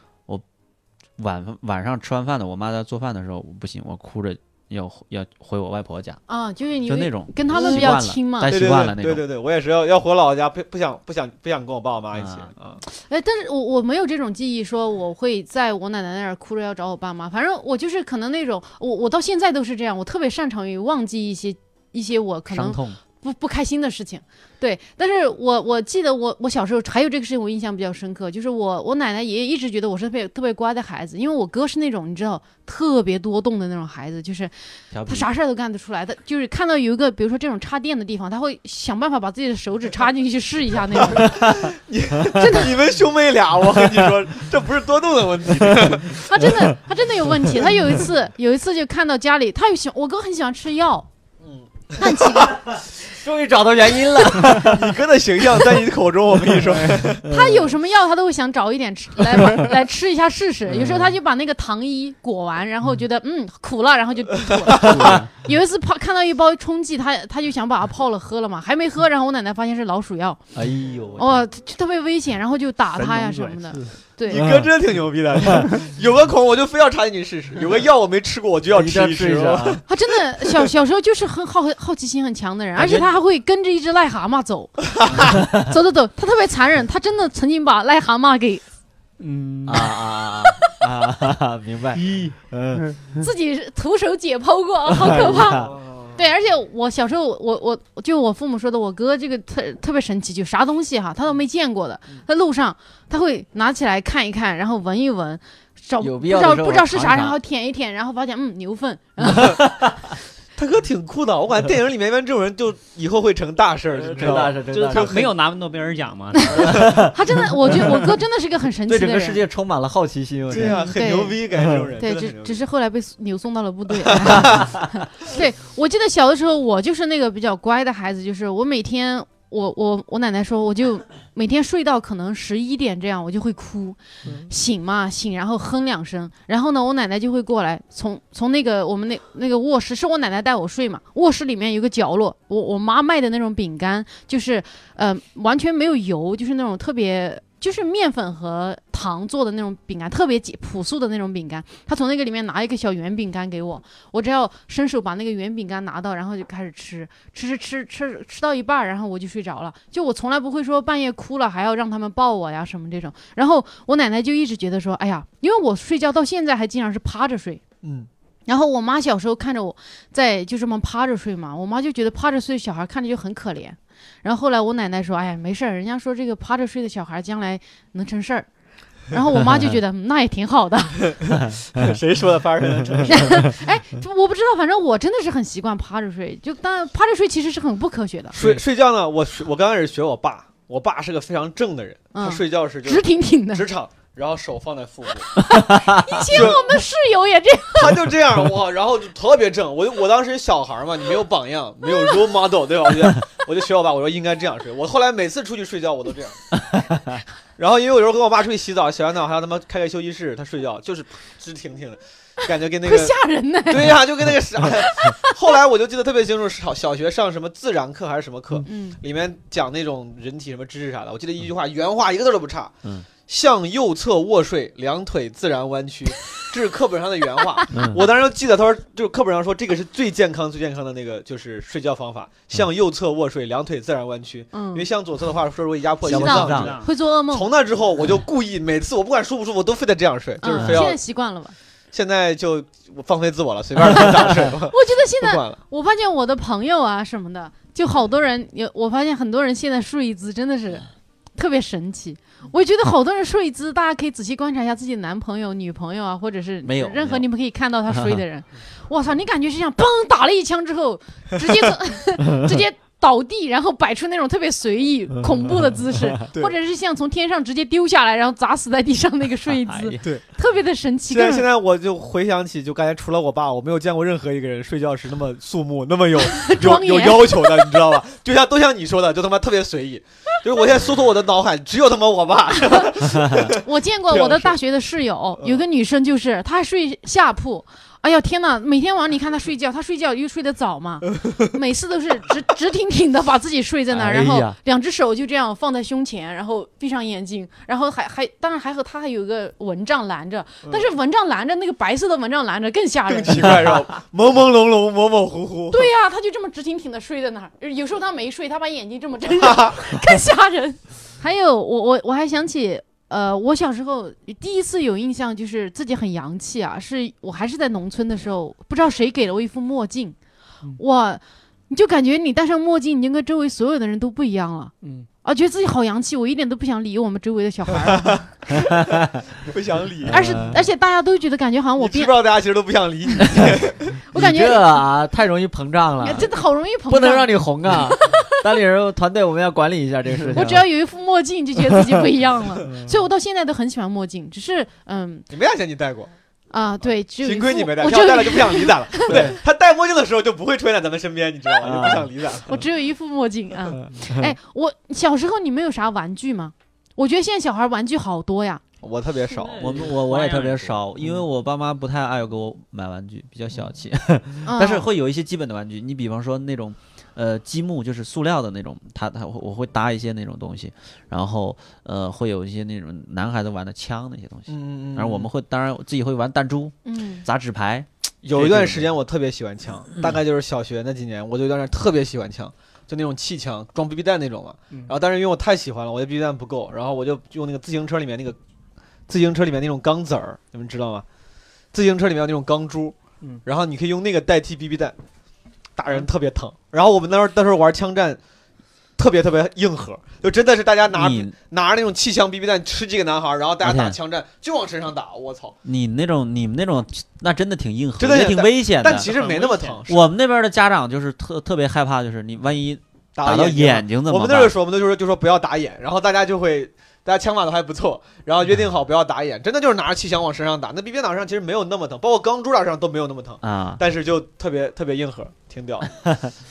Speaker 2: 晚晚上吃完饭的，我妈在做饭的时候，我不行，我哭着要要回我外婆家，
Speaker 1: 啊，就是你
Speaker 2: 就
Speaker 1: 会
Speaker 2: 那种
Speaker 1: 跟他们
Speaker 2: 习
Speaker 1: 比较
Speaker 2: 惯了
Speaker 1: 亲嘛。
Speaker 2: 待
Speaker 3: 对
Speaker 2: 习
Speaker 3: 对
Speaker 2: 惯
Speaker 3: 对
Speaker 2: 了那
Speaker 3: 对
Speaker 2: 种。
Speaker 3: 对对，我也是要要回老家，不不想不想不想跟我爸我妈一起
Speaker 2: 啊
Speaker 3: 啊。
Speaker 1: 哎，但是我我没有这种记忆，说我会在我奶奶那儿哭着要找我爸妈。反正我就是可能那种，我我到现在都是这样，我特别擅长于忘记一些一些我可
Speaker 2: 伤
Speaker 1: 能
Speaker 2: 痛，
Speaker 1: 不不开心的事情。对，但是我我记得我我小时候还有这个事情，我印象比较深刻，就是我我奶奶爷爷一直觉得我是特别特别乖的孩子，因为我哥是那种你知道特别多动的那种孩子，就是
Speaker 2: 调皮
Speaker 1: 他啥事儿都干得出来的，就是看到有一个比如说这种插电的地方，他会想办法把自己的手指插进去试一下那种。
Speaker 3: 你们兄妹俩，我跟你说，这不是多动的问题。
Speaker 1: 他真的，他真的有问题。他有一次，有一次就看到家里，他有喜，我哥很喜欢吃药，
Speaker 3: 嗯，
Speaker 1: 他很奇怪，
Speaker 2: 终于找到原因了。
Speaker 3: 你哥的形象在你口中，我跟你说，
Speaker 1: 他有什么药他都会想找一点吃来来吃一下试试。有时候他就把那个糖衣裹完，然后觉得嗯苦了，然后就吐了。有一次泡看到一包冲剂，他他就想把它泡了喝了嘛，还没喝，然后我奶奶发现是老鼠药，
Speaker 2: 哎呦，
Speaker 1: 哇、哦，就特别危险，然后就打他呀什么的。对
Speaker 3: 你，哥真的挺牛逼 的。有个孔我就非要插进去试试，有个药我没吃过，我就要
Speaker 2: 一
Speaker 3: 吃
Speaker 2: 定
Speaker 3: 吃。
Speaker 2: 试一下啊，
Speaker 1: 他真的小小时候就是很好好奇心很强的人，而且他还会跟着一只癞蛤蟆走， 走走走，他特别残忍，他真的曾经把癞蛤蟆给
Speaker 4: 嗯
Speaker 2: 啊 啊啊啊啊！明白。嗯，
Speaker 1: 自己徒手解剖过，好可
Speaker 2: 啊
Speaker 1: 怕。 对，而且我小时候，我我我就我父母说的，我哥这个特特别神奇，就啥东西哈，他都没见过的，
Speaker 2: 嗯
Speaker 1: 在路上他会拿起来看一看，然后闻一闻，找
Speaker 2: 有
Speaker 1: 不
Speaker 2: 必
Speaker 1: 知
Speaker 2: 要
Speaker 1: 道
Speaker 2: 的时候
Speaker 1: 不知道是
Speaker 2: 尝
Speaker 1: 啥，
Speaker 2: 一尝
Speaker 1: 然后舔一舔，然后发现嗯牛粪，
Speaker 3: 他哥挺酷的，我感觉电影里面一般这种人就以后会成大事儿，你知
Speaker 2: 真
Speaker 3: 道
Speaker 2: 大
Speaker 3: 吧？
Speaker 2: 是真
Speaker 4: 就是
Speaker 2: 大
Speaker 4: 他
Speaker 2: 是，
Speaker 4: 没有拿诺贝尔奖 嘛，
Speaker 1: 他真的，我觉得我哥真的是个很神奇
Speaker 2: 对
Speaker 1: 的
Speaker 2: 整
Speaker 1: 人。
Speaker 2: 个世界充满了好奇心。我
Speaker 3: 对呀、
Speaker 1: 嗯
Speaker 3: 很
Speaker 1: 对
Speaker 3: 牛逼，感觉这种人。
Speaker 1: 对，
Speaker 3: 真的
Speaker 1: 只
Speaker 3: 很牛逼
Speaker 1: 只是后来被扭送到了 部队。对，我记得小的时候，我就是那个比较乖的孩子，就是我每天我我我奶奶说，我就每天睡到可能十一点这样，我就会哭，
Speaker 3: 嗯
Speaker 1: 醒嘛醒，然后哼两声，然后呢，我奶奶就会过来，从从那个我们那那个卧室，是我奶奶带我睡嘛，卧室里面有个角落，我我妈卖的那种饼干，就是呃完全没有油，就是那种特别。就是面粉和糖做的那种饼干，特别简朴素的那种饼干。她从那个里面拿一个小圆饼干给我，我只要伸手把那个圆饼干拿到，然后就开始吃，吃吃吃吃吃到一半儿，然后我就睡着了。就我从来不会说半夜哭了还要让他们抱我呀什么这种。然后我奶奶就一直觉得说，哎呀，因为我睡觉到现在还经常是趴着睡。
Speaker 3: 嗯，
Speaker 1: 然后我妈小时候看着我在就这么趴着睡嘛，我妈就觉得趴着睡小孩看着就很可怜。然后后来我奶奶说，哎呀，没事儿，人家说这个趴着睡的小孩将来能成事儿。然后我妈就觉得 嗯那也挺好的，
Speaker 3: 谁说的发生 了这？
Speaker 1: 哎，
Speaker 3: 嗯
Speaker 1: 我不知道，反正我真的是很习惯趴着睡，就但趴着睡其实是很不科学的，
Speaker 3: 睡睡觉呢？我学我刚开始学我爸，我爸是个非常正的人，
Speaker 1: 嗯
Speaker 3: 他睡觉是就
Speaker 1: 直挺挺的。
Speaker 3: 直场，然后手放在腹部，
Speaker 1: 以前我们室友也这样，
Speaker 3: 他就这样哇，然后就特别正。我我当时小孩嘛，你没有榜样，没有 role model，对吧？我就 我就学我爸，我说应该这样睡。我后来每次出去睡觉我都这样。 然后因为有时候跟我爸出去洗澡，洗完澡还要他妈开个休息室，他睡觉就是直挺挺的，感觉跟那
Speaker 1: 可
Speaker 3: 个
Speaker 1: 吓人呢。
Speaker 3: 对呀、就跟那 个啥。后来我就记得特别清楚，小小学上什么自然课还是什么课，
Speaker 1: 嗯，
Speaker 3: 里面讲那种人体什么知识啥的，我记得一句话，原话一个字儿都不差。
Speaker 2: 嗯，
Speaker 3: 向右侧卧睡，两腿自然 弯曲，这是课本上的原话。
Speaker 2: 嗯
Speaker 3: 我当时就记得，他说就是课本上说这个是最健康、最健康的那个就是睡觉方
Speaker 2: 嗯
Speaker 3: 法，向右侧卧睡，两腿自然弯曲。因为
Speaker 1: 嗯，
Speaker 3: 向左侧的话，说容易压迫
Speaker 2: 心
Speaker 3: 心
Speaker 2: 脏知
Speaker 3: 脏。之
Speaker 2: 道
Speaker 3: 类的
Speaker 1: 会做噩梦，
Speaker 3: 从那之后，我就故意每次我不管舒不舒服，我都非得这样睡，就是
Speaker 1: 嗯
Speaker 3: 非
Speaker 1: 现
Speaker 3: 要
Speaker 1: 在习惯了吧？
Speaker 3: 现在就我放飞自我了，随便他咋睡吧
Speaker 1: 我觉得现
Speaker 3: 不
Speaker 1: 在
Speaker 3: 管了。
Speaker 1: 我发现我的朋友啊什么的，就好多人有，我发现很多人现在睡姿真的
Speaker 2: 嗯
Speaker 1: 是。特别神奇，我觉得好多人睡姿，大家可以仔细观察一下自己的男朋友、女朋友啊，或者是
Speaker 2: 没有
Speaker 1: 任
Speaker 2: 没有
Speaker 1: 何你们可以看到他 睡的人。我操，你感觉是像嘣打了一枪之后，直接 从直接倒地，然后摆出那种特别随意、
Speaker 2: 嗯
Speaker 1: 恐怖的 姿势，
Speaker 3: 对
Speaker 1: 或者是像从天上直接丢下来，然后砸死在地上那个睡姿。
Speaker 2: 哎呀
Speaker 1: 特别的神奇。
Speaker 3: 现在
Speaker 1: 根
Speaker 3: 现
Speaker 1: 本
Speaker 3: 在我就回想起，就刚才除了我爸，我没有见过任何一个人睡觉是那么 肃穆、那么 有有
Speaker 1: 庄
Speaker 3: 有
Speaker 1: 严
Speaker 3: 要求的，你知道吧？ 就像都像你说的，就他妈特别随意。就是我现在搜索我的脑海，只有他妈我爸。
Speaker 1: 我见过
Speaker 3: 这样
Speaker 1: 我的
Speaker 3: 是
Speaker 1: 大学的室友，
Speaker 3: 嗯
Speaker 1: 有个女生就是她还睡下铺。哎呀天呐，每天晚上你看她睡觉，她睡觉又睡得早嘛，每次都是直直挺挺的把自己睡在那儿，
Speaker 2: 哎
Speaker 1: 然后
Speaker 2: 呀
Speaker 1: 两只手就这样放在胸前，然后闭上眼睛，然后还还当然还和她还有一个蚊帐拦着，但是蚊帐拦着那个白色的蚊帐拦着更吓人
Speaker 3: 更。奇怪是吧？ 朦朦胧胧、模模糊糊。
Speaker 1: 对呀、她就这么直挺挺的睡在那儿，有时候她没睡，她把眼睛这么睁着， 更吓人。还有，我我我还想起，呃，我小时候第一次有印象就是自己很洋气啊，是我还是在农村的时候，不知道谁给了我一副墨镜，
Speaker 3: 嗯
Speaker 1: 哇，你就感觉你戴上墨镜，你就跟周围所有的人都不一样了。
Speaker 4: 嗯，
Speaker 1: 啊，觉得自己好洋气，我一点都不想理我们周围的小孩 儿，
Speaker 3: 不想理。
Speaker 1: 而是而且大家都觉得感觉好像我
Speaker 3: 你知不
Speaker 1: 变
Speaker 3: 知，道大家其实都不想 理你，
Speaker 1: 我感
Speaker 2: 你
Speaker 1: 觉
Speaker 2: 这啊太容易膨胀了
Speaker 1: 哎，真的好容易膨胀。
Speaker 2: 不能让你红啊！ 单立人团队，我们要管理一下这个事情。啊
Speaker 1: 我只要有一副墨镜，就觉得自己不一 样了，所以我到现在都很喜欢墨镜，只是嗯
Speaker 3: 你没啥钱你戴过，
Speaker 1: 啊，对，只有一
Speaker 3: 幸亏
Speaker 1: 副
Speaker 3: 你没戴，
Speaker 1: 我
Speaker 3: 要
Speaker 1: 就
Speaker 3: 戴了就不想理咱 了。对他戴墨镜的时候就不会出现在咱们身边，你知道吧？就不想理咱了。
Speaker 1: 我只有一副墨镜啊。 哎，我小时候你们有啥玩具吗？我觉得现在小孩玩具好多呀。
Speaker 3: 我特别少，
Speaker 2: 我们我我也特别少，因为
Speaker 3: 嗯
Speaker 2: 我爸妈不太爱给我买玩具，比较小气。
Speaker 1: 嗯、
Speaker 2: 但是会有一些基本的玩具，你比方说那种，呃，积木就是塑料的那种，它它我我会搭一些那种东西，然后呃会有一些那种男孩子玩的枪那些东西，
Speaker 3: 嗯
Speaker 2: 然后我们会当然我自己会玩弹珠、
Speaker 1: 嗯，
Speaker 2: 砸纸牌，
Speaker 3: 有一段时间我特别喜欢枪，大概就是小学那几年，我就有段时间特别喜欢枪，就那种气枪装 BB 弹那种嘛。
Speaker 4: 嗯
Speaker 3: 然后但是因为我太喜欢了，我的 BB 弹不够，然后我就用那个自行车里面那个自行车里面那种钢子儿，你们知道吗？自行车里面有那种钢珠
Speaker 4: 嗯，
Speaker 3: 然后你可以用那个代替 BB 弹，打人特别疼。然后我们那时候那时候玩枪战。特别特别硬核，就真的是大家拿
Speaker 2: 你
Speaker 3: 拿着那种气枪 BB 弹吃几个男孩儿，然后大家打
Speaker 2: OK
Speaker 3: 枪战，就往身上打，我操！
Speaker 2: 你那种你们那种那真的挺硬核，
Speaker 3: 真的
Speaker 2: 也
Speaker 3: 是
Speaker 2: 挺危险的
Speaker 3: 但。其实没那么疼，
Speaker 2: 我们那边的家长就是特特别害怕，就是你万一打到
Speaker 3: 到睛了
Speaker 2: 眼睛怎
Speaker 3: 我
Speaker 2: 么
Speaker 3: 们那个
Speaker 2: 办？
Speaker 3: 时候，我们就说就说不要打眼，然后大家就会，大家枪法都还不错，然后约定好不要打眼，真的就是拿着气枪往身上打。那 BB 打上其实没有那么疼，包括钢珠打上都没有那么疼，
Speaker 2: 啊，
Speaker 3: 但是就特别特别硬核，挺屌。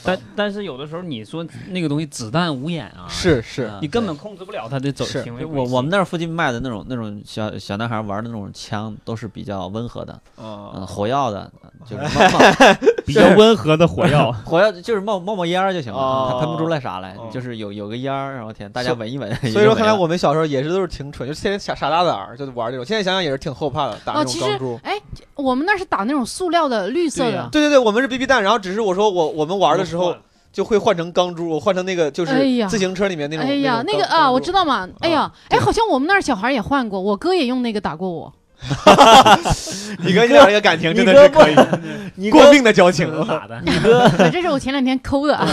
Speaker 4: 但但是有的时候你说那个东西子弹无眼啊，
Speaker 3: 是是
Speaker 2: 嗯
Speaker 4: 你根本控制不了他的走
Speaker 3: 是
Speaker 4: 行为
Speaker 2: 对
Speaker 4: 轨迹。
Speaker 2: 我 我们那儿附近卖的那种那种小小男孩玩的那种枪都是比较温和的，嗯，
Speaker 3: 啊，
Speaker 2: 火药的， 就是冒冒
Speaker 4: 比较温和的 火药，
Speaker 2: 火药就是冒冒冒烟儿就行了，
Speaker 3: 哦
Speaker 2: 它喷不出来啥来
Speaker 3: 哦，
Speaker 2: 就是有有个烟儿，然后天，大家
Speaker 3: 所
Speaker 2: 闻一闻。
Speaker 3: 所以说看
Speaker 2: 也就没
Speaker 3: 来
Speaker 2: 了
Speaker 3: 我们小时候也是都是挺蠢，就天天傻傻大胆儿就玩这种。现在想想也是挺后怕的，打那
Speaker 1: 哦其
Speaker 3: 种
Speaker 1: 实
Speaker 3: 钢珠。
Speaker 1: 我们那是打那种塑料的绿色
Speaker 4: 对
Speaker 1: 的
Speaker 4: 呀，
Speaker 3: 对对对，我们是 BB 弹，然后只是我说我我们玩的时候就会换成钢珠，我换成那个就
Speaker 1: 哎
Speaker 3: 是
Speaker 1: 呀
Speaker 3: 自行车里面那种。
Speaker 1: 哎呀，
Speaker 3: 那
Speaker 1: 那
Speaker 3: 种
Speaker 1: 个
Speaker 3: 钢
Speaker 1: 啊，我
Speaker 3: 钢珠
Speaker 1: 知道嘛。哎呀，哎，
Speaker 3: 对
Speaker 1: 好像我们那儿小孩也换过，我哥也用那个打过我。
Speaker 3: 你跟你俩这个感情真的
Speaker 2: 你哥
Speaker 3: 是
Speaker 2: 不
Speaker 3: 可以，
Speaker 2: 你
Speaker 3: 过命的交情
Speaker 4: 挺。打的。
Speaker 2: 你哥，
Speaker 1: 这是我前两天抠的啊。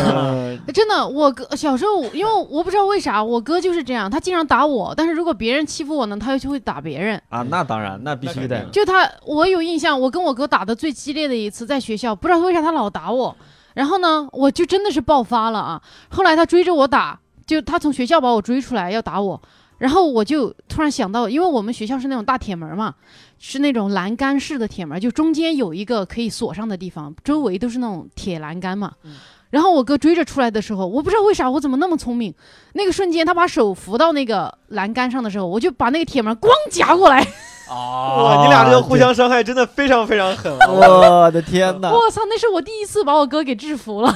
Speaker 1: 真的，我哥小时候，因为我不知道为啥，我哥就是这样，他经常打我，但是如果别人欺负我呢，他就会打别人。
Speaker 2: 啊，那当然，那必须
Speaker 3: 那
Speaker 2: 的
Speaker 3: 肯。
Speaker 1: 就他，我有印象，我跟我哥打的最激烈的一次，在学校，不知道为啥他老打我，然后呢，我就真的是爆发了啊。后来他追着我打，就他从学校把我追出来要打我，然后我就突然想到，因为我们学校是那种大铁门嘛，是那种栏杆式的铁门，就中间有一个可以锁上的地方，周围都是那种铁栏杆嘛。
Speaker 3: 嗯
Speaker 1: 然后我哥追着出来的时候，我不知道为啥，我怎么那么聪明？那个瞬间，他把手扶到那个栏杆上的时候，我就把那个铁门咣夹过来，
Speaker 3: 哇，你俩这个互相伤害真的非常非常狠啊，
Speaker 2: 我的天 哪！
Speaker 1: 我操，那是我第一次把我哥给制服了，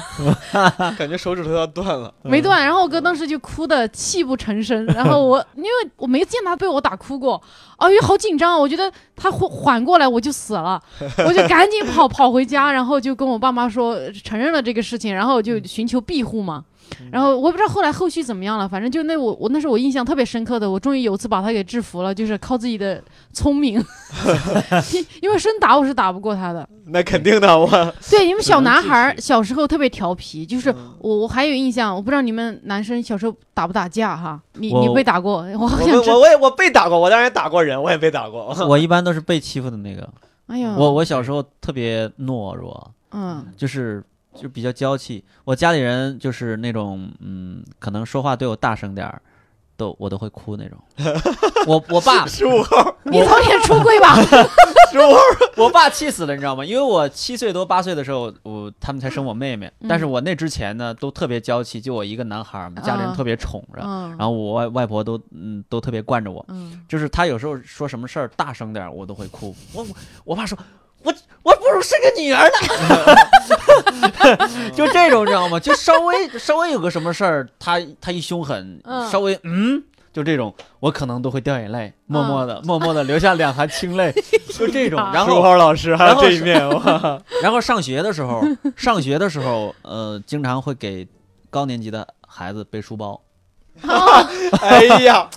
Speaker 3: 感觉手指头要断了。
Speaker 1: 没断。然后我哥当时就哭的泣不成声，然后我因为我没见他被我打哭过，哎呦，好紧张啊！我觉得他缓缓过来我就死了，我就赶紧跑跑回家，然后就跟我爸妈说呃承认了这个事情，然后就寻求庇护嘛。然后我不知道后来后续怎么样了，反正就那我我那是我印象特别深刻的，我终于有一次把他给制服了，就是靠自己的聪明， 因为真打我是打不过他的。
Speaker 3: 那肯定的，我
Speaker 1: 对，你们小
Speaker 2: 能
Speaker 1: 男
Speaker 2: 继
Speaker 1: 孩儿
Speaker 2: 续
Speaker 1: 小时候特别调皮，就是
Speaker 3: 嗯
Speaker 1: 我我还有印象，我不知道你们男生小时候打不打架哈？你你
Speaker 2: 我
Speaker 1: 被打过？我好
Speaker 3: 我
Speaker 1: 想知
Speaker 3: 我我也我被打过，我当然也打过人，我也被打过。
Speaker 2: 我一般都是被欺负的那个。
Speaker 1: 哎呀，
Speaker 2: 我我小时候特别懦弱，
Speaker 1: 嗯
Speaker 2: 就是就比较娇气。我家里人就是那种，嗯，可能说话对我大声点儿，都我都会哭那种。我我爸
Speaker 3: 十五号，
Speaker 1: 你早点出 柜吧。
Speaker 3: 十五号，
Speaker 2: 我爸气死了，你知道吗？因为我七岁多八岁的时候，我他们才生我妹妹，
Speaker 1: 嗯
Speaker 2: 但是我那之前呢都特别娇气，就我一个男孩儿嘛，家里人
Speaker 1: 啊
Speaker 2: 特别宠着，
Speaker 1: 嗯
Speaker 2: 然后我外外婆都嗯都特别惯着我，
Speaker 1: 嗯，
Speaker 2: 就是他有时候说什么事儿大声点儿，我都会哭。我我我爸说，我我不如生个女儿呢， 就这种你知道吗？就稍微稍微有个什么事儿，他他一凶狠，
Speaker 1: 嗯
Speaker 2: 稍微嗯。就这种，我可能都会掉眼泪，默默的、默默的流下两行清泪，就这种。然
Speaker 3: 十
Speaker 2: 后
Speaker 3: 五号老师还
Speaker 2: 然
Speaker 3: 有
Speaker 2: 后
Speaker 3: 这一面，哇，
Speaker 2: 然后上学的时候，上学的时候，呃，经常会给高年级的孩子背书包，
Speaker 1: 哦
Speaker 3: 哎呀，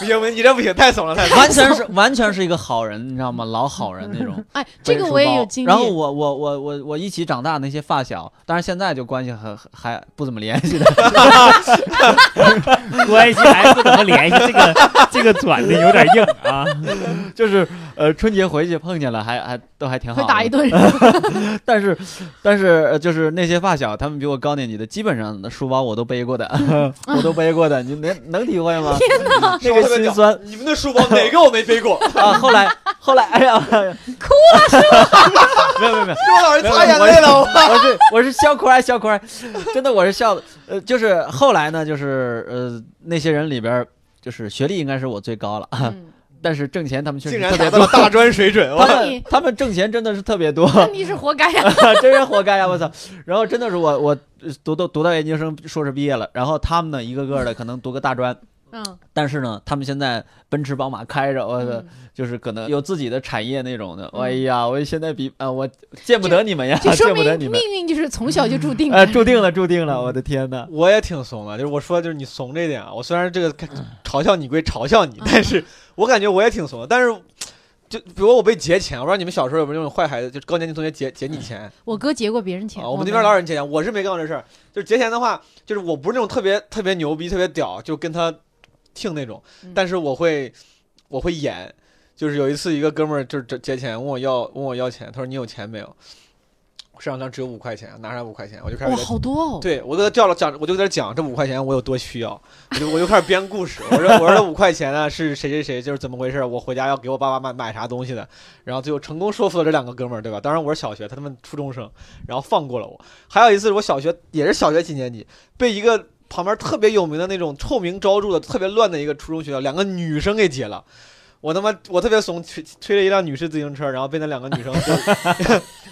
Speaker 3: 不行不行，你这不行，太怂了太怂了。
Speaker 2: 完全是完全是一个好人，你知道吗？老好人那种。
Speaker 1: 哎，这个我也有经历。
Speaker 2: 然后我我我我我一起长大那些发小，当然现在就关系很很还不怎么联系的。
Speaker 4: 关系还不怎么联系，这个这个转的有点硬 啊。
Speaker 2: 就是呃春节回去碰见了，还还都还挺好的。
Speaker 1: 会打一顿，
Speaker 2: 但是但是呃就是那些发小，他们比我高年级的，基本上书包我都背过的，
Speaker 1: 嗯
Speaker 2: 我都背过的，你能能体会吗？ 那个心酸
Speaker 3: 你们的书包哪个我没背 过？
Speaker 2: 啊！后来后来，哎呀，哭了是 吧？没有没有没有，
Speaker 3: 十五啊老师擦眼泪了，我
Speaker 2: 我是我是笑哭还啊笑哭还， 真的我是笑的。呃，就是后来呢，就是呃那些人里边儿，就是学历应该是我最高了，
Speaker 1: 嗯
Speaker 2: 但是挣钱他们确
Speaker 3: 竟
Speaker 2: 实
Speaker 3: 然
Speaker 2: 特别
Speaker 3: 达到了
Speaker 2: 多。
Speaker 3: 大专水准，
Speaker 2: 他
Speaker 3: 哇，
Speaker 1: 你
Speaker 2: 们他们挣钱真的是特别多，
Speaker 1: 那你是活该啊呀。
Speaker 2: 真人活该呀！啊我操！然后真的是我我呃读到读到研究生硕士毕业了，然后他们呢一个个的可能读个大专，
Speaker 1: 嗯
Speaker 2: 但是呢他们现在奔驰宝马开着，我操
Speaker 1: 嗯，
Speaker 2: 就是可能有自己的产业那种的。
Speaker 1: 嗯
Speaker 2: 哎呀，我现在比啊、我见不得你们呀，
Speaker 1: 就说
Speaker 2: 啊见不
Speaker 1: 明嗯
Speaker 2: 得你们。
Speaker 1: 命运就是从小就 注定
Speaker 2: 呃，
Speaker 1: 的。
Speaker 2: 注定了，注定了，我的天呐！
Speaker 3: 我也挺怂的，就是我说就是你怂这点啊。我虽然这个嘲笑你归嘲笑你
Speaker 1: 嗯，
Speaker 3: 但是我感觉我也挺怂的。但是就比如我被劫钱，我不知道你们小时候有没有那种坏孩子，就是高年级同学劫劫你钱啊。
Speaker 1: 我哥劫过别人钱，
Speaker 2: 啊
Speaker 3: 我们
Speaker 1: 没
Speaker 3: 那边老有人劫钱，我是没干过这事儿。就是劫钱的话，就是我不是那种特别特别牛逼、特别屌，就跟他听那种
Speaker 1: 嗯，
Speaker 3: 但是我会我会演。就是有一次，一个哥们儿就是劫劫钱，问我要问我要钱，他说你有钱没有？市场上只有五块钱，拿上五块钱，我就开始
Speaker 1: 哇，
Speaker 3: 给他
Speaker 1: 好多哦！
Speaker 3: 对我给他叫了讲，我就给他讲这五块钱我有多需要，我就我就开始编故事，我说我说这五块钱呢是谁谁谁就是怎么回事，我回家要给我爸妈买买啥东西的，然后最后成功说服了这两个哥们儿，对吧？当然我是小学，他们初中生，然后放过了我。还有一次我小学也是小学几年级，被一个旁边特别有名的那种臭名昭著的特别乱的一个初中学校，两个女生给劫了。我他妈，我特别怂，推推了一辆女士自行车，然后被那两个女生 就，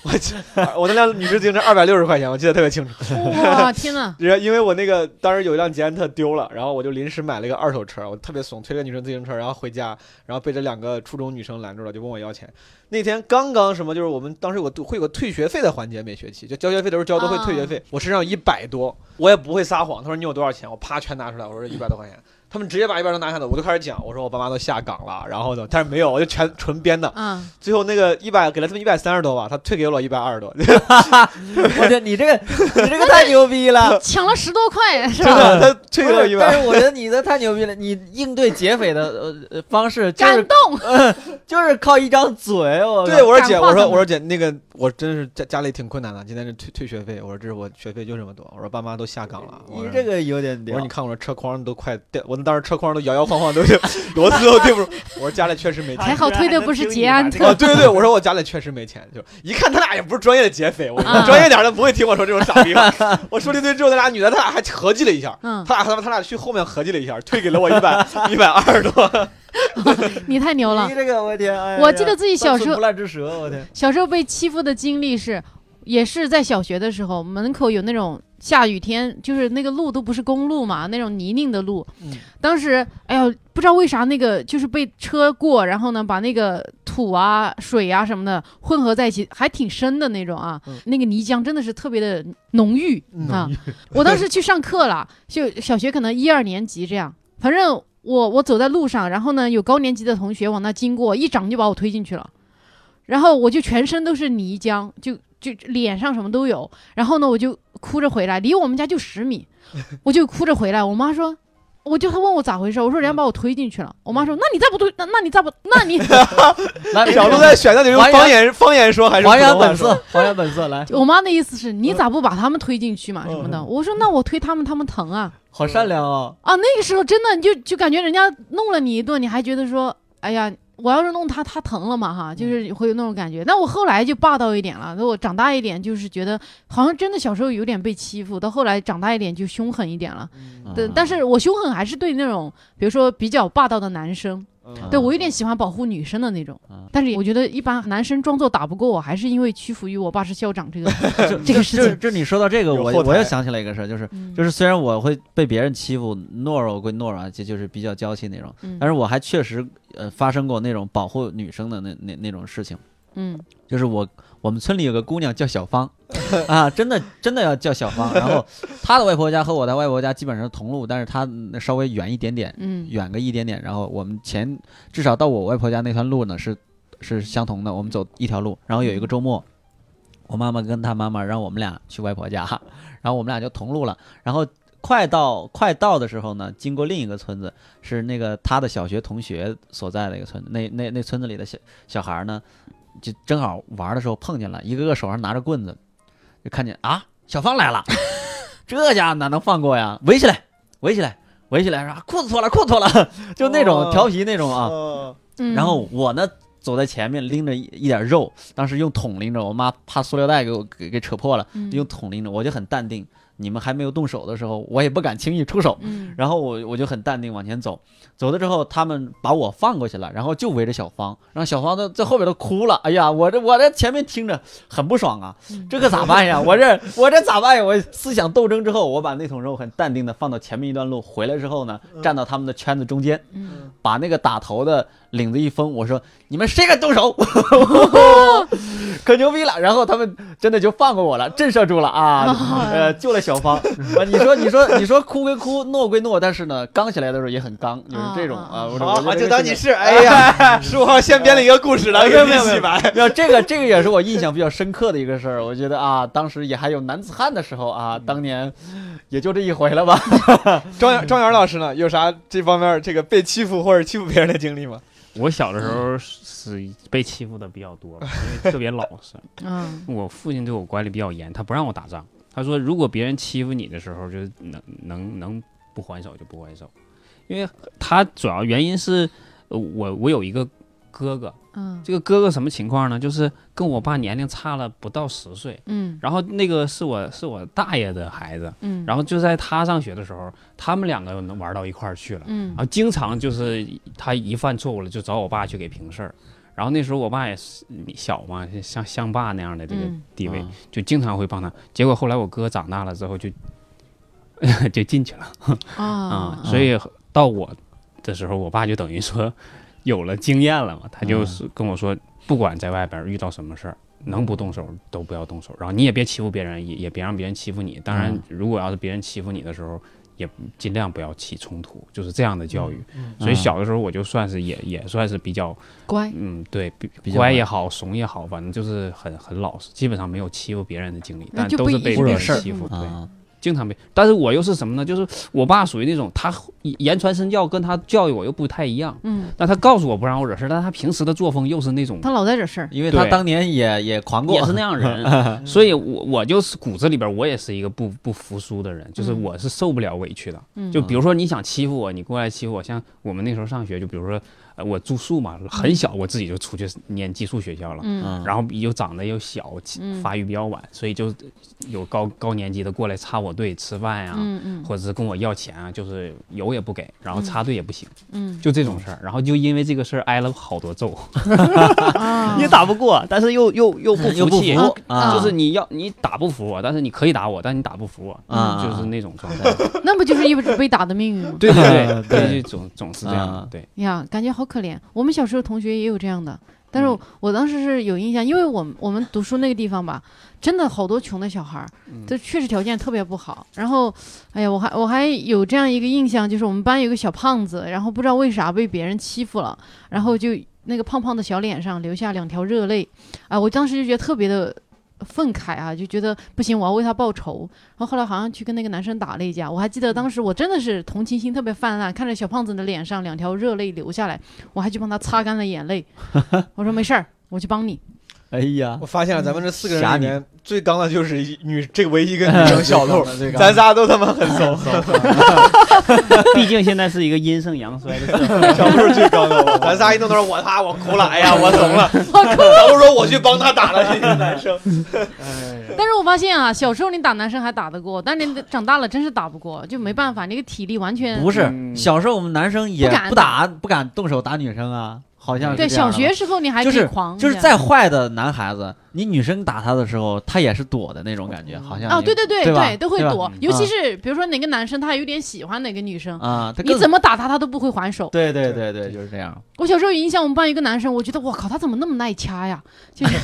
Speaker 3: 我去，我那辆女士自行车二百六十块钱，我记得特别清楚。
Speaker 1: 哇，天哪！
Speaker 3: 然后因为我那个当时有一辆捷安特丢了，然后我就临时买了一个二手车，我特别怂，推着女生自行车，然后回家，然后被这两个初中女生拦住了，就问我要钱。那天刚刚什么，就是我们当时有个会有个退学费的环节，每学期就交学费的时候交都会退学费，我身上有一百多，我也不会撒谎。他说你有多少钱，我啪全拿出来，我说一百多块钱。他们直接把一百多拿下来，我就开始讲，我说我爸妈都下岗了，然后呢，但是没有，我就全纯编的。
Speaker 1: 啊，。
Speaker 3: 最后那个一百给了他们一百三十多吧，他退给我一百二十 多，
Speaker 5: 我觉得你这个你这个太牛逼了
Speaker 1: 抢了十多块是
Speaker 3: 真
Speaker 1: 吧？
Speaker 3: 的，他
Speaker 5: 不
Speaker 3: 退给我
Speaker 5: 是
Speaker 3: 一百
Speaker 5: 但。是我觉得你的太牛逼了，你应对劫匪的呃呃方式就
Speaker 1: 感
Speaker 5: 是
Speaker 1: 动，
Speaker 5: 就是靠一张嘴，
Speaker 1: 哦
Speaker 5: 我
Speaker 3: 对，我说姐，
Speaker 1: 感化
Speaker 3: 我说
Speaker 1: 他们
Speaker 3: 我说姐，那个我真是家家里挺困难的，今天是退退学费，我说这是我学费就这么多，我说爸妈都下岗了，我
Speaker 5: 你
Speaker 3: 说
Speaker 5: 这。个有点
Speaker 3: 我
Speaker 5: 屌
Speaker 3: 说你。看我这车筐都快掉，我当时车筐都摇摇晃晃，都 是螺丝 都对不住。我说家里确实没钱
Speaker 1: 还好推的不是捷安特
Speaker 3: 啊，对对对，我说我家里确实没钱，就一看他俩也不是专业的劫匪，我
Speaker 1: 啊
Speaker 3: 专业点儿的不会听我说这种傻逼话。 我说了一堆之后，那俩女的他俩还合计了一下，
Speaker 1: 嗯，
Speaker 3: 他俩他们他俩去后面合计了一下，退给了我一百一百二十多。
Speaker 1: 你太牛了
Speaker 5: 你！这个我天，哎呀
Speaker 1: 我记得自己小
Speaker 5: 三
Speaker 1: 时
Speaker 5: 寸
Speaker 1: 候
Speaker 5: 不烂之舌，我 天，
Speaker 1: 小时候被欺负的经历是，也是在小学的时候，门口有那种下雨天，就是那个路都不是公路嘛，那种泥泞的路。
Speaker 3: 嗯
Speaker 1: 当时，哎呦，不知道为啥那个就是被车过，然后呢，把那个土啊、水啊什么的混合在一起，还挺深的那种啊，
Speaker 3: 嗯
Speaker 1: 那个泥浆真的是特别的浓郁啊。我当时去上课了，就小学可能一二年级这样，反正我我走在路上，然后呢有高年级的同学往那经过，一掌就把我推进去了，然后我就全身都是泥浆，就就脸上什么都有，然后呢我就哭着回来，离我们家就十米，我就哭着回来，我妈说。我就她问我咋回事，我说人家把我推进去了。我妈说：“那你再不推，那那你再不，那你……
Speaker 5: 来
Speaker 1: 哎
Speaker 3: 小鹿在选择你用
Speaker 5: 还原
Speaker 3: 方言方言说还是
Speaker 5: 还
Speaker 3: 普
Speaker 5: 原
Speaker 3: 通话
Speaker 5: 本
Speaker 3: 说？
Speaker 5: 色，还原本色，来，
Speaker 1: 我妈的意思是你咋不把他们推进去嘛什么的。”
Speaker 5: 嗯
Speaker 1: 我说：“那我推他们，他们疼啊。”
Speaker 5: 好善良哦。
Speaker 1: 啊，那个时候真的你就就感觉人家弄了你一顿，你还觉得说，哎呀，我要是弄他，他疼了嘛哈，
Speaker 2: 嗯
Speaker 1: 就是会有那种感觉。但我后来就霸道一点了，那我长大一点，就是觉得好像真的小时候有点被欺负，到后来长大一点就凶狠一点了。对，但 是我凶狠还是对那种比如说比较霸道的男生，
Speaker 3: 嗯
Speaker 1: 对我有点喜欢保护女生的那种
Speaker 2: 嗯。
Speaker 1: 但是我觉得一般男生装作打不过我，还是因为屈服于我爸是校长这个这个事
Speaker 2: 就
Speaker 1: 情。
Speaker 2: 就你说到这个，
Speaker 3: 有
Speaker 2: 我
Speaker 3: 后台
Speaker 2: 我又想起来一个事儿，就是
Speaker 1: 嗯
Speaker 2: 就是虽然我会被别人欺负，懦弱归懦弱啊，就就是比较娇气那种，
Speaker 1: 嗯
Speaker 2: 但是我还确实呃发生过那种保护女生的那那那种事情。
Speaker 1: 嗯
Speaker 2: 就是我我们村里有个姑娘叫小芳 啊，真的真的要叫小芳。然后她的外婆家和我的外婆家基本上是同路，但是她嗯稍微远一点点，
Speaker 1: 嗯
Speaker 2: 远个一点点。然后我们前至少到我外婆家那段路呢是是相同的，我们走一条路。然后有一个周末，我妈妈跟她妈妈让我们俩去外婆家， 然后我们俩就同路了。然后快到快到的时候呢，经过另一个村子，是那个她的小学同学所在的一个村子。那那那村子里的小小孩儿呢，就正好玩的时候碰见了，一个个手上拿着棍子，就看见啊，小芳来了， 这家伙哪能放过呀？围起来，围起来。围起来说啊裤子脱了，裤子脱了， 就那种
Speaker 3: 哦
Speaker 2: 调皮那种啊。
Speaker 3: 嗯
Speaker 1: 嗯，
Speaker 2: 然后我呢走在前面拎着一一点肉，当时用桶拎着，我妈怕塑料袋给我给给扯破了，
Speaker 1: 嗯
Speaker 2: 用桶拎着，我就很淡定。你们还没有动手的时候，我也不敢轻易出手，
Speaker 1: 嗯
Speaker 2: 然后我我就很淡定往前走，走了之后，他们把我放过去了，然后就围着小芳，让小芳在在后边都哭了。哎呀，我这我这前面听着很不爽啊，
Speaker 1: 嗯
Speaker 2: 这可咋办呀？我这我这咋办呀？我思想斗争之后，我把那桶肉很淡定的放到前面一段路，回来之后呢，站到他们的圈子中间，
Speaker 1: 嗯
Speaker 2: 把那个打头的领子一封，我说你们谁敢动手，可牛逼了。然后他们真的就放过我了，震慑住了
Speaker 4: 哦
Speaker 2: 啊，呃，救了小 芳。啊，你说你说你说哭归哭，懦归懦，但是呢，刚起来的时候也很刚，就是这种啊。
Speaker 4: 哦
Speaker 2: 我说
Speaker 3: 好
Speaker 2: 我觉
Speaker 3: 好，
Speaker 2: 得这
Speaker 3: 就
Speaker 2: 个
Speaker 3: 当
Speaker 2: 事
Speaker 3: 你
Speaker 2: 情
Speaker 3: 是，哎 呀，十五号先编了一个故事来给
Speaker 2: 没有
Speaker 3: 你
Speaker 2: 没有
Speaker 3: 洗白。
Speaker 2: 没有，这个这个也是我印象比较深刻的一个事儿。我觉得啊，当时也还有男子汉的时候啊，当年也就这一回了吧。
Speaker 3: 庄园庄园老师呢，有啥这方面这个被欺负或者欺负别人的经历吗？
Speaker 4: 我小的时候是被欺负的比较多吧，因为特别老实。
Speaker 1: 嗯
Speaker 4: 我父亲对我管理比较严，他不让我打仗。他说，如果别人欺负你的时候，就能能能不还手就不还手，因为他主要原因是，呃我我有一个哥哥，
Speaker 1: 嗯
Speaker 4: 这个哥哥什么情况呢？就是跟我爸年龄差了不到十岁，
Speaker 1: 嗯
Speaker 4: 然后那个是我是我大爷的孩子，
Speaker 1: 嗯，
Speaker 4: 然后就在他上学的时候，他们两个能玩到一块儿去了。
Speaker 1: 嗯
Speaker 4: 然后啊经常就是他一犯错误了，就找我爸去给平事儿。然后那时候我爸也是小嘛，像像爸那样的这个
Speaker 1: 嗯
Speaker 4: 地位，
Speaker 2: 啊
Speaker 4: 就经常会帮他。结果后来我哥长大了之后就 就进去了啊、
Speaker 1: 啊
Speaker 4: 所以到我的时候，我爸就等于说有了经验了嘛，他就是跟我说，不管在外边遇到什么事儿。能不动手都不要动手，然后你也别欺负别人，也也别让别人欺负你。当然
Speaker 2: 嗯，
Speaker 4: 如果要是别人欺负你的时候，也尽量不要起冲突，就是这样的教育。
Speaker 3: 嗯
Speaker 4: 所以小的时候我就算是也也算是比较，
Speaker 1: 乖，
Speaker 4: 嗯，对，比
Speaker 2: 比较
Speaker 4: 乖也好，怂也好，反正就是很很老实，基本上没有欺负别人的经历，
Speaker 1: 那
Speaker 4: 但
Speaker 1: 就
Speaker 4: 都
Speaker 1: 不
Speaker 4: 是
Speaker 1: 一
Speaker 4: 被
Speaker 1: 定
Speaker 4: 别人
Speaker 1: 是
Speaker 4: 欺负，对，
Speaker 2: 啊，
Speaker 4: 经常被。但是我又是什么呢？就是我爸属于那种他言传身教，跟他教育我又不太一样。
Speaker 1: 嗯，
Speaker 4: 但他告诉我不让我惹事儿，但他平时的作风又是 那种
Speaker 1: 他老在惹事儿，
Speaker 2: 因为他
Speaker 4: 对
Speaker 2: 当年也也狂过
Speaker 4: 也是那样人，所以我我就是骨子里边我也是一个不不服输的人，就是
Speaker 1: 嗯
Speaker 4: 我是受不了委屈的。
Speaker 1: 嗯
Speaker 4: 就比如说你想欺负我，你过来欺负我，像我们那时候上学，就比如说呃我住宿嘛，很小我自己就出去念寄宿学校了。
Speaker 1: 嗯
Speaker 2: 嗯，
Speaker 4: 然后又长得又小
Speaker 1: 嗯，
Speaker 4: 发育比较晚，所以就有高高年级的过来插我队吃饭呀、
Speaker 1: 嗯嗯
Speaker 4: 或者是跟我要钱啊，就是油也不给，然后插队也不行，
Speaker 1: 嗯
Speaker 4: 就这种事儿。然后就因为这个事儿挨了好多揍，
Speaker 1: 啊，
Speaker 4: 也打不过，但是又又又不
Speaker 2: 又
Speaker 4: 服
Speaker 2: 不
Speaker 4: 气，
Speaker 2: 服啊，
Speaker 4: 就是你要你打不服我，但是你可以打我，但你打不服我，
Speaker 2: 啊
Speaker 4: 就是那种状态。
Speaker 1: 那不就是一直被打的命运吗？
Speaker 4: 对对
Speaker 2: 对
Speaker 4: 对，就总总是这样的
Speaker 2: 啊。
Speaker 4: 对，
Speaker 1: 呀，感觉好可怜。我们小时候同学也有这样的，但是我,、
Speaker 4: 嗯
Speaker 1: 当时是有印象，因为我们我们读书那个地方吧，真的好多穷的小孩儿，
Speaker 4: 嗯
Speaker 1: 这确实条件特别不好。然后，哎呀，我还我还有这样一个印象，就是我们班有个小胖子，然后不知道为啥被别人欺负了，然后就那个胖胖的小脸上留下两条热泪，啊，我当时就觉得特别的。愤慨啊，就觉得不行，我要为他报仇。然后后来好像去跟那个男生打了一架，我还
Speaker 2: 嗯
Speaker 1: 记得当时我真的是同情心特别泛滥，看着小胖子的脸上两条热泪流下来，我还去帮他擦干了 眼泪。我说没事儿，我去帮你。
Speaker 2: 哎呀
Speaker 3: 我，发现了咱们这四个人
Speaker 2: 侠
Speaker 3: 里
Speaker 2: 女
Speaker 3: 面最刚的就是一女这唯一一个女生小偷，
Speaker 5: 这个
Speaker 3: 咱仨都他妈很 怂，
Speaker 4: 毕竟现在是一个阴盛阳衰的社会，
Speaker 3: 小偷最刚的， 咱仨一弄到我他我哭了，哎呀 我怂了，小偷说我去帮他打 了这个男生，
Speaker 1: 但是我发现啊，小时候你打男生还打得过，但是你长大了真是打不过，就没办法，那个体力完全
Speaker 2: 不是，
Speaker 4: 嗯
Speaker 2: 小时候我们男生也
Speaker 1: 不敢
Speaker 2: 不打，不敢动手打女生啊，好像是
Speaker 1: 对
Speaker 2: 这样
Speaker 1: 小
Speaker 2: 的
Speaker 1: 学时候你还可
Speaker 2: 就
Speaker 1: 以
Speaker 2: 是
Speaker 1: 狂
Speaker 2: 就是
Speaker 1: 这样
Speaker 2: 再坏的男孩子，你女生打他的时候，他也是躲的那种感觉，好像
Speaker 1: 啊，
Speaker 2: 也
Speaker 1: 对对对
Speaker 2: 对吧
Speaker 1: 都会
Speaker 2: 对吧
Speaker 1: 躲
Speaker 4: 嗯，
Speaker 1: 尤其是比如说哪个男生他有点喜欢哪个女生，
Speaker 2: 啊，他
Speaker 1: 你
Speaker 2: 更
Speaker 1: 怎么打他他都不会还手。
Speaker 2: 对对对对，就是这样
Speaker 1: 我小时候有印象，我们班有一个男生，我觉得我靠，他怎么那么耐掐呀？就是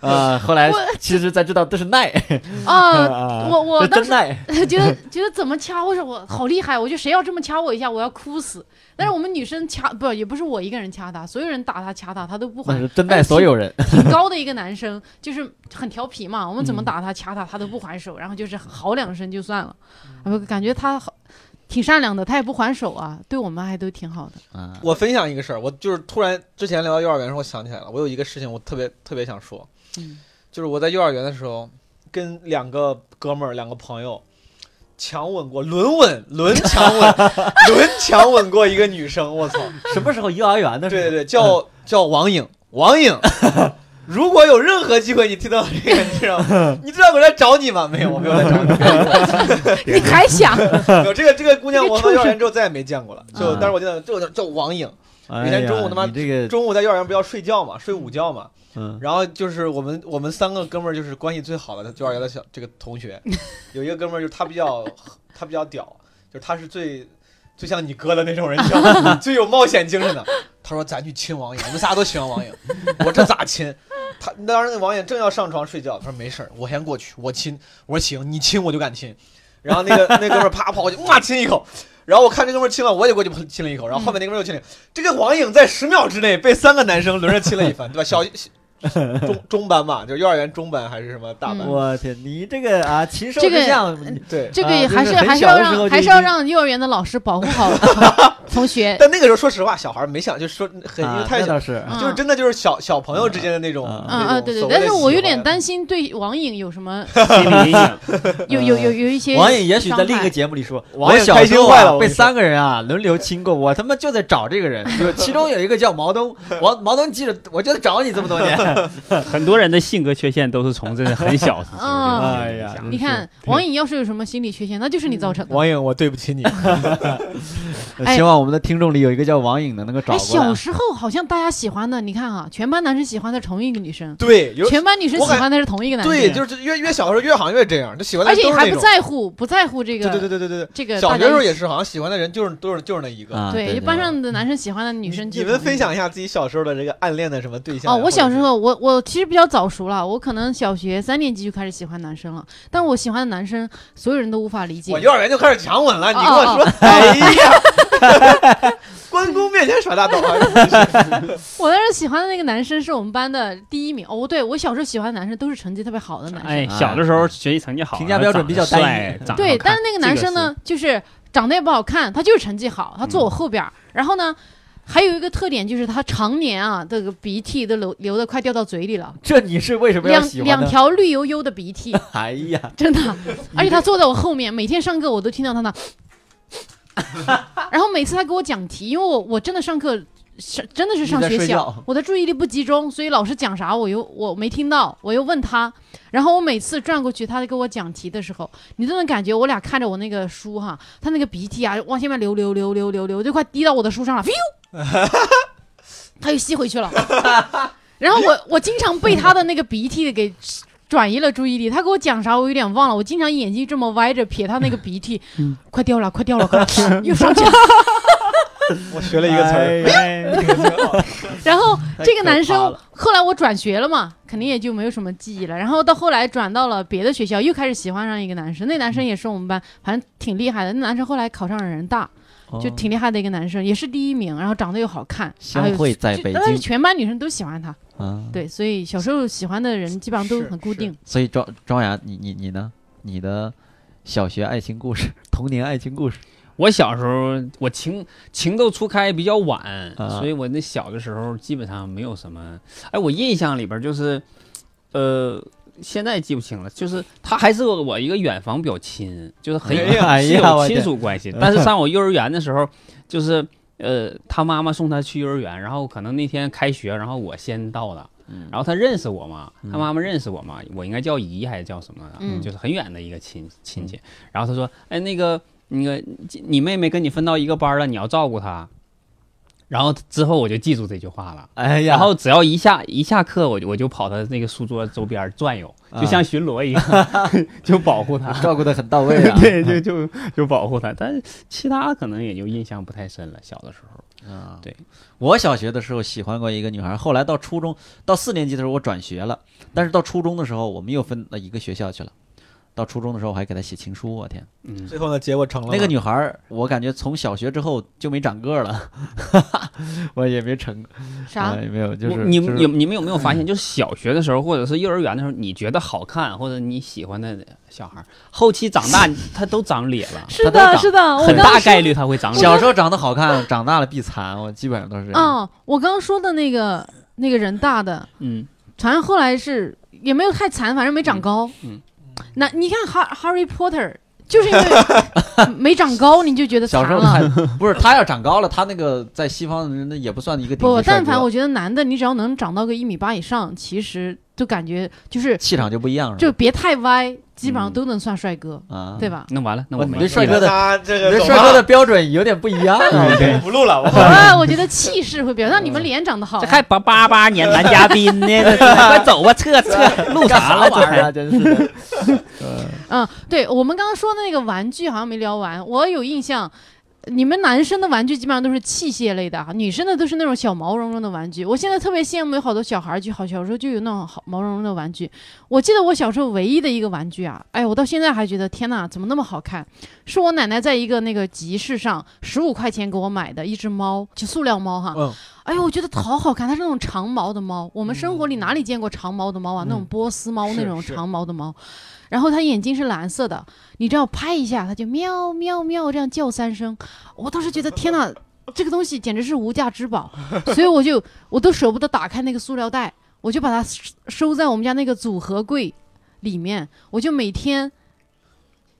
Speaker 2: 啊。后来其实才知道这是耐，
Speaker 1: 啊，我我
Speaker 2: 嗯这
Speaker 1: 当
Speaker 2: 真
Speaker 1: 时
Speaker 2: 耐
Speaker 1: 觉得觉得怎么掐，我说我好厉害，我觉得谁要这么掐我一下，我要哭死。但是我们女生掐不也不是我一个人掐他，所有人打他掐他，他都不 还
Speaker 2: 那是真耐所有人。
Speaker 1: 挺高的一个男生，就是很调皮嘛，我们怎
Speaker 5: 嗯
Speaker 1: 么打他、掐他，他都不还手，然后就是嚎两声就算了，啊不，感觉他好挺善良的，他也不还手啊，对我们还都挺好 的。
Speaker 2: 啊
Speaker 3: 我分享一个事儿，我就是突然之前聊到幼儿园的时候，我想起来了，我有一个事情我特别特别想说，
Speaker 1: 嗯
Speaker 3: 就是我在幼儿园的时候跟两个哥们儿、两个朋友强吻过，轮吻、轮强吻、 轮强吻过一个女生，我操！
Speaker 2: 什么时候幼儿园的时
Speaker 3: 对
Speaker 2: 候？
Speaker 3: 对对，叫叫王颖，王颖。如果有任何机会你听到这个，你知道吗？你知道我来找你吗？没有，我没有来找你。
Speaker 5: 啊
Speaker 1: 你 还想？
Speaker 3: 没有这个这个姑娘，
Speaker 1: 这个
Speaker 3: 我
Speaker 1: 畜
Speaker 3: 上
Speaker 1: 生
Speaker 3: 幼儿园之后再也没见过了。就
Speaker 2: 啊
Speaker 3: 但是我见到这个叫王颖，
Speaker 2: 哎呀，
Speaker 3: 每天中午他妈
Speaker 2: 你这个
Speaker 3: 中午在幼儿园不要睡觉嘛，睡午觉嘛。
Speaker 2: 嗯
Speaker 3: 然后就是我们我们三个哥们儿就是关系最好的幼儿园的小这个同学，有一个哥们儿就是他比较他比较屌，就是他是最最像你哥的那种人，你知道吗最有冒险精神的。他说咱去亲王爷，我们仨都喜欢王爷，我说这咋亲？他当时那王爷正要上床睡觉，他说没事儿，我先过去，我亲。我说行，你亲我就敢亲。然后那个那哥们儿啪跑过去，哇亲一口。然后我看这哥们儿亲了，我也过去亲了一口。然后后面那哥们儿又亲了一口。这个王颖在十秒之内被三个男生轮着亲了一番，对吧？小中中班吧，就幼儿园中班还是什么大班？
Speaker 1: 嗯
Speaker 5: 我天，你这个啊，禽兽
Speaker 1: 这个嗯
Speaker 5: 之相，
Speaker 3: 对。
Speaker 1: 这个
Speaker 5: 啊就
Speaker 1: 也
Speaker 5: 是
Speaker 1: 还是
Speaker 5: 很
Speaker 1: 还是
Speaker 5: 小
Speaker 1: 要
Speaker 5: 的时候
Speaker 1: 让
Speaker 5: 就
Speaker 1: 还
Speaker 5: 已
Speaker 1: 是要
Speaker 5: 经
Speaker 1: 让幼儿园的老师保护 好同学。
Speaker 3: 但那个时候，说实话，小孩没想就说很，因
Speaker 5: 啊
Speaker 3: 为太
Speaker 5: 那
Speaker 3: 小，
Speaker 5: 倒是
Speaker 1: 嗯
Speaker 3: 就是真的就是小小朋友之间的那种。
Speaker 2: 嗯
Speaker 1: 嗯
Speaker 3: 那种
Speaker 1: 嗯，对对，
Speaker 3: 所谓的
Speaker 1: 但是
Speaker 3: 喜
Speaker 1: 我有
Speaker 3: 欢
Speaker 1: 点担心对网瘾有什么
Speaker 4: 心理阴影。
Speaker 1: 有 有有有一些
Speaker 5: 王颖也许在
Speaker 1: 伤
Speaker 5: 另一
Speaker 1: 害
Speaker 5: 个节目里说，
Speaker 3: 王
Speaker 5: 我
Speaker 3: 颖
Speaker 5: 小
Speaker 3: 开
Speaker 5: 时
Speaker 3: 心
Speaker 5: 候
Speaker 3: 坏
Speaker 5: 啊
Speaker 3: 了我
Speaker 5: 被
Speaker 3: 跟你说
Speaker 5: 三个人啊轮流亲过，我他妈就在找这个 人，就其中有一个叫毛 东，王毛东记着，我就找你这 么多年，
Speaker 4: 很多人的性格缺陷都是从这很小时候就
Speaker 1: 嗯
Speaker 5: 哎呀
Speaker 4: 讲
Speaker 1: 你看王颖要是有什么心理缺陷，那就是你造成的。
Speaker 3: 王颖，我对不起你。
Speaker 1: 哎
Speaker 5: 希望我们的听众里有一个叫王颖的能够找过
Speaker 1: 哎，
Speaker 5: 来
Speaker 1: 小。时候好像大家喜欢的，你看啊，全班男生喜欢的同一个女生，
Speaker 3: 对，有
Speaker 1: 全班女生喜
Speaker 3: 我感
Speaker 1: 欢的是同一个男生，
Speaker 3: 对，就是越越小的时候越好像越这样，就喜欢的
Speaker 1: 而
Speaker 3: 人
Speaker 1: 且
Speaker 3: 都是
Speaker 1: 还
Speaker 3: 那
Speaker 1: 不
Speaker 3: 种。
Speaker 1: 在乎不在乎这个
Speaker 3: 对对对对对对
Speaker 1: 这
Speaker 3: 对，
Speaker 1: 个
Speaker 3: 小
Speaker 1: 大
Speaker 3: 学
Speaker 1: 家
Speaker 3: 时候
Speaker 1: 一
Speaker 3: 也
Speaker 1: 起
Speaker 3: 是，好像喜欢的人就是都是就是那一个。
Speaker 2: 啊，
Speaker 1: 对，就
Speaker 2: 对，
Speaker 1: 班上的男生喜欢的女生
Speaker 3: 你
Speaker 1: 就
Speaker 3: 你们
Speaker 1: 同一
Speaker 3: 分
Speaker 1: 个
Speaker 3: 享一下自己小时候的这个暗恋的什么对象
Speaker 1: 哦，
Speaker 3: 呀？
Speaker 1: 我小时
Speaker 3: 或者
Speaker 1: 候我我其实比较早熟了，我可能小学三年级就开始喜欢男生了，但我喜欢的男生所有人都无法理
Speaker 3: 是
Speaker 1: 解
Speaker 3: 我。幼儿园就开始强吻了，你
Speaker 1: 哦
Speaker 3: 跟我
Speaker 1: 哦
Speaker 3: 说，哎呀， 关公面前耍大刀，啊
Speaker 1: 我当时喜欢的那个男生是我们班的第一名。哦，对，我小时候喜欢的男生都是成绩特别好的男生。
Speaker 4: 哎，小的时候学习成绩好，
Speaker 5: 评价标准比较单一
Speaker 4: 然后长得帅
Speaker 1: 对，但是那个男生，呢，就是长得也不好看，他就是成绩好，他
Speaker 5: 嗯
Speaker 1: 坐我后边儿、然后呢，还有一个特点就是他常年啊，这个鼻涕都流流的快掉到嘴里了，
Speaker 5: 这你是为什么要
Speaker 1: 两
Speaker 5: 喜欢
Speaker 1: 两
Speaker 5: 呢？
Speaker 1: 条绿油油的 鼻涕，
Speaker 5: 哎呀，
Speaker 1: 真的。而且他坐在我后面，每天上课我都听到他那，然后每次他给我讲题，因为我我真的上课是真的是上
Speaker 5: 你在
Speaker 1: 学
Speaker 5: 睡
Speaker 1: 校
Speaker 5: 觉，
Speaker 1: 我的注意力不集中，所以老师讲啥我又我没听到，我又问他，然后我每次转过去，他在给我讲题的时候，你都能感觉我俩看着我那个书哈，他那个鼻涕啊往下面流流流流流流，就快滴到我的书上了，飞他又吸回去了。然后我我经常被他的那个鼻涕给转移了注意力，他给我讲啥我有点忘了，我经常眼睛这么歪着瞥他那个鼻涕，快掉了，快掉了，快掉了又上去了。
Speaker 3: 我学了一个词
Speaker 1: 哎
Speaker 2: 哎
Speaker 3: 儿，
Speaker 5: 儿，哎
Speaker 1: 然后这个男
Speaker 5: 太可怕
Speaker 1: 生
Speaker 5: 了
Speaker 1: 后来我转学了嘛，肯定也就没有什么记忆了。然后到后来转到了别的学校，又开始喜欢上一个男生，那男生也是我们班，反正挺厉害的。那男生后来考上了人大，
Speaker 2: 哦
Speaker 1: 就
Speaker 5: 哦
Speaker 1: 挺厉害的一个男生，也是第一名，然后长得又好看，然
Speaker 2: 相
Speaker 1: 后
Speaker 2: 会在
Speaker 1: 哎就
Speaker 2: 北
Speaker 1: 但是
Speaker 2: 京
Speaker 1: 全班女生都喜欢他，
Speaker 2: 啊。
Speaker 1: 对，所以小时候喜欢的人基本上都
Speaker 3: 是
Speaker 1: 很固
Speaker 3: 是
Speaker 1: 定。
Speaker 2: 所以庄庄雅，你你你呢？你的小学爱情故事，童年爱情故事，
Speaker 4: 我小时候我情情窦初开比较晚，
Speaker 2: 啊
Speaker 4: 所以我那小的时候基本上没有什么。哎，我印象里边就是，呃，现在记不清了，就是他还是我一个远房表亲，就是很
Speaker 3: 哎呀
Speaker 5: 哎
Speaker 4: 是
Speaker 5: 呀
Speaker 4: 有
Speaker 5: 我嗯
Speaker 4: 亲
Speaker 5: 天
Speaker 4: 属关系。但是上我幼儿园的时候，就是呃，他妈妈送他去幼儿园，然后可能那天开学，然后我先到的。然后他认识我嘛？他妈妈认识我嘛？我应该叫姨还是叫什么的？
Speaker 1: 嗯
Speaker 4: 就是很远的一个亲亲戚。然后他说：“哎，那个那个你妹妹跟你分到一个班了，你要照顾她。然后之后我就记住这句话了。
Speaker 5: 哎呀，
Speaker 4: 然后只要一下一下课，我就我就跑到那个书桌周边转悠，
Speaker 5: 嗯
Speaker 4: 就像巡逻一样， 就保护她。
Speaker 5: 哎照顾的很到位啊。
Speaker 4: 对，就就就保护她。但是其他可能也就印象不太深了，小的时候。
Speaker 2: 啊，
Speaker 4: 对，
Speaker 2: 我小学的时候喜欢过一个女孩，后来到初中，到四年级的时候我转学了，但是到初中的时候我们又分到一个学校去了。到初中的时候我还给她写情书，我天，
Speaker 4: 嗯，
Speaker 3: 最后呢，结果成了吗
Speaker 2: 那个女孩儿我感觉从小学之后就没长个儿了， 我也没成，
Speaker 1: 啥？
Speaker 2: 呃没有，就
Speaker 4: 我
Speaker 2: 是
Speaker 4: 你
Speaker 2: 就
Speaker 4: 们
Speaker 2: 是
Speaker 4: 你们你们有没有发现，就是小学的时候或者是幼儿园的时候，你觉得好看或者你喜欢的小孩儿，后期长大他都长脸了，
Speaker 1: 是
Speaker 2: 他都
Speaker 1: 的，
Speaker 2: 长
Speaker 1: 是的，我
Speaker 4: 很
Speaker 1: 刚
Speaker 4: 大
Speaker 1: 说
Speaker 4: 概率他会长脸。
Speaker 2: 小时候长得好看，长大了必残，我基本上都是这样。
Speaker 1: 哦，我刚说的那个那个人大的，
Speaker 4: 嗯，
Speaker 1: 反正后来是也没有太残，反正没长高。
Speaker 4: 嗯
Speaker 1: 那你看哈《Harry Potter》，就是因为没长高，你就觉得
Speaker 2: 小
Speaker 1: 残
Speaker 2: 时候
Speaker 1: 了。
Speaker 2: 太不是他要长高了，他那个在西方人那也 不算一个顶级
Speaker 1: 不，
Speaker 2: 帅
Speaker 1: 但凡
Speaker 2: 哥
Speaker 1: 我觉得男的，你只要能长到个一米八以上，其实就感觉就是
Speaker 2: 气场就不一样，
Speaker 1: 就是
Speaker 2: 吧
Speaker 1: 别太歪，基本上
Speaker 4: 嗯
Speaker 1: 都能算帅哥，
Speaker 2: 啊，
Speaker 1: 对吧？
Speaker 4: 那完了，那
Speaker 2: 我
Speaker 4: 我没
Speaker 2: 没
Speaker 4: 戏
Speaker 2: 帅
Speaker 4: 了
Speaker 2: 哥的
Speaker 3: 他
Speaker 4: 哎
Speaker 3: 这
Speaker 5: 你
Speaker 3: 个
Speaker 5: 这帅哥的标准有点不一样
Speaker 2: 嗯
Speaker 5: 啊。
Speaker 3: 怎么不录了，我
Speaker 1: 啊，我觉得气势会比较，让你们脸长得好啊
Speaker 4: 这。还八八八年男嘉宾呢，这快走吧，撤撤，录啥了
Speaker 5: 干
Speaker 4: 这
Speaker 5: 玩意儿
Speaker 4: 还？
Speaker 5: 啊？真是 的，
Speaker 1: 嗯，对我们刚刚说的那个玩具好像没聊完，我有印象。你们男生的玩具基本上都是器械类的啊，女生的都是那种小毛茸茸的玩具。我现在特别羡慕有好多小孩儿，就好小时候就有那种好毛茸茸的玩具。我记得我小时候唯一的一个玩具啊，哎，我到现在还觉得天呐，怎么那么好看？是我奶奶在一个那个集市上十五块钱给我买的一只猫，就塑料猫哈。
Speaker 3: 嗯
Speaker 1: 哎呦，我觉得好好看，它是那种长毛的猫，我们生活里哪里见过长毛的猫啊？那种波斯猫那种长毛的猫，然后它眼睛是蓝色的，你只要拍一下，它就喵喵喵这样叫三声，我当时觉得天呐，这个东西简直是无价之宝，所以我就我都舍不得打开那个塑料袋，我就把它收收在我们家那个组合柜里面，我就每天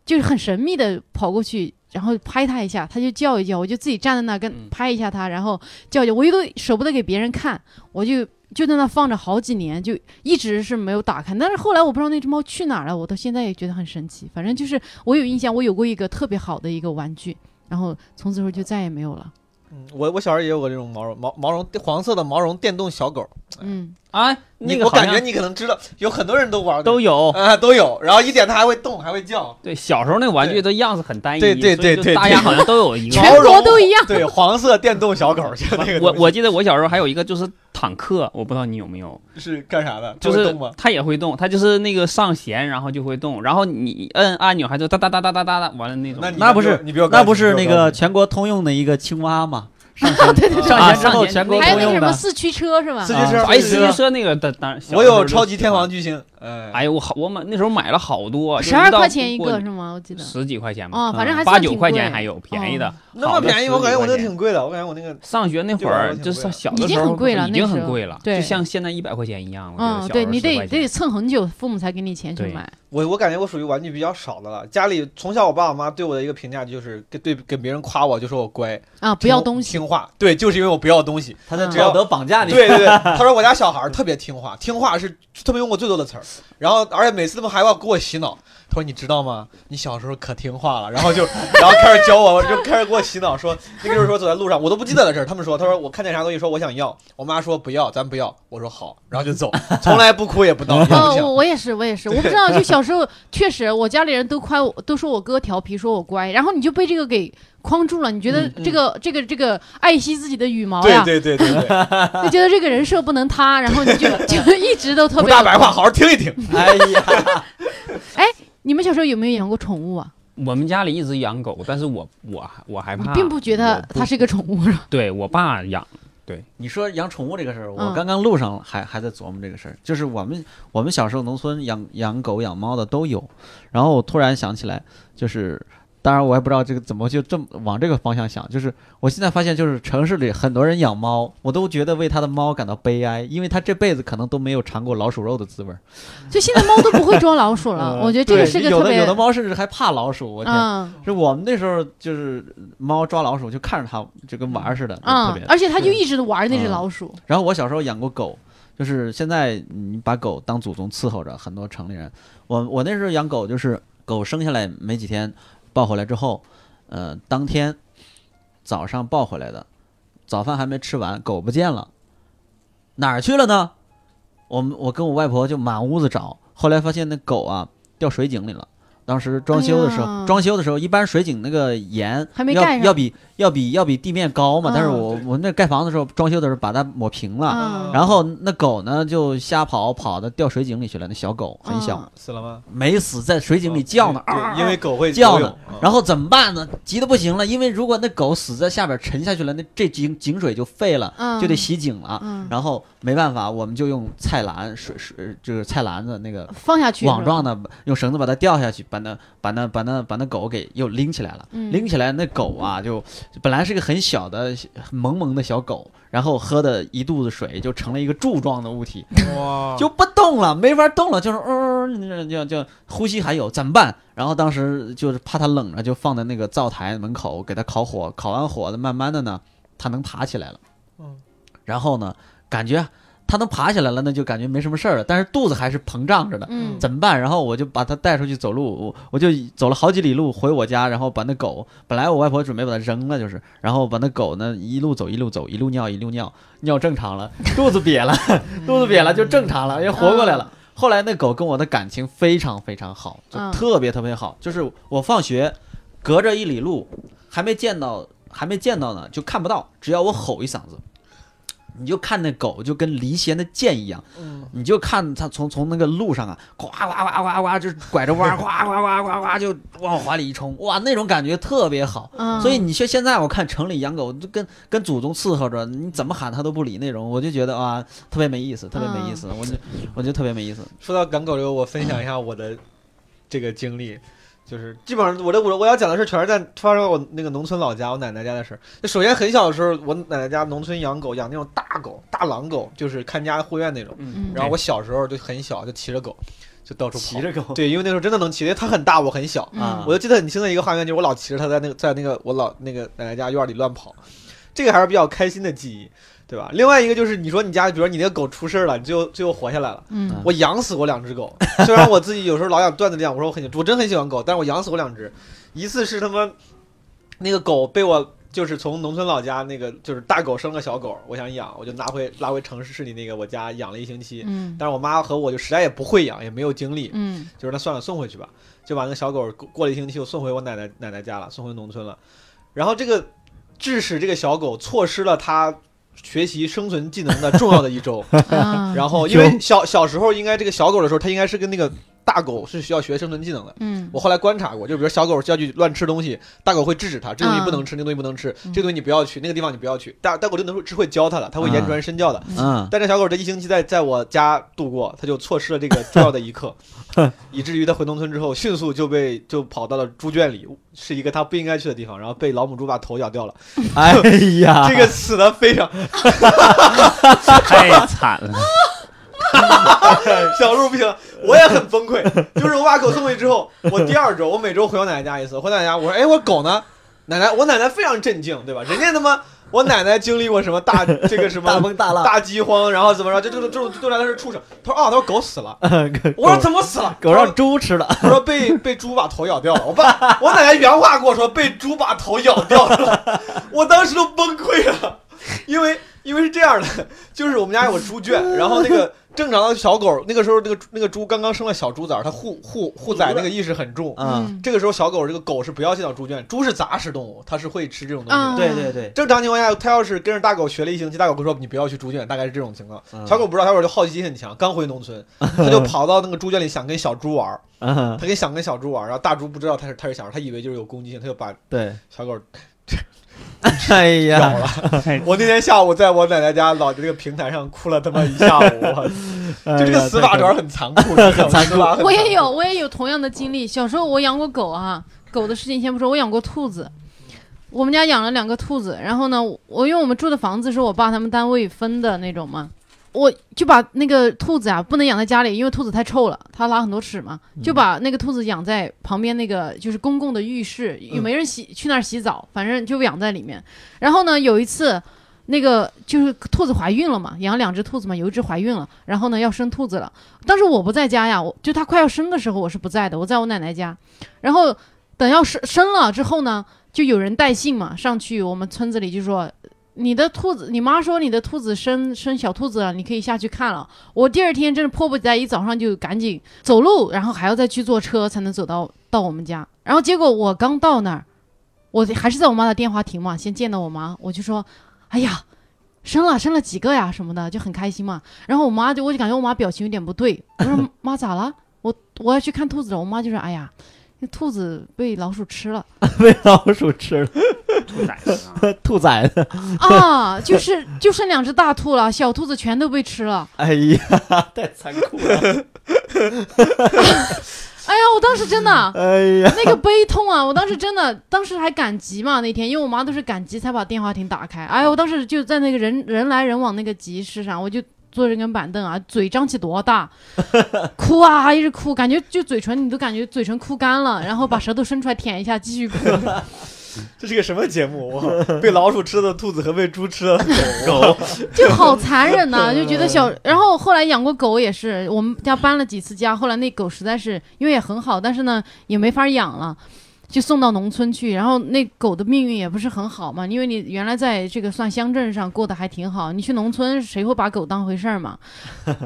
Speaker 1: 就是很神秘的跑过去。然后拍它一下，它就叫一叫，我就自己站在那跟
Speaker 4: 嗯
Speaker 1: 拍一下它，然后叫叫，我又都舍不得给别人看，我就就在那放着好几年，就一直是没有打开。但是后来我不知道那只猫去哪儿了，我到现在也觉得很神奇。反正就是我有印象，我有过一个特别好的一个玩具，然后从此之后就再也没有了。
Speaker 3: 嗯我我小时候也有过这种毛绒毛毛绒黄色的毛绒电动小狗，
Speaker 1: 嗯，
Speaker 4: 啊，
Speaker 3: 你
Speaker 4: 那个
Speaker 3: 我
Speaker 4: 好
Speaker 3: 感
Speaker 4: 像
Speaker 3: 觉你可能知道，有很多人都玩
Speaker 4: 都
Speaker 2: 哦
Speaker 4: 有。
Speaker 3: 啊、都有，然后一点它还会动，还会叫。
Speaker 4: 对，小时候那个玩具都样子很单一，
Speaker 3: 对对
Speaker 4: 所以
Speaker 3: 对
Speaker 4: 就
Speaker 3: 对
Speaker 4: 大
Speaker 3: 对
Speaker 4: 家好像都有一个
Speaker 3: 毛
Speaker 1: 全
Speaker 3: 绒
Speaker 1: 国都一样。
Speaker 3: 对，黄色电动小狗，就 那个
Speaker 4: 我
Speaker 3: 东西
Speaker 4: 我记得我小时候还有一个就是坦克，我不知道你有没有，
Speaker 3: 是干啥的？
Speaker 4: 就
Speaker 3: 它会
Speaker 4: 是
Speaker 3: 动吗？
Speaker 4: 它也会动，它就是那个上弦，然后就会动，然后你摁按钮还就哒哒哒哒哒哒哒，完了那种。
Speaker 3: 那你
Speaker 2: 那不
Speaker 3: 比我
Speaker 2: 是
Speaker 3: 你比我高
Speaker 2: 那不
Speaker 3: 级
Speaker 2: 是
Speaker 3: 你
Speaker 2: 那
Speaker 3: 比我高
Speaker 2: 个
Speaker 3: 级
Speaker 2: 全国通用的一个青蛙吗？
Speaker 1: 对对对，
Speaker 2: 上
Speaker 4: 啊
Speaker 2: 线之后
Speaker 4: 上线
Speaker 2: 全国
Speaker 1: 还有
Speaker 2: 通
Speaker 1: 那个
Speaker 2: 用
Speaker 1: 什
Speaker 2: 的
Speaker 1: 么。四驱车是吧
Speaker 3: 四？驱车，
Speaker 4: 哎，
Speaker 3: 四
Speaker 4: 自
Speaker 3: 驱
Speaker 4: 行
Speaker 3: 车，
Speaker 4: 车那个当当，小
Speaker 3: 我
Speaker 4: 时候
Speaker 3: 有
Speaker 4: 就
Speaker 3: 超级
Speaker 4: 喜
Speaker 3: 天
Speaker 4: 欢
Speaker 3: 王巨星，嗯，
Speaker 4: 哎呦，我好，我买那时候买了好多，
Speaker 1: 十二
Speaker 4: 就是
Speaker 1: 块钱一
Speaker 4: 到
Speaker 1: 个
Speaker 4: 过
Speaker 1: 是吗？我记得。
Speaker 4: 十几块钱吧，嗯
Speaker 1: 哦，反正还
Speaker 4: 八
Speaker 1: 算
Speaker 4: 九
Speaker 1: 挺
Speaker 4: 块
Speaker 1: 贵
Speaker 4: 钱还有便宜的
Speaker 1: 哦。
Speaker 3: 那么便宜，我感觉我那
Speaker 4: 都
Speaker 3: 个挺贵的，我感觉我那个
Speaker 4: 上学那会儿就是小的
Speaker 1: 已
Speaker 4: 时
Speaker 1: 经
Speaker 4: 候
Speaker 1: 很贵了
Speaker 4: 已经
Speaker 1: 那时
Speaker 4: 很
Speaker 1: 候
Speaker 4: 贵了，
Speaker 1: 对
Speaker 4: 就像现在一百块钱一样。我觉得
Speaker 1: 嗯，
Speaker 4: 小
Speaker 1: 对
Speaker 4: 时候
Speaker 1: 你
Speaker 4: 10
Speaker 1: 得
Speaker 4: 块
Speaker 1: 得
Speaker 4: 钱
Speaker 1: 蹭很久，父母才给你钱去
Speaker 4: 对
Speaker 1: 买。
Speaker 3: 我我感觉我属于玩具比较少的了。家里从小我爸我妈对我的一个评价就是跟对跟别人夸我就说我乖，
Speaker 1: 啊，不要东西。
Speaker 3: 听话，对，就是因为我不要东西。
Speaker 2: 他在
Speaker 1: 嗯
Speaker 2: 道德绑架你，
Speaker 3: 对 对对，他说我家小孩儿特别听话，听话是他们用过最多的词儿，然后而且每次他们还要给我洗脑。他说：“你知道吗？你小时候可听话了。”然后就， 然后开始教我，就开始给我洗脑，说那个时候说走在路上，我都不记得的事儿。他们说，他说我看见啥东西，说我想要，我妈说不要，咱不要。我说好，然后就走， 从来不哭也不闹，也不
Speaker 1: 哦，
Speaker 3: 讲。
Speaker 1: 我我也是，我也是，我不知道，就小时候确实，我家里人都夸我，都说我哥调皮，说我乖，然后你就被这个给框住了，你觉得
Speaker 3: 嗯嗯
Speaker 1: 这个、这个这个爱惜自己的羽毛
Speaker 3: 对
Speaker 1: 呀，
Speaker 3: 对对对 对，
Speaker 1: 就觉得这个人设不能塌，然后你 就就一直都特
Speaker 3: 不
Speaker 1: 别
Speaker 3: 大白话，。好好听一听。
Speaker 2: 哎呀，
Speaker 1: 你们小时候有没有养过宠物啊？
Speaker 4: 我们家里一直养狗，但是我我我害
Speaker 1: 你
Speaker 4: 怕，
Speaker 1: 并不觉
Speaker 4: 我
Speaker 1: 得
Speaker 4: 不
Speaker 1: 它是一个宠物是吧？
Speaker 4: 对我爸养，
Speaker 2: 你说养宠物这个事儿，我
Speaker 1: 嗯
Speaker 2: 刚刚路上还还在琢磨这个事儿，就是我们我们小时候农村养养狗养猫的都有，然后我突然想起来，就是当然我也不知道这个怎么就这么往这个方向想，就是我现在发现就是城市里很多人养猫，我都觉得为他的猫感到悲哀，因为他这辈子可能都没有尝过老鼠肉的滋味儿。
Speaker 1: 就现在猫都不会捉老鼠了，
Speaker 2: 呃
Speaker 1: 啊我觉得这个
Speaker 2: 对
Speaker 1: 是个
Speaker 2: 有
Speaker 1: 特
Speaker 2: 的
Speaker 1: 别
Speaker 2: 有的猫甚至还怕老鼠，我天。
Speaker 1: 嗯
Speaker 2: 是我们那时候就是猫抓老鼠，就看着它就跟玩儿似的，就特
Speaker 1: 嗯
Speaker 2: 别，。嗯
Speaker 1: 而且它就一直玩那只老鼠，
Speaker 2: 然后我小时候养过狗，就是现在你把狗当祖宗伺候着，很多城里人。我我那时候养狗，就是狗生下来没几天，抱回来之后，呃，当天早上抱回来的，早饭还没吃完，狗不见了，哪儿去了呢？我们我跟我外婆就满屋子找，后来发现那狗啊掉水井里了。当时装修的时候，
Speaker 1: 哎呀
Speaker 2: 装修的时候，一般水井那个盐
Speaker 1: 还没
Speaker 2: 要
Speaker 1: 盖上
Speaker 2: 要比要比要比地面高嘛。但是
Speaker 1: 嗯
Speaker 2: 我我那盖房子的时候，装修的时候把它抹平了，
Speaker 1: 嗯，
Speaker 2: 然后那狗呢就瞎跑，跑到掉水井里去了。那小狗很小，
Speaker 1: 嗯
Speaker 3: 死了吗？
Speaker 2: 没死，在水井里叫呢，
Speaker 3: 对，因为狗会
Speaker 2: 叫
Speaker 3: 游
Speaker 2: 呢
Speaker 3: 泳。嗯
Speaker 2: 然后怎么办呢？急得不行了，因为如果那狗死在下边沉下去了，那这井井水就废了，
Speaker 1: 嗯
Speaker 2: 就得洗井了。
Speaker 1: 嗯
Speaker 2: 然后没办法，我们就用菜篮水水就是菜篮子那个
Speaker 1: 放下去
Speaker 2: 网状
Speaker 1: 的，
Speaker 2: 的，用绳子把它吊下去，把那把那把那把那狗给又拎起来了。
Speaker 1: 嗯
Speaker 2: 拎起来那狗啊，就本来是个很小的萌萌的小狗，然后喝的一肚子水，就成了一个柱状的物体。
Speaker 3: 哇
Speaker 2: 就不动了，没法动了，就是嗯、呃，就就呼吸还有，怎么办？然后当时就是怕它冷着，就放在那个灶台门口给它烤火，烤完火的，慢慢的呢，它能爬起来了。
Speaker 3: 嗯，
Speaker 2: 然后呢，感觉它能爬起来了，那就感觉没什么事儿了，但是肚子还是膨胀着的。
Speaker 1: 嗯，
Speaker 2: 怎么办？然后我就把它带出去走路，我我就走了好几里路回我家，然后把那狗，本来我外婆准备把它扔了，就是，然后把那狗呢一路走一路走，一路尿一路尿，尿正常 了，肚子瘪了，
Speaker 1: 嗯
Speaker 2: 肚子瘪了就正常了，又活过来了。后来那狗跟我的感情非常非常好，就
Speaker 1: 嗯
Speaker 2: 特别特别好，就是我放学隔着一里路还没见到还没见到呢，就看不到，只要我吼一嗓子，你就看那狗就跟离弦的箭一样，
Speaker 3: 嗯，
Speaker 2: 你就看它从从那个路上啊，呱呱呱呱呱，就是拐着弯儿，呱呱呱呱呱就往怀里一冲，哇，那种感觉特别好。
Speaker 1: 嗯，
Speaker 2: 所以你说现在我看城里养狗就跟跟祖宗伺候着，你怎么喊它都不理那种，我就觉得啊特别没意思，特别没意思，我就我就特别没意思。
Speaker 3: 说到赶狗流，我分享一下我的这个经历，就是基本上我的我我要讲的事全是在发生在我那个农村老家，我奶奶家的事儿。就首先很小的时候，我奶奶家农村养狗，养那种大狗、大狼狗，就是看家护院那种。
Speaker 1: 嗯
Speaker 3: 然后我小时候就很小，就骑着狗，就到处跑。
Speaker 2: 骑着 狗
Speaker 3: 对，因为那时候真的能骑，因为它很大，我很小。
Speaker 2: 啊
Speaker 3: 我就记得很清的一个画面，就是我老骑着它在那个在那个我老那个奶奶家院里乱跑，这个还是比较开心的记忆，对吧？另外一个就是你说你家，比如说你那个狗出事儿了，你最后最后活下来了。
Speaker 1: 嗯
Speaker 3: 我养死过两只狗，虽然我自己有时候老想段子里讲，我说我很我真很喜欢狗，但是我养死过两只，一次是他妈那个狗被我就是从农村老家那个就是大狗生了个小狗，我想养，我就拿回拉回城市里那个我家养了一星期，
Speaker 1: 嗯
Speaker 3: 但是我妈和我就实在也不会养，也没有精力，
Speaker 1: 嗯
Speaker 3: 就是那算了，送回去吧，就把那个小狗过过了一星期，我送回我奶奶奶奶家了，送回农村了。然后这个致使这个小狗错失了它学习生存技能的重要的一周。
Speaker 1: 啊，
Speaker 3: 然后因为小小时候应该这个小狗的时候，它应该是跟那个大狗是需要学生存技能的。
Speaker 1: 嗯
Speaker 3: 我后来观察过，就比如小狗要去乱吃东西，大狗会制止它，这个东西不能吃，那个东西不能吃，这个东西你不要去，那个地方你不要去。大大狗真的是会教它了，它会言传身教的。
Speaker 2: 嗯，
Speaker 3: 但这小狗这一星期在在我家度过，它就错失了这个重要的一刻，以至于它回农村之后，迅速就被就跑到了猪圈里，是一个它不应该去的地方，然后被老母猪把头咬掉了。
Speaker 2: 哎呀，
Speaker 3: 这个死的非常，
Speaker 4: 太惨了，
Speaker 3: 小鹿不行，我也很崩溃。就是我把狗送回去之后，我第二周我每周回我奶奶家一次，回奶奶家我说，哎，我狗呢？奶奶，我奶奶非常震惊，对吧？人家他妈，我奶奶经历过什么大这个什么
Speaker 5: 大风大 浪，
Speaker 3: 大饥荒，然后怎么着，这这这这对她来说是畜生。她说啊，她说狗死了。我说怎么死了？
Speaker 2: 狗
Speaker 3: 她说
Speaker 2: 让猪吃了，
Speaker 3: 我说被被猪把头咬掉了，我爸我奶奶原话跟我说被猪把头咬掉了，我当时都崩溃了，因为因为是这样的，就是我们家有猪圈，然后那个正常的小狗，那个时候那个那个猪刚刚生了小猪崽儿，它护护护崽那个意识很重，
Speaker 2: 嗯，
Speaker 3: 这个时候小狗这个狗是不要进到猪圈，猪是杂食动物，它是会吃这种东西的。
Speaker 1: 啊，
Speaker 2: 对对对，
Speaker 3: 正常情况下，它要是跟着大狗学了一星期，大狗会说你不要去猪圈，大概是这种情况。
Speaker 2: 嗯
Speaker 3: 小狗不知道，小狗就好奇心很强，刚回农村，它就跑到那个猪圈里想跟小猪玩儿。
Speaker 2: 嗯，
Speaker 3: 他跟想跟小猪玩，然后大猪不知道他是他是小猪，他以为就是有攻击性，他就把
Speaker 2: 对，
Speaker 3: 小狗
Speaker 2: 哎
Speaker 3: 咬
Speaker 2: 呀，哎
Speaker 3: 了。我那天下午在我奶奶家老的这个平台上哭了他妈一下午，
Speaker 2: 哎
Speaker 3: 我就这个死法主要是很残酷，很残酷。
Speaker 1: 我也有，我也有同样的经历。小时候我养过狗啊，狗的事情先不说，我养过兔子。我们家养了两个兔子，然后呢，我因为我们住的房子是我爸他们单位分的那种嘛，我就把那个兔子啊不能养在家里，因为兔子太臭了，它拉很多屎嘛，就把那个兔子养在旁边那个就是公共的浴室，也没人洗，去那儿洗澡，反正就养在里面。然后呢，有一次。那个就是兔子怀孕了嘛，养两只兔子嘛，有一只怀孕了，然后呢要生兔子了，当时我不在家呀，我就他快要生的时候我是不在的，我在我奶奶家。然后等要生生了之后呢，就有人带信嘛，上去我们村子里就说。你的兔子，你妈说你的兔子生生小兔子了，你可以下去看了。我第二天真是迫不及待，一早上就赶紧走路，然后还要再去坐车才能走到到我们家。然后结果我刚到那儿，我还是在我妈的电话亭嘛，先见到我妈，我就说：“哎呀，生了生了几个呀什么的，就很开心嘛。”然后我妈就我就感觉我妈表情有点不对，我说妈咋了？我我要去看兔子了。我妈就说哎呀，那兔子被老鼠吃了
Speaker 2: 被 老鼠吃了，
Speaker 4: 兔崽子啊！
Speaker 2: 兔崽子，
Speaker 1: 啊，就是就剩两只大兔了，小兔子全都被吃了。
Speaker 2: 哎呀，太残酷 了，
Speaker 1: 哎呀，我当时真的
Speaker 2: 哎呀，
Speaker 1: 那个悲痛啊！我当时真的，当时还赶集嘛那天，因为我妈都是赶集才把电话亭打开。哎呀，我当时就在那个人人来人往那个集市上，我就。坐着根板凳啊，嘴张起多大，哭啊，一直哭，感觉就嘴唇，你都感觉嘴唇哭干了，然后把舌头伸出来舔一下，继续哭。
Speaker 3: 这是个什么节目？我被老鼠吃的兔子和被猪吃的
Speaker 4: 狗，
Speaker 1: 就好残忍呐、就觉得小，
Speaker 2: 嗯
Speaker 1: 然后后来养过狗也是，我们家搬了几次家，后来那狗实在是因为也很好，但是呢也没法养了，就送到农村去。然后那狗的命运也不是很好嘛，因为你原来在这个算乡镇上过得还挺好，你去农村谁会把狗当回事儿 嘛？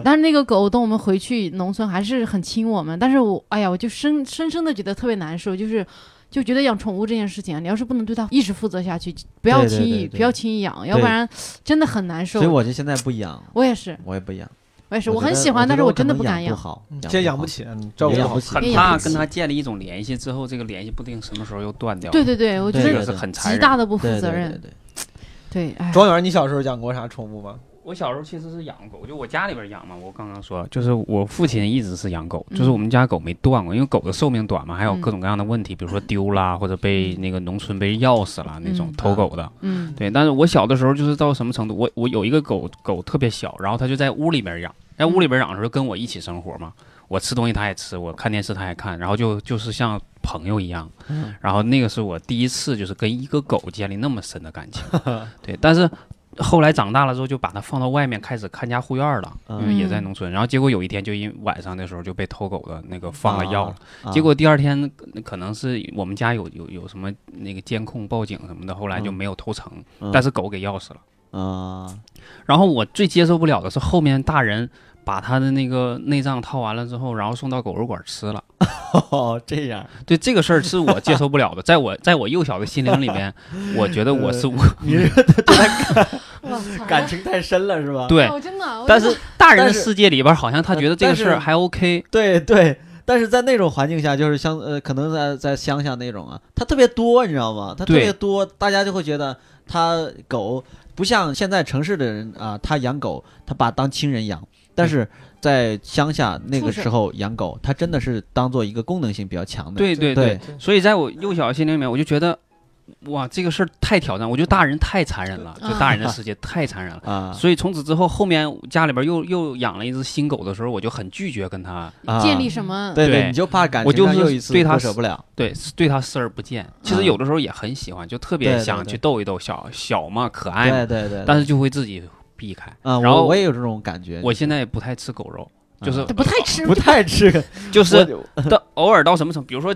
Speaker 1: 但是那个狗等我们回去农村还是很亲我们，但是我哎呀，我就深深深的觉得特别难受，就是。就觉得养宠物这件事情啊，你要是不能对它一直负责下去，不要
Speaker 2: 对对
Speaker 1: 轻易
Speaker 2: 对对
Speaker 1: 不要轻易养，要不然真的很难受
Speaker 2: 所以。我就现在不养，
Speaker 1: 我也是，
Speaker 2: 我也不养。
Speaker 1: 我也是，
Speaker 2: 我觉
Speaker 1: 很
Speaker 2: 得
Speaker 1: 喜欢，
Speaker 2: 我觉
Speaker 1: 但是
Speaker 2: 得我
Speaker 1: 真的
Speaker 2: 可能
Speaker 1: 敢
Speaker 2: 养
Speaker 1: 养
Speaker 2: 不。好，
Speaker 3: 嗯先养
Speaker 2: 不
Speaker 3: 不
Speaker 2: 好，
Speaker 3: 起，你照顾
Speaker 2: 也
Speaker 3: 不
Speaker 2: 养
Speaker 3: 好
Speaker 2: 不。起
Speaker 4: 很
Speaker 1: 也养
Speaker 4: 怕
Speaker 1: 不起
Speaker 4: 跟他建立一种联系，之后这个联系不定什么时候又断掉。
Speaker 1: 对，对对，我觉
Speaker 2: 对
Speaker 4: 这个
Speaker 1: 得
Speaker 4: 是很残
Speaker 1: 极
Speaker 4: 忍。
Speaker 1: 大的不负
Speaker 2: 对对
Speaker 1: 责
Speaker 2: 对
Speaker 1: 任。
Speaker 2: 对，
Speaker 1: 对，哎，
Speaker 3: 庄园，你小时候养过啥宠物吗？
Speaker 4: 我小时候其实是养狗，就我家里边养嘛。我刚刚说，就是我父亲一直是养狗，
Speaker 1: 嗯
Speaker 4: 就是我们家狗没断过，因为狗的寿命短嘛，还有各种各样的问题，比如说丢啦，或者被那个农村被药死了那种
Speaker 1: 嗯
Speaker 4: 偷狗的。
Speaker 1: 嗯，
Speaker 4: 对，但是我小的时候就是到什么程度，我我有一个狗狗特别小，然后它就在屋里边养，在屋里边养的时候跟我一起生活嘛，我吃东西它也吃，我看电视它也看，然后就就是像朋友一样，
Speaker 2: 嗯
Speaker 4: 然后那个是我第一次就是跟一个狗建立那么深的 感情，对，但是。后来长大了之后，就把它放到外面开始看家护院了，因为也在
Speaker 1: 嗯
Speaker 4: 农村。然后结果有一天，就因晚上的时候就被偷狗的那个放了药了，
Speaker 2: 啊
Speaker 4: 结果第二天可能是我们家有有有什么那个监控报警什么的，后来就
Speaker 2: 嗯
Speaker 4: 没有偷成，
Speaker 2: 嗯
Speaker 4: 但是狗给钥匙了。
Speaker 2: 啊，
Speaker 4: 然后我最接受不了的是后面大人把他的那个内脏掏完了之后，然后送到狗肉馆吃了。
Speaker 2: 哦，这样，
Speaker 4: 对这个事儿是我接受不了 的，在我在我幼小的心灵里面，我觉得我是
Speaker 2: 呃
Speaker 4: 无
Speaker 1: 我操，
Speaker 2: 感情太深了是吧？
Speaker 4: 对，
Speaker 1: 我真的，我
Speaker 4: 但
Speaker 1: 真的
Speaker 4: 是大人
Speaker 2: 但
Speaker 4: 的
Speaker 2: 是
Speaker 4: 世界里边好像他觉得这个事儿
Speaker 2: 但是呃
Speaker 4: 还 OK。
Speaker 2: 对对，但是在那种环境下，就是乡呃，可能在在乡下那种啊，它特别多，你知道吗？它特
Speaker 4: 对
Speaker 2: 别多，大家就会觉得它狗不像现在城市的人啊，他养狗，他把当亲人养，但是在乡下那
Speaker 1: 畜
Speaker 2: 个
Speaker 1: 生
Speaker 2: 时候养狗，他真的是当做一个功能性比较强的。
Speaker 4: 对对
Speaker 2: 对，
Speaker 4: 所以在我幼小的心灵里面，我就觉得，哇，这个事儿太挑战，我觉得大人太残忍 了，就大人的世界太残忍了。
Speaker 2: 啊
Speaker 4: 所以从此之后，后面家里边又又养了一只新狗的时候，我就很拒绝跟它
Speaker 2: 啊，
Speaker 1: 建立什么？
Speaker 2: 对
Speaker 4: 对
Speaker 2: 你就怕感
Speaker 4: 我
Speaker 2: 情
Speaker 4: 就
Speaker 2: 上
Speaker 4: 是
Speaker 2: 又一次
Speaker 4: 对它
Speaker 2: 割
Speaker 4: 是
Speaker 2: 舍不了。
Speaker 4: 对对它视而不见。其实有的时候也很喜欢，就特
Speaker 2: 嗯对
Speaker 4: 别
Speaker 2: 对
Speaker 4: 想
Speaker 2: 对
Speaker 4: 去逗一逗，小小嘛，可爱
Speaker 2: 对
Speaker 4: 嘛，
Speaker 2: 对对，
Speaker 4: 但
Speaker 2: 是
Speaker 4: 是就会自己避开。
Speaker 2: 啊，
Speaker 4: 然后
Speaker 2: 我我也有这嗯种感觉。
Speaker 4: 我现在也不太吃狗肉，就是
Speaker 1: 不太吃
Speaker 2: 不太吃，
Speaker 4: 就是到偶尔到什么程度，比如说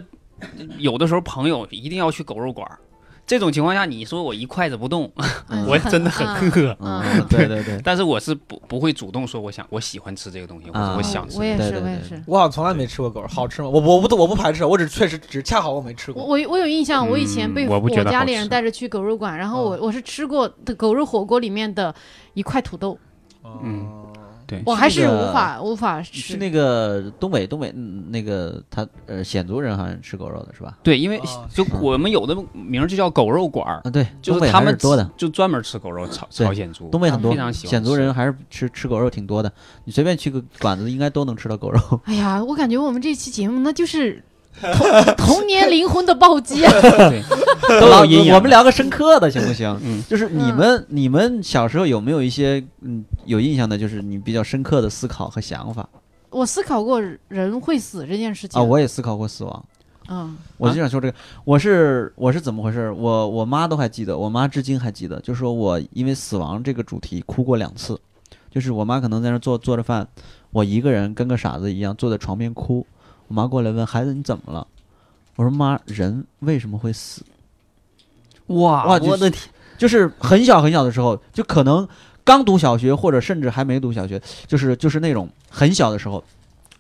Speaker 4: 有的时候朋友一定要去狗肉馆儿，这种情况下，你说我一筷子不动，
Speaker 1: 嗯
Speaker 4: 我真的很
Speaker 1: 啊
Speaker 4: 饿。
Speaker 2: 嗯
Speaker 1: 嗯，
Speaker 2: 对对对，
Speaker 4: 但是我是不不会主动说我想我喜欢吃这个东西，或
Speaker 2: 啊
Speaker 4: 者我想吃
Speaker 1: 我。也
Speaker 2: 对
Speaker 1: 是，
Speaker 2: 对
Speaker 1: 我也
Speaker 2: 对
Speaker 1: 是。
Speaker 3: 我好像从来没吃过狗，好吃吗？我我不我不排斥，我只确实只恰好我没吃
Speaker 1: 我
Speaker 3: 过。
Speaker 1: 我我有印象，我以前
Speaker 4: 嗯
Speaker 1: 被
Speaker 4: 我不觉得
Speaker 1: 家
Speaker 4: 好
Speaker 1: 里人
Speaker 4: 吃嗯
Speaker 1: 带着去狗肉馆，然后我我是吃过的狗肉火锅里面的一块土豆，
Speaker 3: 哦
Speaker 4: 嗯
Speaker 1: 我还是
Speaker 2: 那个
Speaker 1: 无法无法吃
Speaker 2: 是。那个东北东北嗯那个他呃显族人好像吃狗肉的是吧？
Speaker 4: 对，因为
Speaker 3: 啊
Speaker 4: 就我们有的名儿就叫狗肉馆儿，
Speaker 2: 啊，对，哦
Speaker 4: 就
Speaker 2: 东北
Speaker 4: 他
Speaker 2: 还
Speaker 4: 们
Speaker 2: 是多的，
Speaker 4: 就专门吃狗肉朝
Speaker 2: 对
Speaker 4: 朝鲜族，
Speaker 2: 东北很多
Speaker 4: 非常喜欢吃
Speaker 2: 显族人还是吃吃狗肉挺多的。你随便去个馆子，应该都能吃到 狗肉。
Speaker 1: 哎呀，我感觉我们这期节目那 就是童童年灵魂的暴击啊！
Speaker 4: 对都
Speaker 2: 老
Speaker 4: 有阴影。
Speaker 2: 我们聊个深刻的行不 行？
Speaker 4: 嗯，
Speaker 2: 就是你
Speaker 1: 嗯
Speaker 2: 们你们小时候有没有一些嗯有印象的，就是你比较深刻的思考和想法
Speaker 1: 我思考过人会死这件事情
Speaker 2: 啊？我也思考过死亡。
Speaker 1: 嗯
Speaker 2: 我就想说这个，我是我是怎么回事？我我妈都还记得，我妈至今还记得，就说我因为死亡这个主题哭过两次，就是我妈可能在那做做着饭，我一个人跟个傻子一样坐在床边哭，我妈过来问孩子你怎么了？我说妈，人为什么会死？
Speaker 4: 哇
Speaker 2: 哇
Speaker 4: 我的天，
Speaker 2: 就是很小很小的时候，就可能刚读小学，或者甚至还没读小学，就是就是那种很小的时候。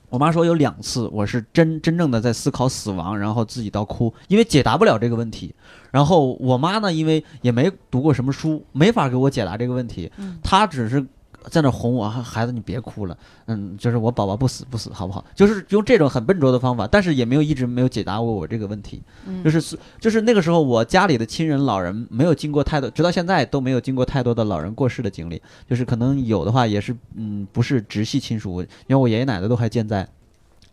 Speaker 2: 我妈说有两次，我是真真正的在思考死亡，然后自己到哭，因为解答不了这个问题。然后我妈呢，因为也没读过什么书，没法给我解答这个问题，
Speaker 1: 嗯
Speaker 2: 她只是在那哄我，孩子你别哭了，嗯，就是我宝宝不死不死，好不好？就是用这种很笨拙的方法，但是也没有一直没有解答过我这个问题。
Speaker 1: 嗯，
Speaker 2: 就是是就是那个时候，我家里的亲人老人没有经过太多，直到现在都没有经过太多的老人过世的经历。就是可能有的话也是，嗯，不是直系亲属，因为我爷爷奶奶都还健在，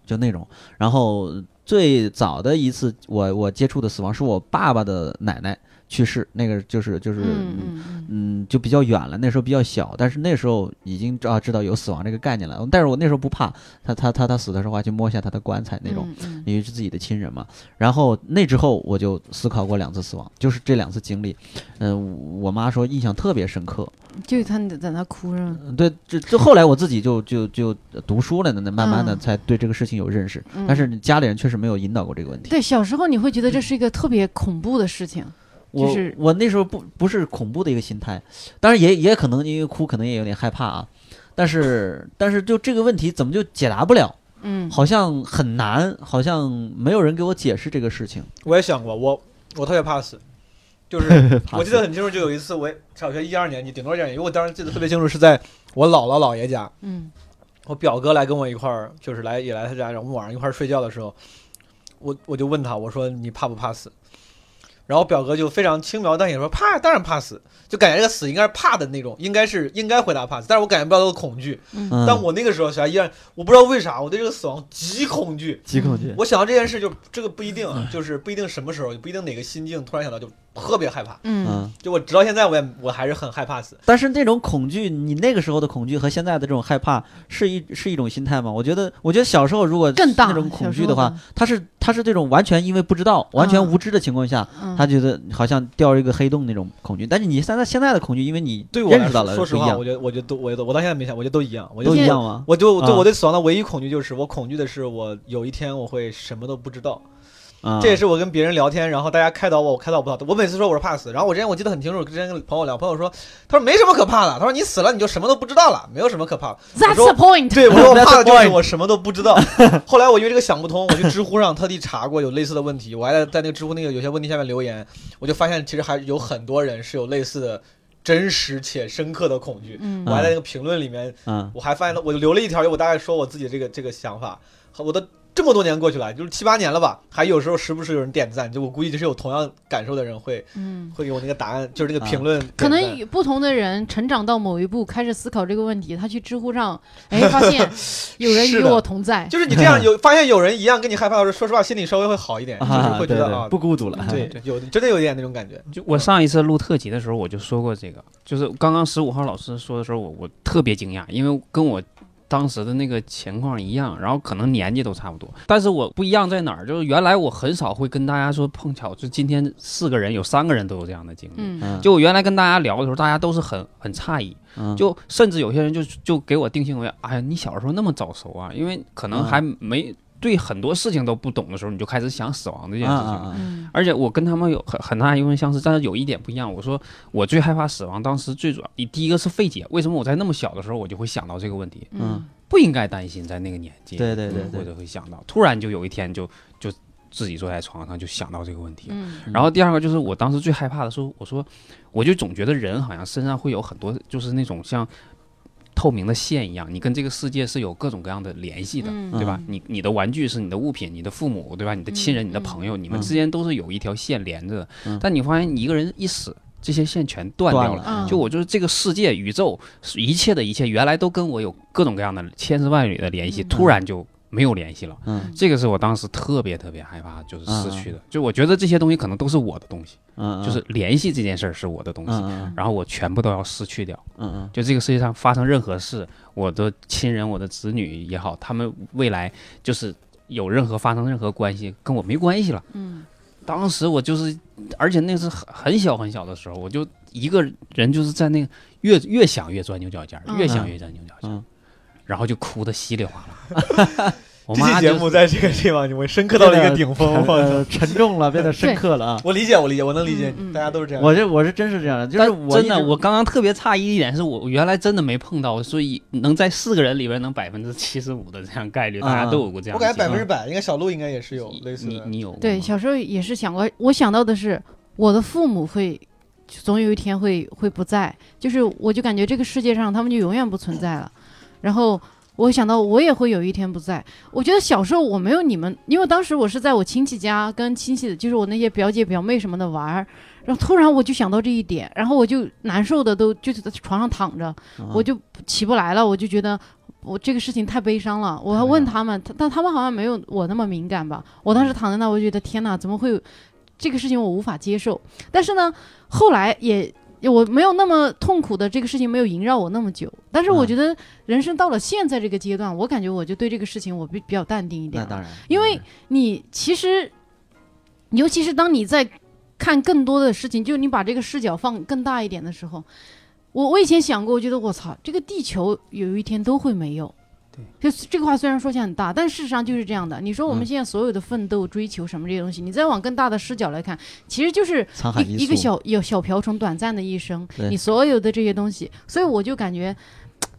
Speaker 2: 就那种。然后最早的一次我我接触的死亡是我爸爸的奶奶去世，那个就是就是
Speaker 1: 嗯嗯嗯
Speaker 2: 嗯，就比较远了，那时候比较小，但是那时候已经知道知道有死亡这个概念了。但是我那时候不怕，他他他他死的时候我还去摸一下他的棺材那种。
Speaker 1: 嗯嗯
Speaker 2: 因为是自己的亲人嘛。然后那之后我就思考过两次死亡，就是这两次经历，嗯、我妈说印象特别深刻。
Speaker 1: 就他在那哭着，
Speaker 2: 嗯对，这这后来我自己就就就读书了呢，那慢慢的
Speaker 1: 嗯
Speaker 2: 才对这个事情有认识。
Speaker 1: 嗯
Speaker 2: 但是你家里人确实没有引导过这个问题。
Speaker 1: 对小时候你会觉得这是一个特别恐怖的事情，
Speaker 2: 我
Speaker 1: 就是
Speaker 2: 我那时候不不是恐怖的一个心态，当然也也可能因为哭，可能也有点害怕啊。但是但是就这个问题怎么就解答不了？
Speaker 1: 嗯，
Speaker 2: 好像很难，好像没有人给我解释这个事情。
Speaker 3: 我也想过，我我特别怕死，就是
Speaker 2: 怕
Speaker 3: 我记得很清楚，就有一次我小学一二年级，顶多一二年级，我当时记得特别清楚，是在我姥姥姥爷家，
Speaker 1: 嗯
Speaker 3: 我表哥来跟我一块儿，就是来也来他家，然后我们晚上一块儿睡觉的时候，我我就问他，我说你怕不怕死？然后表哥就非常轻描淡写说怕，当然怕死，就感觉这个死应该是怕的那种，应该是应该回答怕死，但是我感觉不到那个恐惧。
Speaker 1: 嗯
Speaker 2: 嗯，
Speaker 3: 但我那个时候小学一二，我不知道为啥我对这个死亡极恐惧，
Speaker 2: 极恐惧。
Speaker 3: 我想到这件事就这个不一定，啊就是不一定什么时候，不一定哪个心境突然想到就特别害怕。
Speaker 1: 嗯
Speaker 2: 嗯，
Speaker 3: 就我直到现在，我也我还是很害怕死。
Speaker 2: 但是那种恐惧，你那个时候的恐惧和现在的这种害怕是一是一种心态吗？我觉得，我觉得小时候如果
Speaker 1: 更大
Speaker 2: 那种恐
Speaker 1: 小时
Speaker 2: 惧的
Speaker 1: 候
Speaker 2: 话
Speaker 1: 的，
Speaker 2: 他是他是这种完全因为不知道、完全无知的情况下，
Speaker 1: 嗯，
Speaker 2: 他觉得好像掉一个黑洞那种恐惧。但是你现在现在的恐惧，因为你
Speaker 3: 对我
Speaker 2: 认
Speaker 3: 来
Speaker 2: 识到
Speaker 3: 说，
Speaker 2: 了
Speaker 3: 说实
Speaker 2: 不一
Speaker 3: 话，
Speaker 2: 样
Speaker 3: 我，觉得我觉得都我觉得我到现在没想，我觉得都一样。我就
Speaker 2: 都一
Speaker 1: 现
Speaker 2: 样吗？
Speaker 3: 我就对
Speaker 2: 啊
Speaker 3: 我对死亡的唯一恐惧就是，我恐惧的是我有一天我会什么都不知道。
Speaker 2: 啊，
Speaker 3: 这也是我跟别人聊天，然后大家开导我，我开导不到。我每次说我是怕死，然后我之前我记得很清楚，之前跟朋友聊，朋友说，他说没什么可怕的，他说你死了你就什么都不知道了，没有什么可怕的。
Speaker 1: That's
Speaker 3: 我
Speaker 1: the point。
Speaker 3: 对，我说我
Speaker 2: That's
Speaker 3: 怕的
Speaker 2: the
Speaker 3: 就是
Speaker 2: point
Speaker 3: 我什么都不 知道。后来我因为这个想不通，我去知乎上特地查过有类似的问题，我还在在那个知乎那个有些问题下面留言，我就发现其实还有很多人是有类似的真实且深刻的恐惧。
Speaker 1: 嗯
Speaker 3: 我还在那个评论里面，
Speaker 2: 嗯
Speaker 3: 我还发现了，我就留了一条，我大概说我自己这个这个想法，我的。这么多年过去了，就是七八年了吧，还有时候时不时有人点赞，就我估计就是有同样感受的人会
Speaker 1: 嗯。
Speaker 3: 会给我那个答案，就是
Speaker 2: 啊
Speaker 3: 那个评论点赞、
Speaker 1: 可能有不同的人成长到某一步，开始思考这个问题，他去知乎上，哎，发现有人
Speaker 3: 是
Speaker 1: 与
Speaker 3: 的
Speaker 1: 我同在，
Speaker 3: 就是你这 样有发现有人一样跟你害怕的时候，说实话心里稍微会好一点， 就是
Speaker 2: 啊，
Speaker 3: 会
Speaker 2: 对
Speaker 3: 觉得啊
Speaker 2: 对，不孤独了。
Speaker 3: 对，有真的有点那种感觉。
Speaker 4: 就我上一次录特辑的时候，我就说过这个，就是刚刚十五号老师说的时候，我我特别惊讶，因为跟我当时的那个情况一样，然后可能年纪都差不多，但是我不一样在哪儿，就是原来我很少会跟大家说碰巧，就今天四个人有三个人都有这样的经历。
Speaker 1: 嗯
Speaker 2: 嗯，
Speaker 4: 就我原来跟大家聊的时候，大家都是很很诧异，
Speaker 2: 嗯
Speaker 4: 就甚至有些人就就给我定性为，哎呀，你小时候那么早熟啊，因为可
Speaker 1: 嗯
Speaker 4: 能还没对很多事情都不懂的时候，你就开始想死亡这件
Speaker 2: 啊
Speaker 4: 事
Speaker 2: 啊
Speaker 4: 情。
Speaker 2: 啊
Speaker 1: 嗯
Speaker 4: 而且我跟他们有很很大的一部分相似，但是有一点不一样。我说我最害怕死亡，当时最主要，第一个是费解，为什么我在那么小的时候我就会想到这个问题？
Speaker 1: 嗯
Speaker 4: 不应该担心，在那个年纪，
Speaker 2: 对对对
Speaker 4: 嗯
Speaker 2: 对
Speaker 4: 我就会想到，突然就有一天就就自己坐在床上就想到这个问题了。
Speaker 1: 嗯
Speaker 4: 然后第二个就是我当时最害怕的时候，我说我就总觉得人好像身上会有很多，就是那种像透明的线一样，你跟这个世界是有各种各样的联系的。
Speaker 1: 嗯
Speaker 4: 对吧？你你的玩具是你的物品，你的父母对吧？你的亲人、你的朋友，你们
Speaker 2: 嗯
Speaker 4: 之间都是有一条线连着的。
Speaker 2: 嗯
Speaker 4: 但你发现你一个人一死，这些线全断
Speaker 2: 断
Speaker 4: 掉了。
Speaker 1: 嗯
Speaker 4: 就我就是这个世界、宇宙，一切的一切，原来都跟我有各种各样的千丝万缕的联系，
Speaker 1: 嗯
Speaker 4: 突然就没有联系了。
Speaker 2: 嗯
Speaker 4: 这个是我当时特别特别害怕，就是失去的。
Speaker 2: 嗯
Speaker 4: 就我觉得这些东西可能都是我的东西，
Speaker 2: 嗯，
Speaker 4: 就是联系这件事儿是我的东西，
Speaker 2: 嗯嗯
Speaker 4: 然后我全部都要失去掉。
Speaker 2: 嗯 嗯
Speaker 4: 就这个世界上发生任何事，我的亲人、我的子女也好，他们未来就是有任何发生任何关系，跟我没关系了。
Speaker 1: 嗯
Speaker 4: 当时我就是，而且那是很很小很小的时候，我就一个人就是在那个越越想越钻牛角尖儿，
Speaker 1: 嗯
Speaker 4: 越想越钻牛角尖儿，
Speaker 2: 嗯
Speaker 4: 然后就哭得稀里哗啦。我
Speaker 3: 这
Speaker 4: 妈
Speaker 3: 期节
Speaker 4: 就
Speaker 3: 目在这个地方，你 会深刻到了一个顶峰。
Speaker 2: 嗯，
Speaker 3: 我操！
Speaker 2: 呃沉重了，变得深刻了啊！
Speaker 3: 我理解，我理解，我能理解
Speaker 1: 嗯嗯，
Speaker 3: 大家都是这样。
Speaker 2: 我这我是真是这样的，就是
Speaker 4: 但
Speaker 2: 我
Speaker 4: 真的，
Speaker 2: 一直
Speaker 4: 我刚刚特别诧异一点是我我原来真的没碰到，所以能在四个人里边能百分之七十五的这样概率，大家
Speaker 2: 嗯
Speaker 4: 都有过这
Speaker 3: 我
Speaker 4: 样的
Speaker 3: 感觉
Speaker 4: 经历。
Speaker 3: 百分之百，应该小鹿应该也是有
Speaker 4: 你
Speaker 3: 类似
Speaker 4: 你
Speaker 3: 的。
Speaker 4: 你有过
Speaker 1: 对，
Speaker 4: 吗
Speaker 1: 小时候也是想过，我想到的是我的父母会。总有一天会会不在，就是我就感觉这个世界上他们就永远不存在了。然后我想到我也会有一天不在。我觉得小时候我没有你们，因为当时我是在我亲戚家跟亲戚的，就是我那些表姐表妹什么的玩儿，然后突然我就想到这一点，然后我就难受的都就是在床上躺着，
Speaker 2: 嗯
Speaker 1: 我就起不来了，我就觉得我这个事情太悲伤了。我还问他们，他但他们好像没有我那么敏感吧。我当时躺在那，我就觉得天哪，怎么会有这个事情我无法接受？但是呢，后来也。我没有那么痛苦的这个事情没有萦绕我那么久，但是我
Speaker 2: 嗯
Speaker 1: 觉得人生到了现在这个阶段，我感觉我就对这个事情我比比较淡定一点
Speaker 2: 那当
Speaker 1: 了。
Speaker 2: 然，嗯
Speaker 1: 因为你其实，尤其是当你在看更多的事情，就你把这个视角放更大一点的时候，我我以前想过，我觉得我操，这个地球有一天都会没有。就这个话虽然说起来很大，但事实上就是这样的。你说我们
Speaker 2: 嗯
Speaker 1: 现在所有的奋斗、追求什么这些东西，你再往更大的视角来看，其实就是
Speaker 2: 沧海
Speaker 1: 一
Speaker 2: 啊一
Speaker 1: 一个
Speaker 2: 粟
Speaker 1: 小有小瓢虫短暂的一生，
Speaker 2: 对
Speaker 1: 你所有的这些东西，所以我就感觉，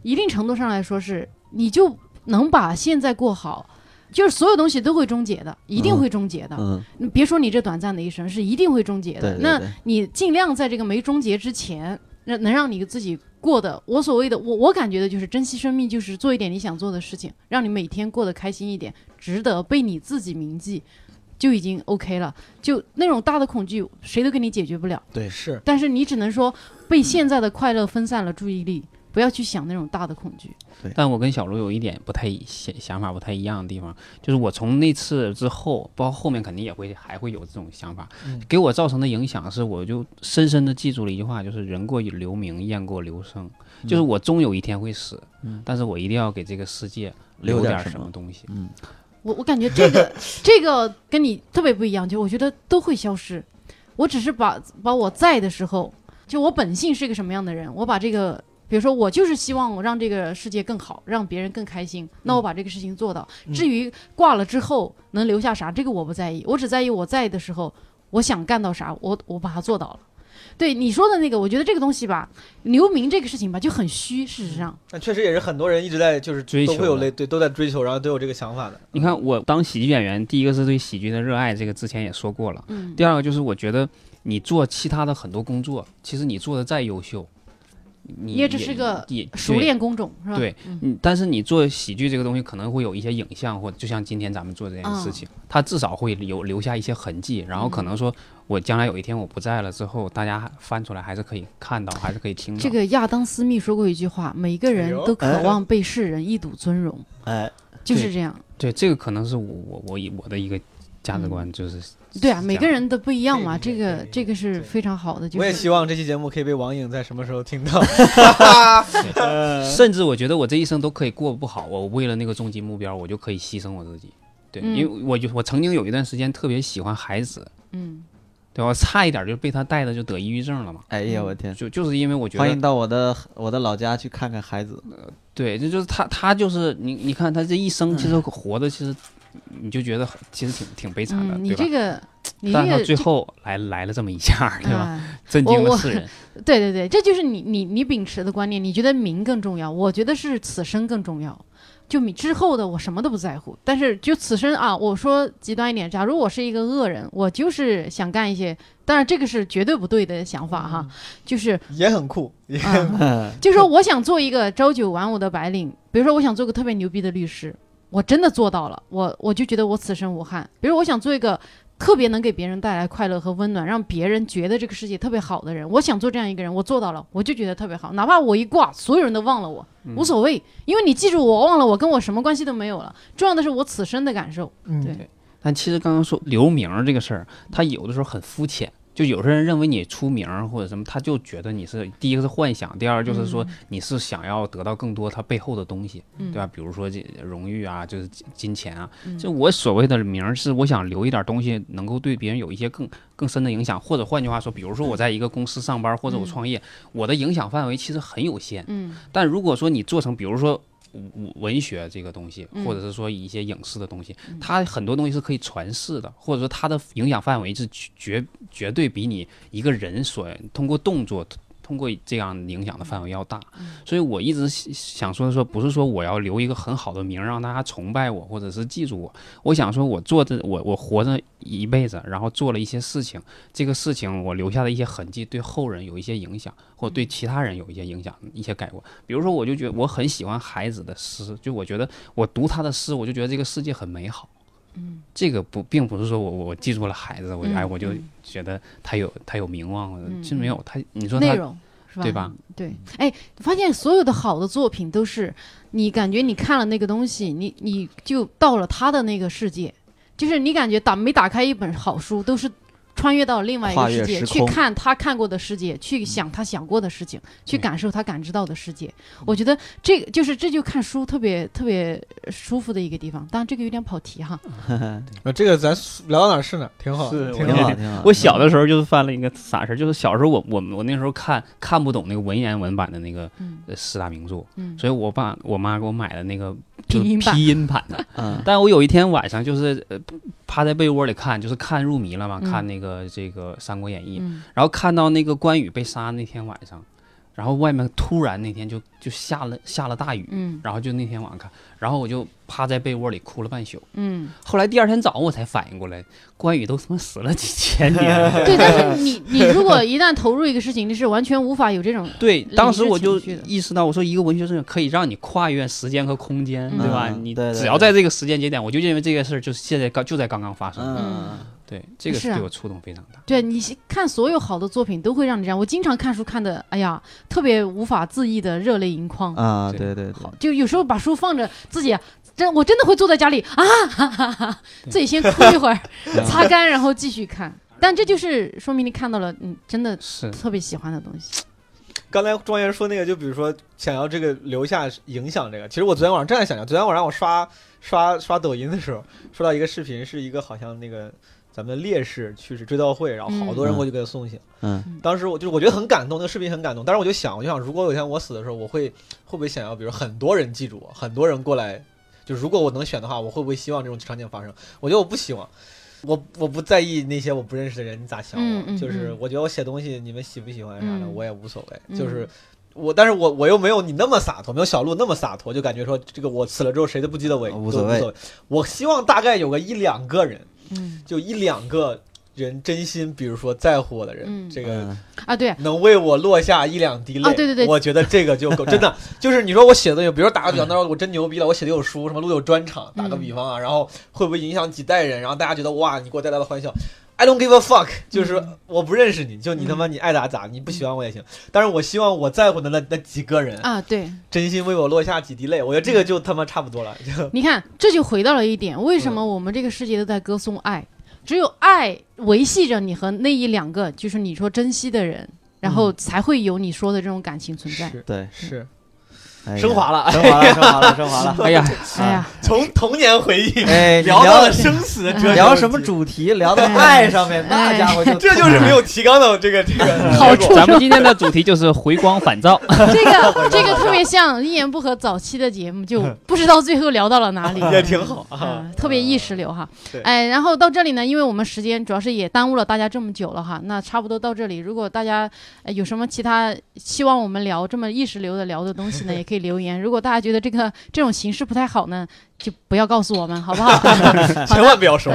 Speaker 1: 一定程度上来说是，你就能把现在过好，就是所有东西都会终结的，一定
Speaker 2: 嗯
Speaker 1: 会终结的。
Speaker 2: 嗯，
Speaker 1: 你别说你这短暂的一生是一定会终结的，
Speaker 2: 对对
Speaker 1: 那
Speaker 2: 对
Speaker 1: 你尽量在这个没终结之前，那能让你自己过得，我所谓的我我感觉的就是珍惜生命，就是做一点你想做的事情，让你每天过得开心一点，值得被你自己铭记，就已经 OK 了。就那种大的恐惧，谁都给你解决不了，
Speaker 2: 对
Speaker 5: 是
Speaker 1: 但是你只能说被现在的快乐分散了注意力，不要去想那种大的恐惧。
Speaker 4: 但我跟小卢有一点不太一想想法不太一样的地方，就是我从那次之后，包括后面肯定也会还会有这种想法，给我造成的影响是，我就深深的记住了一句话，就是“人过留名，雁过留声”，就是我终有一天会死，但是我一定要给这个世界
Speaker 2: 留点
Speaker 4: 嗯点
Speaker 2: 什
Speaker 4: 什
Speaker 2: 么
Speaker 4: 么东西。
Speaker 2: 嗯
Speaker 1: 我我感觉这个这个跟你特别不一样，就我觉得都会消失。我只是把把我在的时候，就我本性是一个什么样的人，我把这个，比如说我就是希望我让这个世界更好，让别人更开心，
Speaker 4: 嗯
Speaker 1: 那我把这个事情做到。至于挂了之后能留下啥，这个我不在意，我只在意我在的时候，我想干到啥，我我把它做到了。对你说的那个，我觉得这个东西吧，留名这个事情吧，就很虚。事
Speaker 4: 嗯
Speaker 1: 实上，
Speaker 3: 但确实也是很多人一直在就是
Speaker 4: 追
Speaker 3: 都
Speaker 4: 求
Speaker 3: 会有
Speaker 4: 的
Speaker 3: 类对都在追求，然后都有这个想法的。
Speaker 4: 你看，我当喜剧演员，第一个是对喜剧的热爱，这个之前也说过了。
Speaker 1: 嗯，
Speaker 4: 第二个就是我觉得你做其他的很多工作，其实你做的再优秀，你
Speaker 1: 你也只是个
Speaker 4: 也
Speaker 1: 熟。练工种是吧？
Speaker 4: 对
Speaker 1: 嗯
Speaker 4: 嗯，但是你做喜剧这个东西可能会有一些影像，或者就像今天咱们做这件
Speaker 1: 嗯
Speaker 4: 事情，它至少会留留下一些痕迹，然后可能说我将来有一天我不在了之后，大家翻出来还是可以看到，还是可以听到。
Speaker 1: 这个亚当·斯密说过一句话：“每个
Speaker 4: 哎
Speaker 1: 人都渴望被世人一睹尊荣。
Speaker 2: 哎，”
Speaker 1: 就是这样。
Speaker 4: 对，这个可能是我我我以我的一个价
Speaker 1: 嗯
Speaker 4: 值观，就是、
Speaker 1: 对啊，
Speaker 4: 是
Speaker 1: 每
Speaker 4: 这
Speaker 1: 个
Speaker 4: 样
Speaker 1: 人的不一样嘛，
Speaker 3: 对
Speaker 1: 这
Speaker 3: 对
Speaker 1: 个
Speaker 3: 对
Speaker 1: 这个是
Speaker 3: 对
Speaker 1: 非常好的。就
Speaker 3: 我也
Speaker 1: 是
Speaker 3: 希望这期节目可以被网友在什么时候听到。
Speaker 4: 甚至我觉得我这一生都可以过不好，我为了那个终极目标，我就可以牺牲我自己。对，
Speaker 1: 嗯
Speaker 4: 因为我就我曾经有一段时间特别喜欢孩子，
Speaker 1: 嗯，
Speaker 4: 对吧？我差一点就被他带的就得抑郁症了嘛，
Speaker 2: 哎呀，我的天！
Speaker 4: 就就是因为我觉
Speaker 2: 欢
Speaker 4: 得
Speaker 2: 迎到我的我的老家去看看孩子。
Speaker 4: 对，这就是他，他就是你，你看他这一生其实活的，其实你就觉得很其实挺挺悲惨的，
Speaker 1: 嗯，你
Speaker 4: 对吧？
Speaker 1: 这个你
Speaker 4: 但是
Speaker 1: 这
Speaker 4: 他
Speaker 1: 个
Speaker 4: 最
Speaker 1: 这
Speaker 4: 后来来了这么一下，对吧？
Speaker 1: 哎
Speaker 4: 震惊
Speaker 1: 我
Speaker 4: 了
Speaker 1: 我
Speaker 4: 世人。
Speaker 1: 嗯对对对，这就是你你你秉持的观念，你觉得名更重要，我觉得是此生更重要。就你之后的我什么都不在乎，但是就此生啊，我说极端一点，假如我是一个恶人，我就是想干一些，当然这个是绝对不对的想法
Speaker 4: 嗯
Speaker 1: 哈，就是
Speaker 3: 也很酷，也
Speaker 1: 嗯，就说我想做一个朝九晚五的白领，比如说我想做个特别牛逼的律师，我真的做到了，我我就觉得我此生无憾。比如我想做一个特别能给别人带来快乐和温暖，让别人觉得这个世界特别好的人，我想做这样一个人，我做到了，我就觉得特别好。哪怕我一挂，所有人都忘了我，无所谓，因为你记住我忘了我，跟我什么关系都没有了。重要的是我此生的感受。
Speaker 3: 嗯
Speaker 1: 对
Speaker 4: 但其实刚刚说留名儿这个事儿，他有的时候很肤浅。就有些人认为你出名儿或者什么，他就觉得你是第一个是幻想，第二就是说你是想要得到更多他背后的东西，对吧？比如说这荣誉啊，就是金金钱啊。就我所谓的名儿，是我想留一点东西，能够对别人有一些更更深的影响，或者换句话说，比如说我在一个公司上班或者我创业，我的影响范围其实很有限。
Speaker 1: 嗯
Speaker 4: 但如果说你做成，比如说文文学这个东西，
Speaker 1: 嗯
Speaker 4: 或者是说一些影视的东西，它很多东西是可以传世的，或者说它的影响范围是绝绝绝对比你一个人所通过动作。通过这样影响的范围要大，
Speaker 1: 嗯
Speaker 4: 所以我一直想想说的说，不是说我要留一个很好的名儿让大家崇拜我，或者是记住我。我想说，我做的我我活着一辈子，然后做了一些事情，这个事情我留下的一些痕迹，对后人有一些影响，或者对其他人有一些影响、一些改观。比如说，我就觉得我很喜欢孩子的诗，就我觉得我读他的诗，我就觉得这个世界很美好。嗯，这个不并不是说我我我记住了孩子，我就、
Speaker 1: 嗯
Speaker 4: 哎我就
Speaker 1: 嗯
Speaker 4: 觉得他有他有名望，
Speaker 1: 嗯
Speaker 4: 其实没有他，你说
Speaker 1: 内
Speaker 4: 他
Speaker 1: 容是吧？
Speaker 4: 对吧？
Speaker 1: 对，哎，发现所有的好的作品都是你感觉你看了那个东西，你你就到了他的那个世界，就是你感觉打没打开一本好书，都是穿越到另外一
Speaker 2: 跨
Speaker 1: 个
Speaker 2: 越
Speaker 1: 世界，
Speaker 2: 时
Speaker 1: 去
Speaker 2: 空
Speaker 1: 看他看过的世界，去想他想过的事情，去
Speaker 4: 对
Speaker 1: 感受他感知到的世界。我觉得这个就是这就看书特别特别舒服的一个地方。当然这个有点跑题哈，
Speaker 3: 啊，这个咱聊到哪儿是哪儿，挺好，
Speaker 4: 是
Speaker 3: 挺
Speaker 2: 挺
Speaker 3: 好
Speaker 2: 好，。挺好。
Speaker 4: 我小的时候就是犯了一个傻事儿，就是小时候我我我那时候看看不懂那个文言文版的那个
Speaker 1: 嗯
Speaker 4: 呃四大名著，
Speaker 1: 嗯，
Speaker 4: 所以我爸我妈给我买了那个就是
Speaker 1: 拼音版
Speaker 4: 拼音版 的。
Speaker 2: 嗯，
Speaker 4: 但我有一天晚上就是呃趴在被窝里看，就是看入迷了嘛，
Speaker 1: 嗯
Speaker 4: 看那个这个《三国演义》，
Speaker 1: 嗯
Speaker 4: 然后看到那个关羽被杀那天晚上，然后外面突然那天就就下了下了大雨，
Speaker 1: 嗯
Speaker 4: 然后就那天晚上看，然后我就趴在被窝里哭了半宿。
Speaker 1: 嗯，
Speaker 4: 后来第二天早上我才反应过来，关羽都他妈死了几千年 了。
Speaker 1: 对。但是你你如果一旦投入一个事情，你是完全无法有这种
Speaker 4: 对，
Speaker 1: 理
Speaker 4: 当时
Speaker 1: 智
Speaker 4: 我就
Speaker 1: 情绪的
Speaker 4: 意识到，我说一个文学作品可以让你跨越时间和空间，
Speaker 1: 嗯
Speaker 4: 对吧？
Speaker 2: 嗯
Speaker 4: 你
Speaker 2: 对对
Speaker 4: 只要在这个时间节点，我就认为这个事儿就是现在刚就在刚刚发生。
Speaker 2: 嗯，
Speaker 4: 对，这个
Speaker 1: 是啊
Speaker 4: 对我触动非常大。
Speaker 1: 对你是看所有好的作品都会让你这样。我经常看书看的，哎呀，特别无法自抑的热泪盈眶。
Speaker 2: 啊，对
Speaker 4: 对
Speaker 2: 对对，
Speaker 1: 就有时候把书放着，自己真我真的会坐在家里啊，哈哈哈，自己先哭一会儿，
Speaker 2: 嗯
Speaker 1: 擦干，然后继续看。但这就是说明你看到了你真的
Speaker 4: 是，
Speaker 1: 特别喜欢的东西。
Speaker 3: 刚才庄园说那个，就比如说想要这个留下影响这个，其实我昨天晚上正在想着，昨天晚上我刷刷刷抖音的时候，刷到一个视频，是一个好像那个咱们的烈士去世追悼会，然后好多人
Speaker 2: 嗯
Speaker 3: 过去给他送行。
Speaker 2: 嗯
Speaker 1: 嗯
Speaker 3: 当时我就是我觉得很感动，那个视频很感动。当时我就想，我就想，如果有一天我死的时候，我会会不会想要，比如很多人记住我，很多人过来，就如果我能选的话，我会不会希望这种场景发生？我觉得我不希望。我我不在意那些我不认识的人你咋想我，
Speaker 1: 嗯嗯
Speaker 3: 就是
Speaker 1: 嗯
Speaker 3: 我觉得我写东西你们喜不喜欢啥的、
Speaker 1: 嗯
Speaker 3: 我也无所谓，
Speaker 1: 嗯
Speaker 3: 就是我，但是我我又没有你那么洒脱，没有小鹿那么洒脱，就感觉说这个我死了之后谁都不记得我，
Speaker 2: 啊无
Speaker 3: 都
Speaker 2: 所谓
Speaker 3: 无所谓。我希望大概有个一两个人，
Speaker 1: 嗯
Speaker 3: 就一两个人真心，比如说在乎我的人，
Speaker 1: 嗯
Speaker 3: 这
Speaker 2: 哎
Speaker 3: 个
Speaker 1: 啊，对，
Speaker 3: 能为我落下一两滴泪。
Speaker 1: 啊对对对
Speaker 3: 我觉得这个就够， 真的就是你说我写的有，比如打个比方，那时候我真牛逼了，我写的有书，什么录有专场，打个比方
Speaker 1: 嗯
Speaker 3: 啊，然后会不会影响几代人，然后大家觉得哇，你给我带来了欢笑。I don't give a fuck，就是我不认识你，就你他妈你爱咋咋，你不喜欢我也行。但是我希望我在乎的那那几个人，
Speaker 1: 啊，对，
Speaker 3: 真心为我落下几滴泪，我觉得这个就他妈差不多了。就
Speaker 1: 你看，这就回到了一点，为什么我们这个世界都在歌颂爱？只有爱维系着你和那一两个，就是你说珍惜的人，然后才会有你说的这种感情存在。
Speaker 3: 是
Speaker 2: 对，
Speaker 3: 是，
Speaker 2: 哎呀
Speaker 3: 升华了，啊
Speaker 2: 升华了，升华了，升华 了。啊
Speaker 4: 哎呀，
Speaker 1: 哎呀，
Speaker 3: 从童年回忆
Speaker 2: 哎，你
Speaker 3: 聊到
Speaker 2: 聊
Speaker 3: 了生死的哲学
Speaker 2: 聊什么主题？聊到爱上面，
Speaker 1: 哎
Speaker 2: 那家伙就
Speaker 3: 这就是没有提纲的这个这个
Speaker 1: 好
Speaker 3: 结果
Speaker 1: 处
Speaker 4: 咱们今天的主题就是回光返照。
Speaker 1: 这 个这个特别像一言不合早期的节目，就不知道最后聊到了哪里，
Speaker 3: 也挺好啊
Speaker 1: 嗯。，特别意识流哈
Speaker 3: 对。
Speaker 1: 哎，然后到这里呢，因为我们时间主要是也耽误了大家这么久了哈，那差不多到这里。如果大家、呃有什么其他希望我们聊这么意识流的聊的东西呢，也可以留言。如果大家觉得这个这种形式不太好呢，就不要告诉我们，好不好？
Speaker 3: 千万不要收。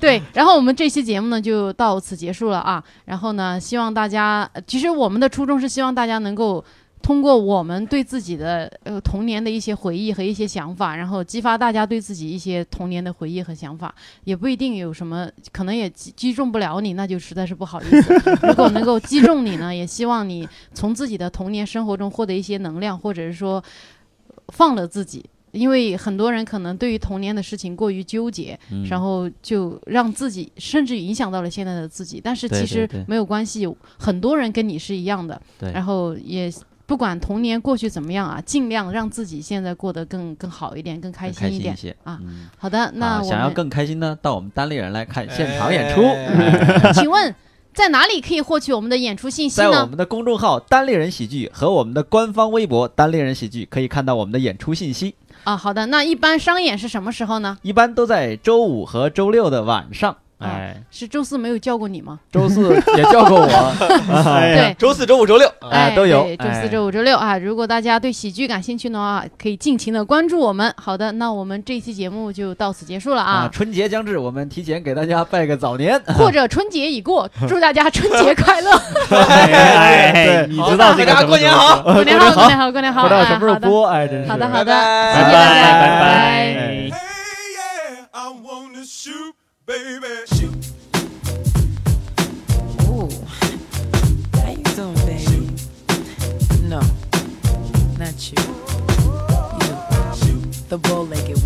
Speaker 1: 对，然后我们这期节目呢就到此结束了啊。然后呢，希望大家，呃其实我们的初衷是希望大家能够通过我们对自己的呃童年的一些回忆和一些想法，然后激发大家对自己一些童年的回忆和想法，也不一定有什么，可能也击击中不了你，那就实在是不好意思。如果能够击中你呢，也希望你从自己的童年生活中获得一些能量，或者是说放了自己。因为很多人可能对于童年的事情过于纠结，
Speaker 2: 嗯
Speaker 1: 然后就让自己甚至影响到了现在的自己，但是
Speaker 2: 对
Speaker 1: 其
Speaker 2: 对
Speaker 1: 实
Speaker 2: 对
Speaker 1: 没有关系，很多人跟你是一样的，
Speaker 2: 对
Speaker 1: 然后也不管童年过去怎么样啊，尽量让自己现在过得更更好一点，更开心一点。
Speaker 2: 些
Speaker 1: 啊。
Speaker 2: 嗯
Speaker 1: 好的，那
Speaker 2: 啊
Speaker 1: 我们、
Speaker 2: 想要更开心呢，到我们单立人来看现场演出，
Speaker 3: 哎
Speaker 1: 呃请问在哪里可以获取我们的演出信息
Speaker 2: 在我
Speaker 1: 呢？
Speaker 2: 们的公众号“单立人喜剧”和我们的官方微博“单立人喜剧”可以看到我们的演出信息，
Speaker 1: 啊，好的，那一般商演是什么时候呢？
Speaker 2: 一般都在周五和周六的晚 上，哎，
Speaker 1: 是周四没有叫过你吗？
Speaker 2: 周四也叫过我，
Speaker 1: 对，
Speaker 3: 周四、周五、周六啊，
Speaker 2: 哎都有
Speaker 1: 对周
Speaker 2: 哎
Speaker 1: 四、周五、周六啊。如果大家对喜剧感兴趣的话，可以尽情的关注我们。好的，那我们这期节目就到此结束了
Speaker 2: 啊，
Speaker 1: 啊。
Speaker 2: 春节将至，我们提前给大家拜个早 年，
Speaker 1: 或者春节 已过，祝大家春节快乐！
Speaker 4: 哎
Speaker 2: 对
Speaker 4: 你知道这
Speaker 3: 大家
Speaker 4: 个怎么
Speaker 3: 过年
Speaker 4: 说
Speaker 3: 好，
Speaker 1: 过年好，过年好，过年好！
Speaker 2: 不知道
Speaker 1: 哎
Speaker 2: 什么时候
Speaker 1: 好的
Speaker 2: 播，哎，真是
Speaker 1: 好的，好
Speaker 3: 拜
Speaker 1: 的，
Speaker 3: 拜
Speaker 1: 谢谢
Speaker 4: 拜
Speaker 1: 大家
Speaker 4: 拜哎
Speaker 1: 拜
Speaker 4: 拜。
Speaker 6: Hey, yeah, I wanna shoot, baby. Shoot,
Speaker 7: Ooh. How you doing, baby? No, not you. You, the bow-legged